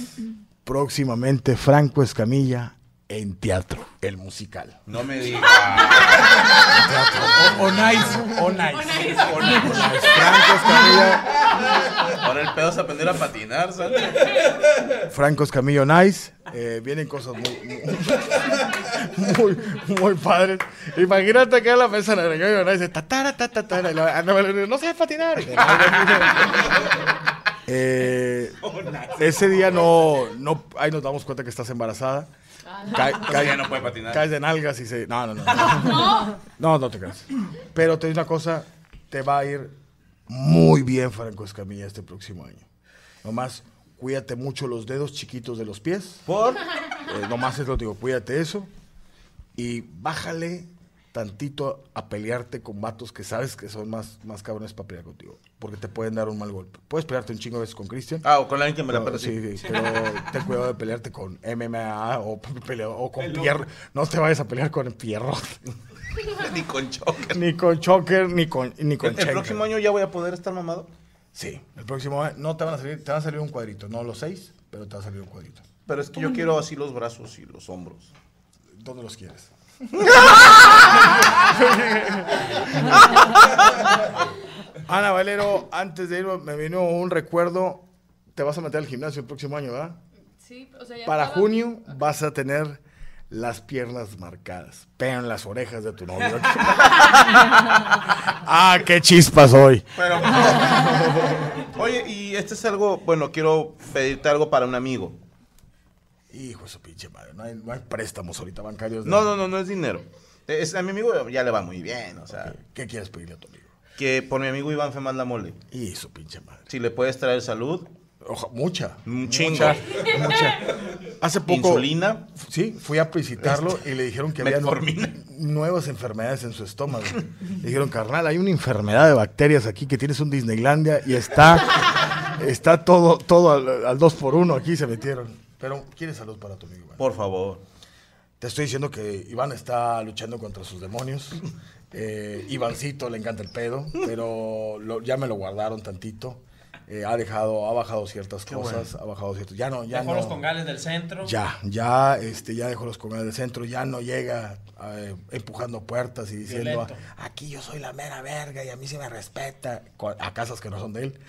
Speaker 12: próximamente Franco Escamilla en teatro, el musical.
Speaker 3: No me digas.
Speaker 5: O, o nice, o nice.
Speaker 3: O nice.
Speaker 12: Franco Escamilla,
Speaker 3: Ahora el pedo es aprender a patinar, Santo.
Speaker 12: Franco Escamillo Nice. Eh, vienen cosas muy, muy, muy, muy padres. Imagínate que a la mesa le regaño y dice, tatara, tatara, y la- ah, no, no, no sabes patinar. Eh, ese día no, no, ahí nos damos cuenta que estás embarazada. Cae-
Speaker 3: Ese
Speaker 12: cae-
Speaker 3: día no puede patinar.
Speaker 12: Caes de nalgas y se, no, no, no. No, no, no te creas. Pero te digo una cosa, te va a ir muy bien Franco Escamilla este próximo año. Nomás cuídate mucho los dedos chiquitos de los pies. Por. nomás es lo que digo, cuídate eso. Y bájale tantito a pelearte con vatos que sabes que son más, más cabrones para pelear contigo. Porque te pueden dar un mal golpe. Puedes pelearte un chingo de veces con Cristian.
Speaker 3: Ah, o con alguien que me la
Speaker 12: Pero-
Speaker 3: pela,
Speaker 12: Sí,
Speaker 3: sí.
Speaker 12: sí, pero ten cuidado de pelearte con MMA o, pe- pelea- o con
Speaker 3: El loco.
Speaker 12: Pierre. No te vayas a pelear con Pierrot.
Speaker 3: Ni con choker.
Speaker 12: ni con Choker, ni con, ni con
Speaker 3: ¿El
Speaker 12: Chenka.
Speaker 3: próximo año ya voy a poder estar mamado?
Speaker 12: Sí, el próximo año. No te van a salir, te van a salir un cuadrito. No los seis, pero te va a salir un cuadrito.
Speaker 3: Pero es que yo quiero así los brazos y los hombros.
Speaker 12: ¿Dónde los quieres? Ana Valero, antes de irme, me vino un recuerdo. Te vas a meter al gimnasio el próximo año, ¿verdad?
Speaker 7: Sí, o sea, ya
Speaker 12: Para
Speaker 7: estaba-
Speaker 12: junio vas a tener las piernas marcadas, pero en las orejas de tu novio. ah, qué chispas hoy.
Speaker 3: Pero. Oye, y este es algo. Bueno, quiero pedirte algo para un amigo.
Speaker 12: Hijo de su pinche madre, no hay, no hay préstamos ahorita bancarios.
Speaker 3: No, no, no, no es dinero. Es, a mi amigo ya le va muy bien, o sea.
Speaker 12: ¿Qué quieres pedirle a tu amigo?
Speaker 3: Que por mi amigo Iván Femán la mole.
Speaker 12: Y su pinche madre.
Speaker 3: Si le puedes traer salud.
Speaker 12: mucha.
Speaker 3: Un chingo.
Speaker 12: Mucha, mucha. Hace poco.
Speaker 3: Insulina.
Speaker 12: f- Sí, fui a visitarlo y le dijeron que había nu-
Speaker 3: Metformina.
Speaker 12: nuevas enfermedades en su estómago. Le dijeron, carnal, hay una enfermedad de bacterias aquí que tienes un Disneylandia y está, está todo, todo al, al dos por uno aquí se metieron. Pero, ¿quieres salud para tu amigo? Iván?
Speaker 3: Por favor.
Speaker 12: Te estoy diciendo que Iván está luchando contra sus demonios. Eh, Ivancito le encanta el pedo, pero lo- ya me lo guardaron tantito. eh, ha dejado, ha bajado ciertas
Speaker 9: Qué
Speaker 12: cosas, ha bajado ciertos, ya no, ya
Speaker 9: Dejó
Speaker 12: no.
Speaker 9: los congales del centro.
Speaker 12: Ya, ya, este, ya dejó los congales del centro, ya no llega eh, empujando puertas y diciendo,
Speaker 9: Violento.
Speaker 12: aquí yo soy la mera verga y a mí se me respeta, co- a casas que no son de él.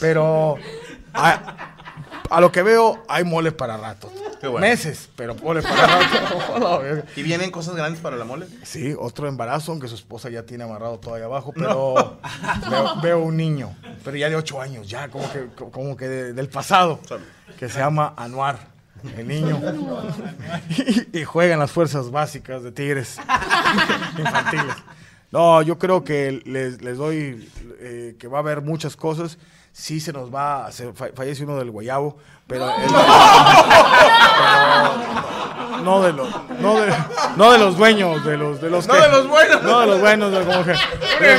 Speaker 12: pero a, a lo que veo, hay moles para rato. Meses, pero moles para rato.
Speaker 3: ¿Y vienen cosas grandes para la mole?
Speaker 12: Sí, otro embarazo, aunque su esposa ya tiene amarrado todo ahí abajo, pero veo, veo un niño, pero ya de ocho años, ya como que, como que de- del pasado, que se llama Anuar, el niño. Y, y juegan las fuerzas básicas de Tigres infantiles. No, yo creo que les, les doy eh, que va a haber muchas cosas. Sí se nos va, se fa- fallece uno del guayabo, pero... el- pero no de los, no de, no de los dueños, de los, de los
Speaker 3: No de los buenos.
Speaker 12: no de los buenos, de como que-
Speaker 3: Un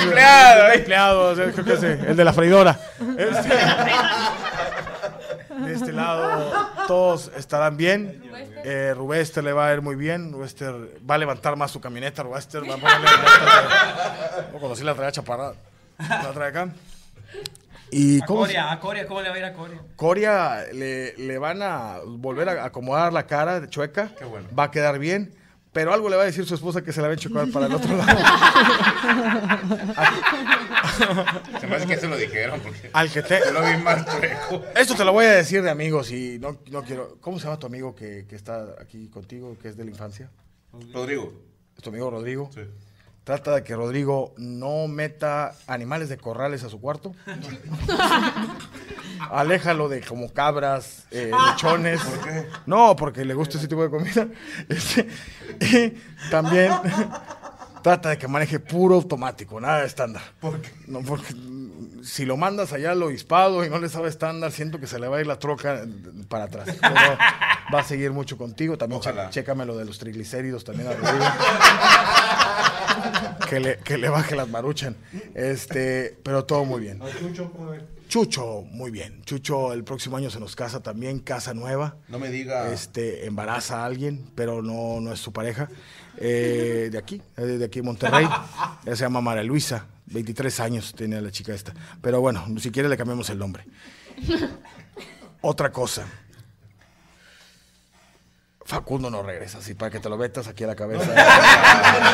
Speaker 3: empleado,
Speaker 12: un
Speaker 3: ¿eh?
Speaker 12: empleado, o sea, creo que sí, el de la freidora. Este, De este lado todos estarán bien. Eh, Rubester le va a ir muy bien. Rubester va a levantar más su camioneta. Rubester va a ponerle. No conocí la traía chaparrada. La trae acá. ¿Y
Speaker 9: a
Speaker 12: cómo
Speaker 9: Corea,
Speaker 12: se-
Speaker 9: a Corea, ¿cómo le va a ir a Corea?
Speaker 12: Coria le, le van a volver a acomodar la cara de chueca. Va a quedar bien. Pero algo le va a decir su esposa que se la va a chocar para el otro lado.
Speaker 3: Se me hace que se lo dijeron porque
Speaker 12: Al que te.
Speaker 3: yo lo vi más chueco.
Speaker 12: Esto te lo voy a decir de amigos y no, no quiero. ¿Cómo se llama tu amigo que, que está aquí contigo, que es de la infancia?
Speaker 3: Rodrigo.
Speaker 12: Tu amigo Rodrigo. Trata de que Rodrigo no meta animales de corrales a su cuarto. Aléjalo de como cabras, eh, lechones.
Speaker 3: ¿Por qué?
Speaker 12: No, porque le gusta ese tipo de comida. Este, y también trata de que maneje puro automático, nada de estándar. ¿Por qué? No, porque mm, si lo mandas allá a lo hispado y no le sabe estándar, siento que se le va a ir la troca mm, para atrás. Pero va a seguir mucho contigo. También che- chécame lo de los triglicéridos también a Rodrigo. que, le, que le baje las maruchan. Este, pero todo muy bien. Chucho, muy bien. Chucho el próximo año se nos casa también, casa nueva.
Speaker 3: No me diga.
Speaker 12: Este, embaraza a alguien, pero no, no es su pareja. Eh, de aquí, eh, de aquí en Monterrey. Ella se llama María Luisa. 23 años tiene la chica esta. Pero bueno, si quiere le cambiamos el nombre. Otra cosa. Facundo no regresa, así para que te lo metas aquí a la cabeza.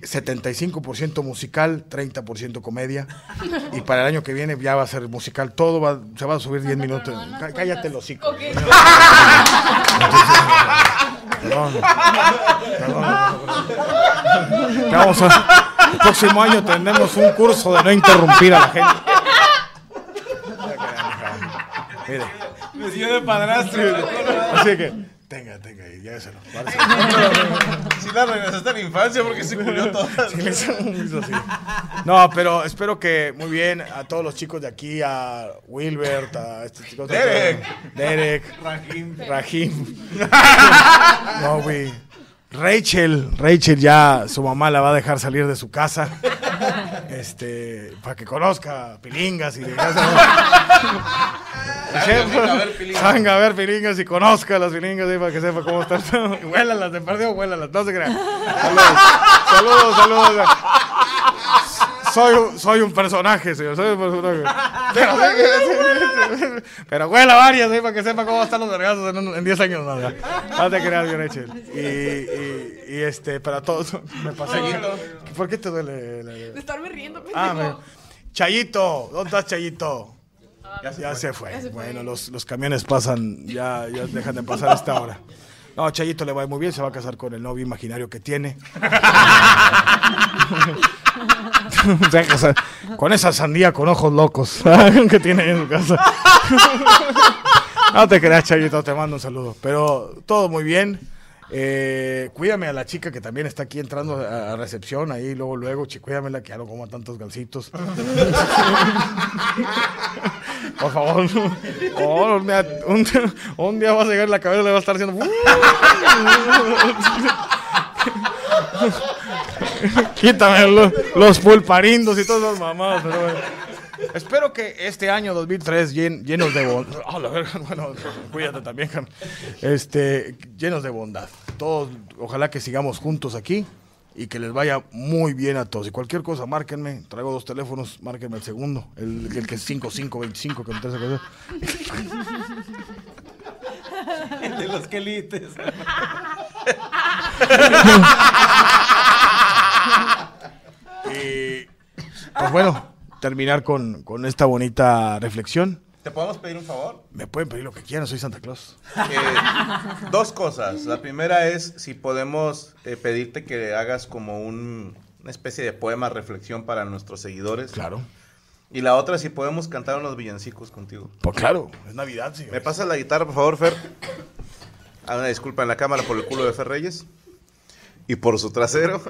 Speaker 12: 75% musical, 30% comedia. Y para el año que viene ya va a ser musical. Todo va, se va a subir 10 minutos. Cá- Cállate el hocico. Perdón. Perdón. Que vamos a- el próximo año tendremos un curso de no interrumpir a la gente. Mire.
Speaker 5: Me sirve de padrastro.
Speaker 12: Así que, tenga, tenga, y lléveselo. Vale.
Speaker 3: Si la regresaste a la infancia porque se culió todas.
Speaker 12: Sí, le hizo- le hizo así. No, pero espero que muy bien a todos los chicos de aquí, a Wilbert, a estos chicos. de-
Speaker 3: Derek.
Speaker 12: Derek.
Speaker 5: Rajim.
Speaker 12: Rajim. No, güey. Rachel, Rachel ya su mamá la va a dejar salir de su casa. Este, para que conozca pilingas y de
Speaker 5: Ah,
Speaker 3: venga a ver pilingas.
Speaker 12: Venga a ver pilingas y conozca las pilingas ahí para que sepa cómo están. Y Huélalas, de perdió, huélalas, no se crean. Saludos, saludos, saludos. Soy, un- soy un personaje, señor, soy un
Speaker 5: Ah,
Speaker 12: personaje. Pero, pero huela varias ahí para que sepa cómo están los vergazos en un- en 10 años más. ¿eh? ¿no? No te creas, bien, Rachel. Y, y- y, este, para todos, me pasé.
Speaker 10: Chayito.
Speaker 12: ¿Por qué te duele? la- la-
Speaker 10: De estarme riendo, pendejo.
Speaker 12: Ah, me- Chayito, ¿dónde estás, Chayito? Ya se, fue.
Speaker 10: Ah, Ya se fue.
Speaker 12: Bueno, los, los camiones pasan, ya, ya dejan de pasar hasta ahora. No, Chayito le va muy bien, se va a casar con el novio imaginario que tiene. Se va a casar con esa sandía con ojos locos que tiene en su casa. No te creas, Chayito, te mando un saludo. Pero todo muy bien. Eh, cuídame a la chica que también está aquí entrando a, a recepción, ahí luego, luego, chi, cuídamela que ya no coma tantos gancitos. Por favor. Oh, un, día, un día- un día vas a llegar y la cabeza le va a estar haciendo. Quítame los, los pulparindos y todas esas mamadas. pero bueno. Espero que este año 2003 llen- llenos de bondad. la verga, bueno, cuídate también, Jan. Este, llenos de bondad. Todos, ojalá que sigamos juntos aquí y que les vaya muy bien a todos. Y cualquier cosa, márquenme. Traigo dos teléfonos, márquenme el segundo, el, el que es 5525 que me traes a conocer.
Speaker 5: De los quelites.
Speaker 12: Y, pues bueno, terminar con, con esta bonita reflexión.
Speaker 3: ¿Te podemos pedir un favor?
Speaker 12: Me pueden pedir lo que quieran, soy Santa Claus.
Speaker 3: Eh, dos cosas. La primera es si podemos eh, pedirte que hagas como un- una especie de poema reflexión para nuestros seguidores.
Speaker 12: Claro.
Speaker 3: Y la otra, si podemos cantar unos villancicos contigo.
Speaker 12: Pues claro, es Navidad, sí.
Speaker 3: ¿Me pasas la guitarra, por favor, Fer? Ah, una disculpa en la cámara por el culo de Fer Reyes. Y por su trasero.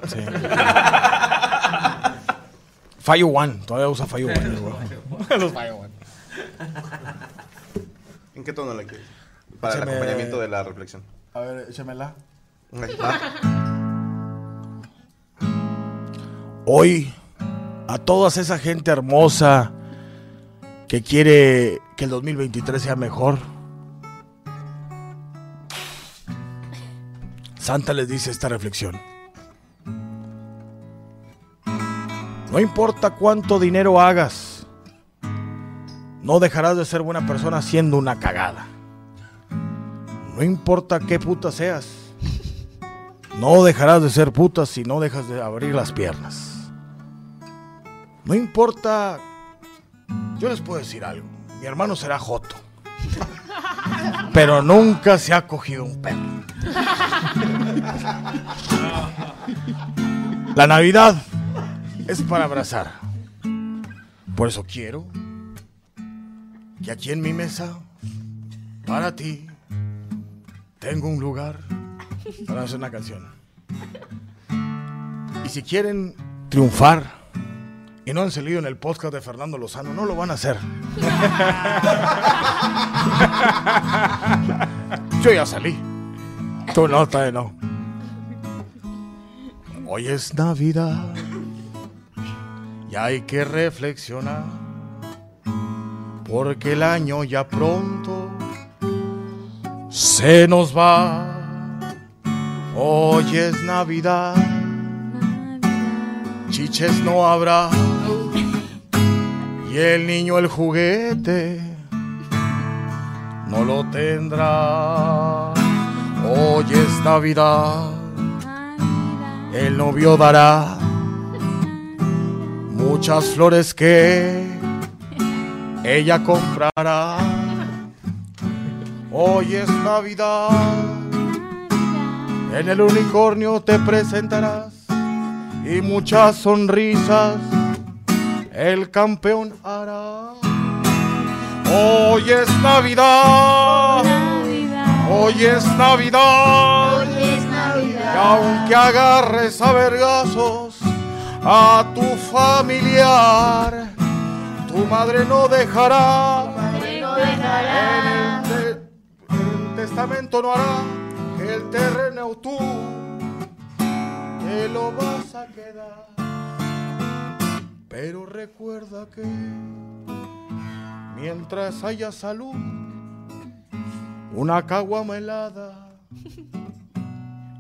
Speaker 12: Fallo One, todavía usa Fallo One. el güey. Los Fallo One.
Speaker 3: ¿En qué tono la quieres? Para el
Speaker 12: Échame-
Speaker 3: acompañamiento de la reflexión.
Speaker 12: A ver, échamela.
Speaker 3: Ahí va.
Speaker 12: Hoy, a toda esa gente hermosa que quiere que el 2023 sea mejor, Santa les dice esta reflexión. No importa cuánto dinero hagas, no dejarás de ser buena persona siendo una cagada. No importa qué puta seas, no dejarás de ser puta si no dejas de abrir las piernas. No importa. Yo les puedo decir algo. Mi hermano será Joto. Pero nunca se ha cogido un perro. La Navidad es para abrazar. Por eso quiero que aquí en mi mesa, para ti, tengo un lugar para hacer una canción. Y si quieren triunfar y no han salido en el podcast de Fernando Lozano, no lo van a hacer. Yo ya salí. Tú no, todavía no. Hoy es Navidad y hay que reflexionar porque el año ya pronto se nos va. Hoy es Navidad, chiches no habrá y el niño el juguete no lo tendrá. Hoy es Navidad, el novio dará muchas flores que ella comprará. Hoy es Navidad, en el unicornio te presentarás y muchas sonrisas el campeón hará. Hoy es Navidad, hoy es Navidad, y aunque agarres a vergazos a tu familiar, tu madre no dejará el testamento no hará que el terreno tú te lo vas a quedar. Pero recuerda que mientras haya salud, una caguama helada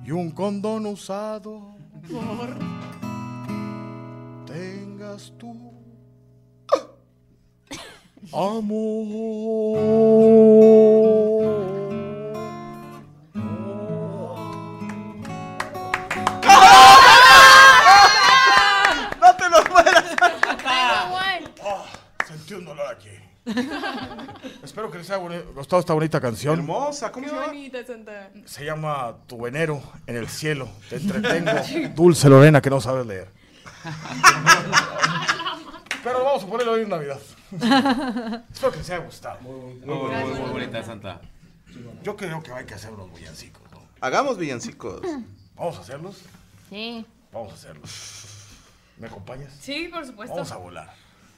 Speaker 12: y un condón usado, tengas tú amor.
Speaker 3: ¡No te lo mueras!
Speaker 12: Ah, Sentí un dolor aquí. Espero que les haya boni- gustado esta bonita canción.
Speaker 3: Hermosa, ¿cómo se llama?
Speaker 12: Se llama Tu venero en el cielo. Te entretengo. Dulce Lorena, que no sabes leer. Pero vamos a ponerlo hoy en Navidad. Espero que les haya gustado.
Speaker 5: Muy, muy, muy, muy bonita, Santa.
Speaker 12: Yo creo que hay que hacer unos villancicos. ¿no?
Speaker 3: Hagamos villancicos.
Speaker 12: ¿Vamos a hacerlos?
Speaker 17: Sí.
Speaker 12: Vamos a hacerlos. ¿Me acompañas?
Speaker 11: Sí, por supuesto.
Speaker 12: Vamos a volar.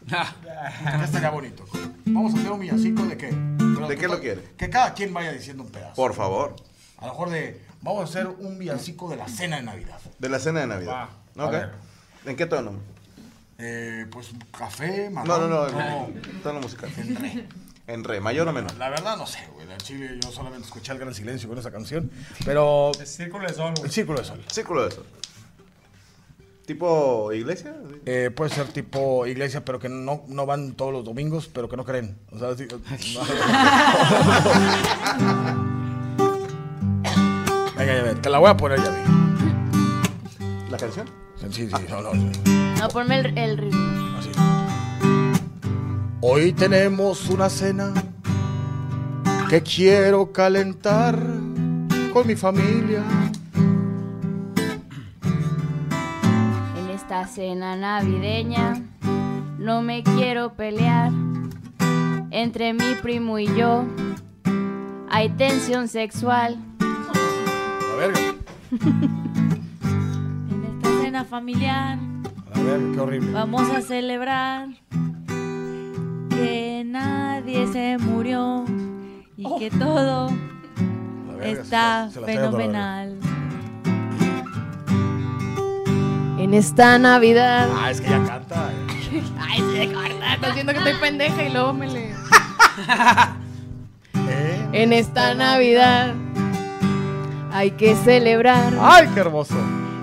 Speaker 12: Ya estaría bonito. Vamos a hacer un villancico de qué.
Speaker 3: ¿De qué lo quiere?
Speaker 12: Que cada quien vaya diciendo un pedazo.
Speaker 3: Por favor.
Speaker 12: A lo mejor de. Vamos a hacer un villancico de la cena de Navidad.
Speaker 3: De la cena de Navidad.
Speaker 12: Va. A
Speaker 3: Ok.
Speaker 12: ver.
Speaker 3: ¿En qué tono?
Speaker 12: Eh, pues café,
Speaker 3: No,
Speaker 12: marrón.
Speaker 3: no, no. en Tono musical.
Speaker 12: En re.
Speaker 3: En re, mayor o menor.
Speaker 12: La verdad no sé, güey. En Chile yo solamente escuché el gran silencio con esa canción. Pero. El
Speaker 5: círculo de sol,
Speaker 12: El círculo de sol.
Speaker 3: Círculo de sol. ¿Tipo iglesia?
Speaker 12: Eh, puede ser tipo iglesia, pero que no, no van todos los domingos, pero que no creen. O sea, sí, no. Venga, ya ve, te la voy a poner ya ve.
Speaker 3: ¿La canción? Ah.
Speaker 12: Sí, sí, sí, no, no, sí.
Speaker 11: No, ponme el, el ritmo.
Speaker 12: Hoy tenemos una cena que quiero calentar con mi familia.
Speaker 11: En esta cena navideña no me quiero pelear. Entre mi primo y yo hay tensión sexual.
Speaker 12: A ver,
Speaker 18: Esta cena familiar
Speaker 12: a ver, qué horrible.
Speaker 18: vamos a celebrar que nadie se murió y que todo
Speaker 12: verga,
Speaker 18: está
Speaker 10: se la- se la traigo toda la
Speaker 18: fenomenal.
Speaker 10: En esta Navidad.
Speaker 12: Ah, es que ya canta.
Speaker 10: Ay, sí, de corta. Estás viendo que estoy pendeja y luego me le. En esta Navidad hay que celebrar
Speaker 19: ¡Ay, qué hermoso!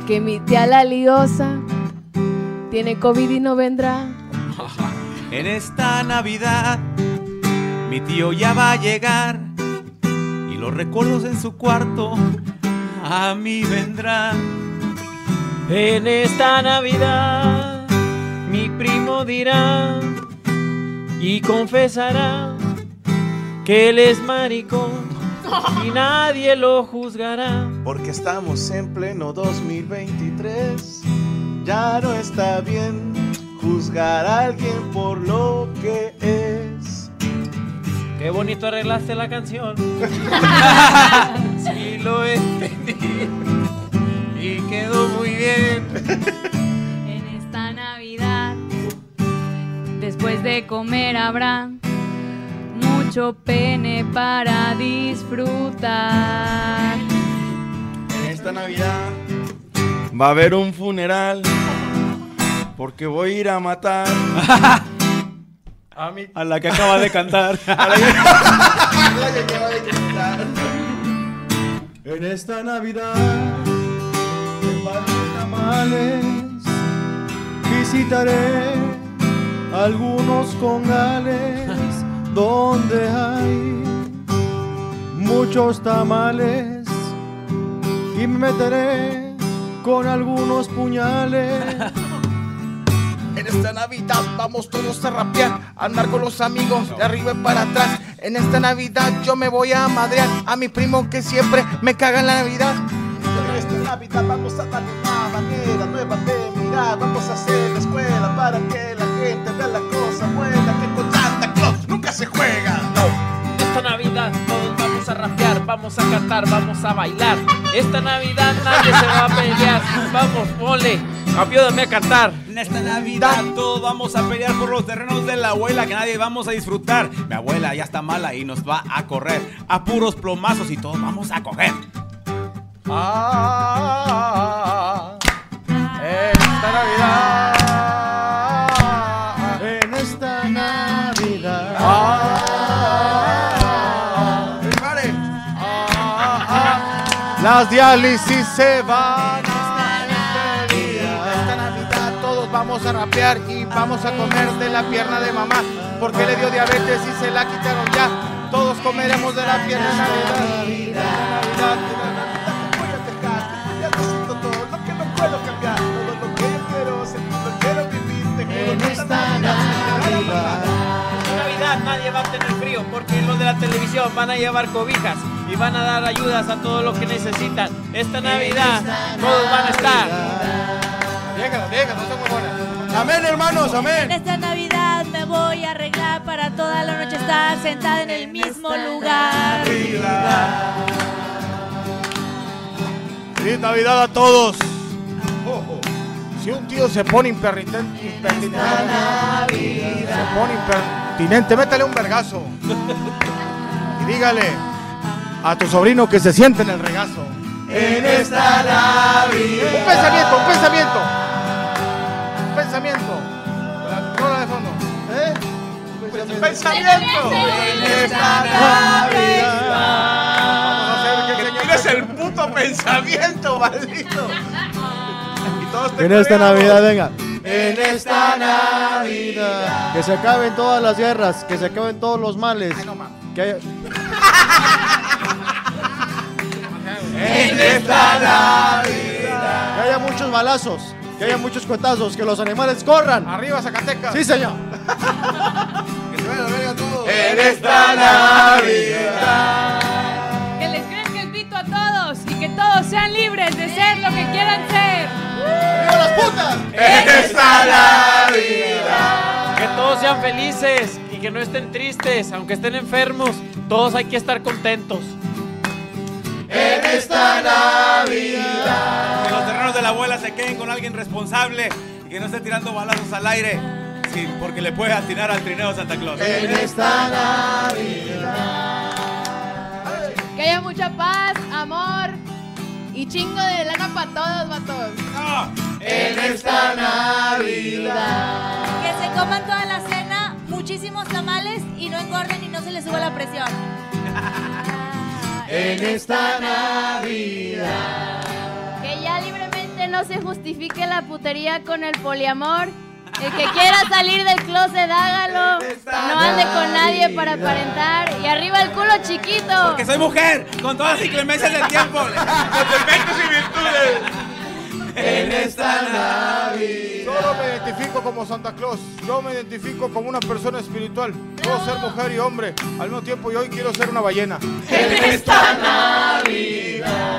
Speaker 10: que mi tía la liosa tiene COVID y no vendrá.
Speaker 20: En esta Navidad mi tío ya va a llegar y los recuerdos en su cuarto a mí vendrán.
Speaker 9: En esta Navidad mi primo dirá y confesará que él es maricón y nadie lo juzgará.
Speaker 3: Porque estamos en pleno 2023. Ya no está bien juzgar a alguien por lo que es.
Speaker 9: Qué bonito arreglaste la canción. sí lo entendí y quedó muy bien.
Speaker 11: Esta Navidad, después de comer habrá mucho pene para disfrutar.
Speaker 8: En esta Navidad va a haber un funeral porque voy a ir a matar a,
Speaker 20: A la que acaba de cantar.
Speaker 4: En esta Navidad, en varios tamales, visitaré algunos congales donde hay muchos tamales y me meteré con algunos puñales.
Speaker 12: En esta Navidad vamos todos a rapear, a andar con los amigos de arriba y para atrás. En esta Navidad yo me voy a madrear a mi primo que siempre me caga en la Navidad.
Speaker 3: En esta Navidad vamos a dar una manera nueva de mirar. Vamos a hacer la escuela para que la gente vea la cosa buena. Que con Santa Claus nunca se juega.
Speaker 9: Esta Navidad todos vamos a rapear, vamos a cantar, vamos a bailar. Esta Navidad nadie se va a pelear. Vamos, mole, ayúdame a cantar.
Speaker 20: En esta Navidad todos vamos a pelear por los terrenos de la abuela que nadie vamos a disfrutar. Mi abuela ya está mala y nos va a correr a puros plomazos y todos vamos a coger.
Speaker 12: Esta Navidad.
Speaker 4: En esta Navidad.
Speaker 12: Ah, Ah, Las diálisis se van. Esta Navidad todos vamos a rapear y vamos a comer de la pierna de mamá. Porque le dio diabetes y se la quitaron ya. Todos comeremos de la pierna de Navidad.
Speaker 20: En esta Navidad.
Speaker 9: Navidad nadie va a tener frío porque los de la televisión van a llevar cobijas y van a dar ayudas a todo lo que necesitan. Esta Navidad todos van a estar.
Speaker 12: Amén, hermanos,
Speaker 18: En esta Navidad me voy a arreglar para toda la noche estar sentada en el mismo lugar.
Speaker 12: Feliz Navidad a todos. Si un tío se pone impertinente, impertinente se pone impertinente, métale un vergazo. Y dígale a tu sobrino que se siente en el regazo.
Speaker 5: En esta Navidad.
Speaker 12: Un pensamiento, un pensamiento. Un pensamiento. La rola de fondo. ¿Eh? Un pensamiento. En esta
Speaker 3: Que tienes el puto pensamiento, maldito. Y todos te
Speaker 4: En esta
Speaker 3: colgamos.
Speaker 4: Navidad, venga.
Speaker 5: En esta Navidad.
Speaker 4: Que se acaben todas las guerras, que se acaben todos los males. que haya-
Speaker 5: En esta Navidad.
Speaker 4: Que haya muchos balazos, que haya muchos cuetazos, que los animales corran.
Speaker 12: Arriba Zacatecas.
Speaker 4: Sí, señor.
Speaker 5: En esta Navidad.
Speaker 7: Que les crezca el pito a todos y que todos sean libres de ser lo que quieran ser.
Speaker 4: las putas!
Speaker 5: En esta Navidad.
Speaker 9: Que todos sean felices y que no estén tristes, aunque estén enfermos, todos hay que estar contentos.
Speaker 5: En esta Navidad.
Speaker 21: Que los terrenos de la abuela se queden con alguien responsable y que no esté tirando balazos al aire. Sí, porque le puedes atinar al trineo Santa Claus.
Speaker 5: En esta
Speaker 10: Que haya mucha paz, amor y chingo de lana para todos, vatos.
Speaker 6: Ah,
Speaker 5: En esta Navidad.
Speaker 6: Que se coman toda la cena, muchísimos tamales y no engorden y no se les suba la presión.
Speaker 5: En esta Navidad.
Speaker 11: Que ya libremente no se justifique la putería con el poliamor. El que quiera salir del closet, hágalo. No ande con nadie para aparentar. Y arriba el culo chiquito.
Speaker 21: Que soy mujer, con todas las inclemencias del tiempo.
Speaker 5: En esta
Speaker 12: Solo me identifico como Santa Claus. Yo me identifico como una persona espiritual. Puedo ser mujer y hombre. Al mismo tiempo, y hoy quiero ser una ballena. Pues,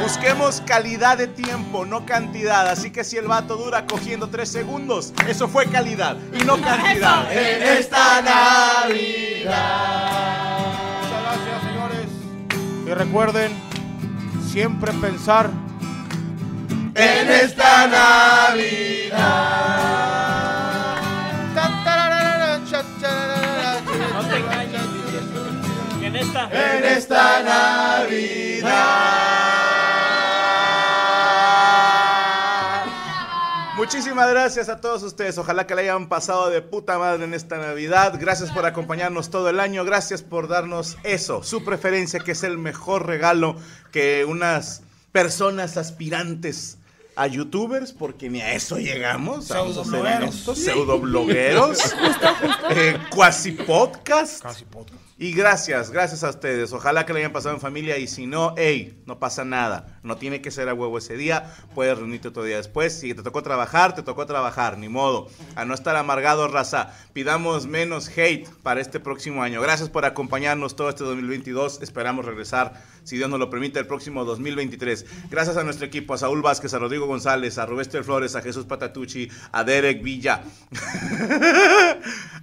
Speaker 3: Busquemos calidad de tiempo, no cantidad. Así que si el vato dura cogiendo tres segundos, eso fue calidad y no cantidad.
Speaker 5: En esta Navidad.
Speaker 12: Y recuerden siempre pensar
Speaker 5: En esta Navidad.
Speaker 9: No te engañes. En esta.
Speaker 5: En esta Navidad.
Speaker 3: Muchísimas gracias a todos ustedes. Ojalá que la hayan pasado de puta madre en esta Navidad. Gracias por acompañarnos todo el año. Gracias por darnos eso, su preferencia, que es el mejor regalo que unas personas aspirantes a youtubers, porque ni a eso llegamos.
Speaker 5: Pseudoblogueros.
Speaker 3: Pseudoblogueros.
Speaker 5: Justo, justo.
Speaker 3: Eh, Cuasi podcast. Y gracias, gracias a ustedes. Ojalá que lo hayan pasado en familia y si no, hey, no pasa nada. No tiene que ser a huevo ese día. Puedes reunirte otro día después. Si te tocó trabajar, te tocó trabajar. Ni modo. A no estar amargado, raza. Pidamos menos hate para este próximo año. Gracias por acompañarnos todo este 2022. Esperamos regresar, si Dios nos lo permite, el próximo 2023. Gracias a nuestro equipo, a Saúl Vázquez, a Rodrigo González, a Roberto Flores, a Jesús Patatucci, a Derek Villa,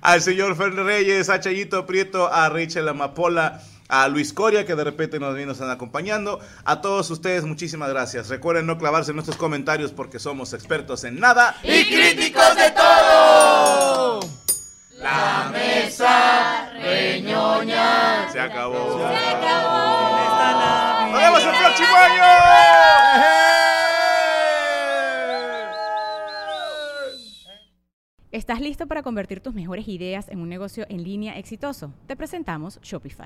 Speaker 3: al señor Fer Reyes, a Chayito Prieto, a Rachel Amapola, a Luis Coria, que de repente nos, nos están acompañando. A todos ustedes, muchísimas gracias. Recuerden no clavarse en nuestros comentarios porque somos expertos en nada.
Speaker 5: Y críticos de todo. La mesa reñoña.
Speaker 3: Se acabó.
Speaker 5: Nos vemos el próximo año.
Speaker 2: ¿Estás listo para convertir tus mejores ideas en un negocio en línea exitoso? Te presentamos Shopify.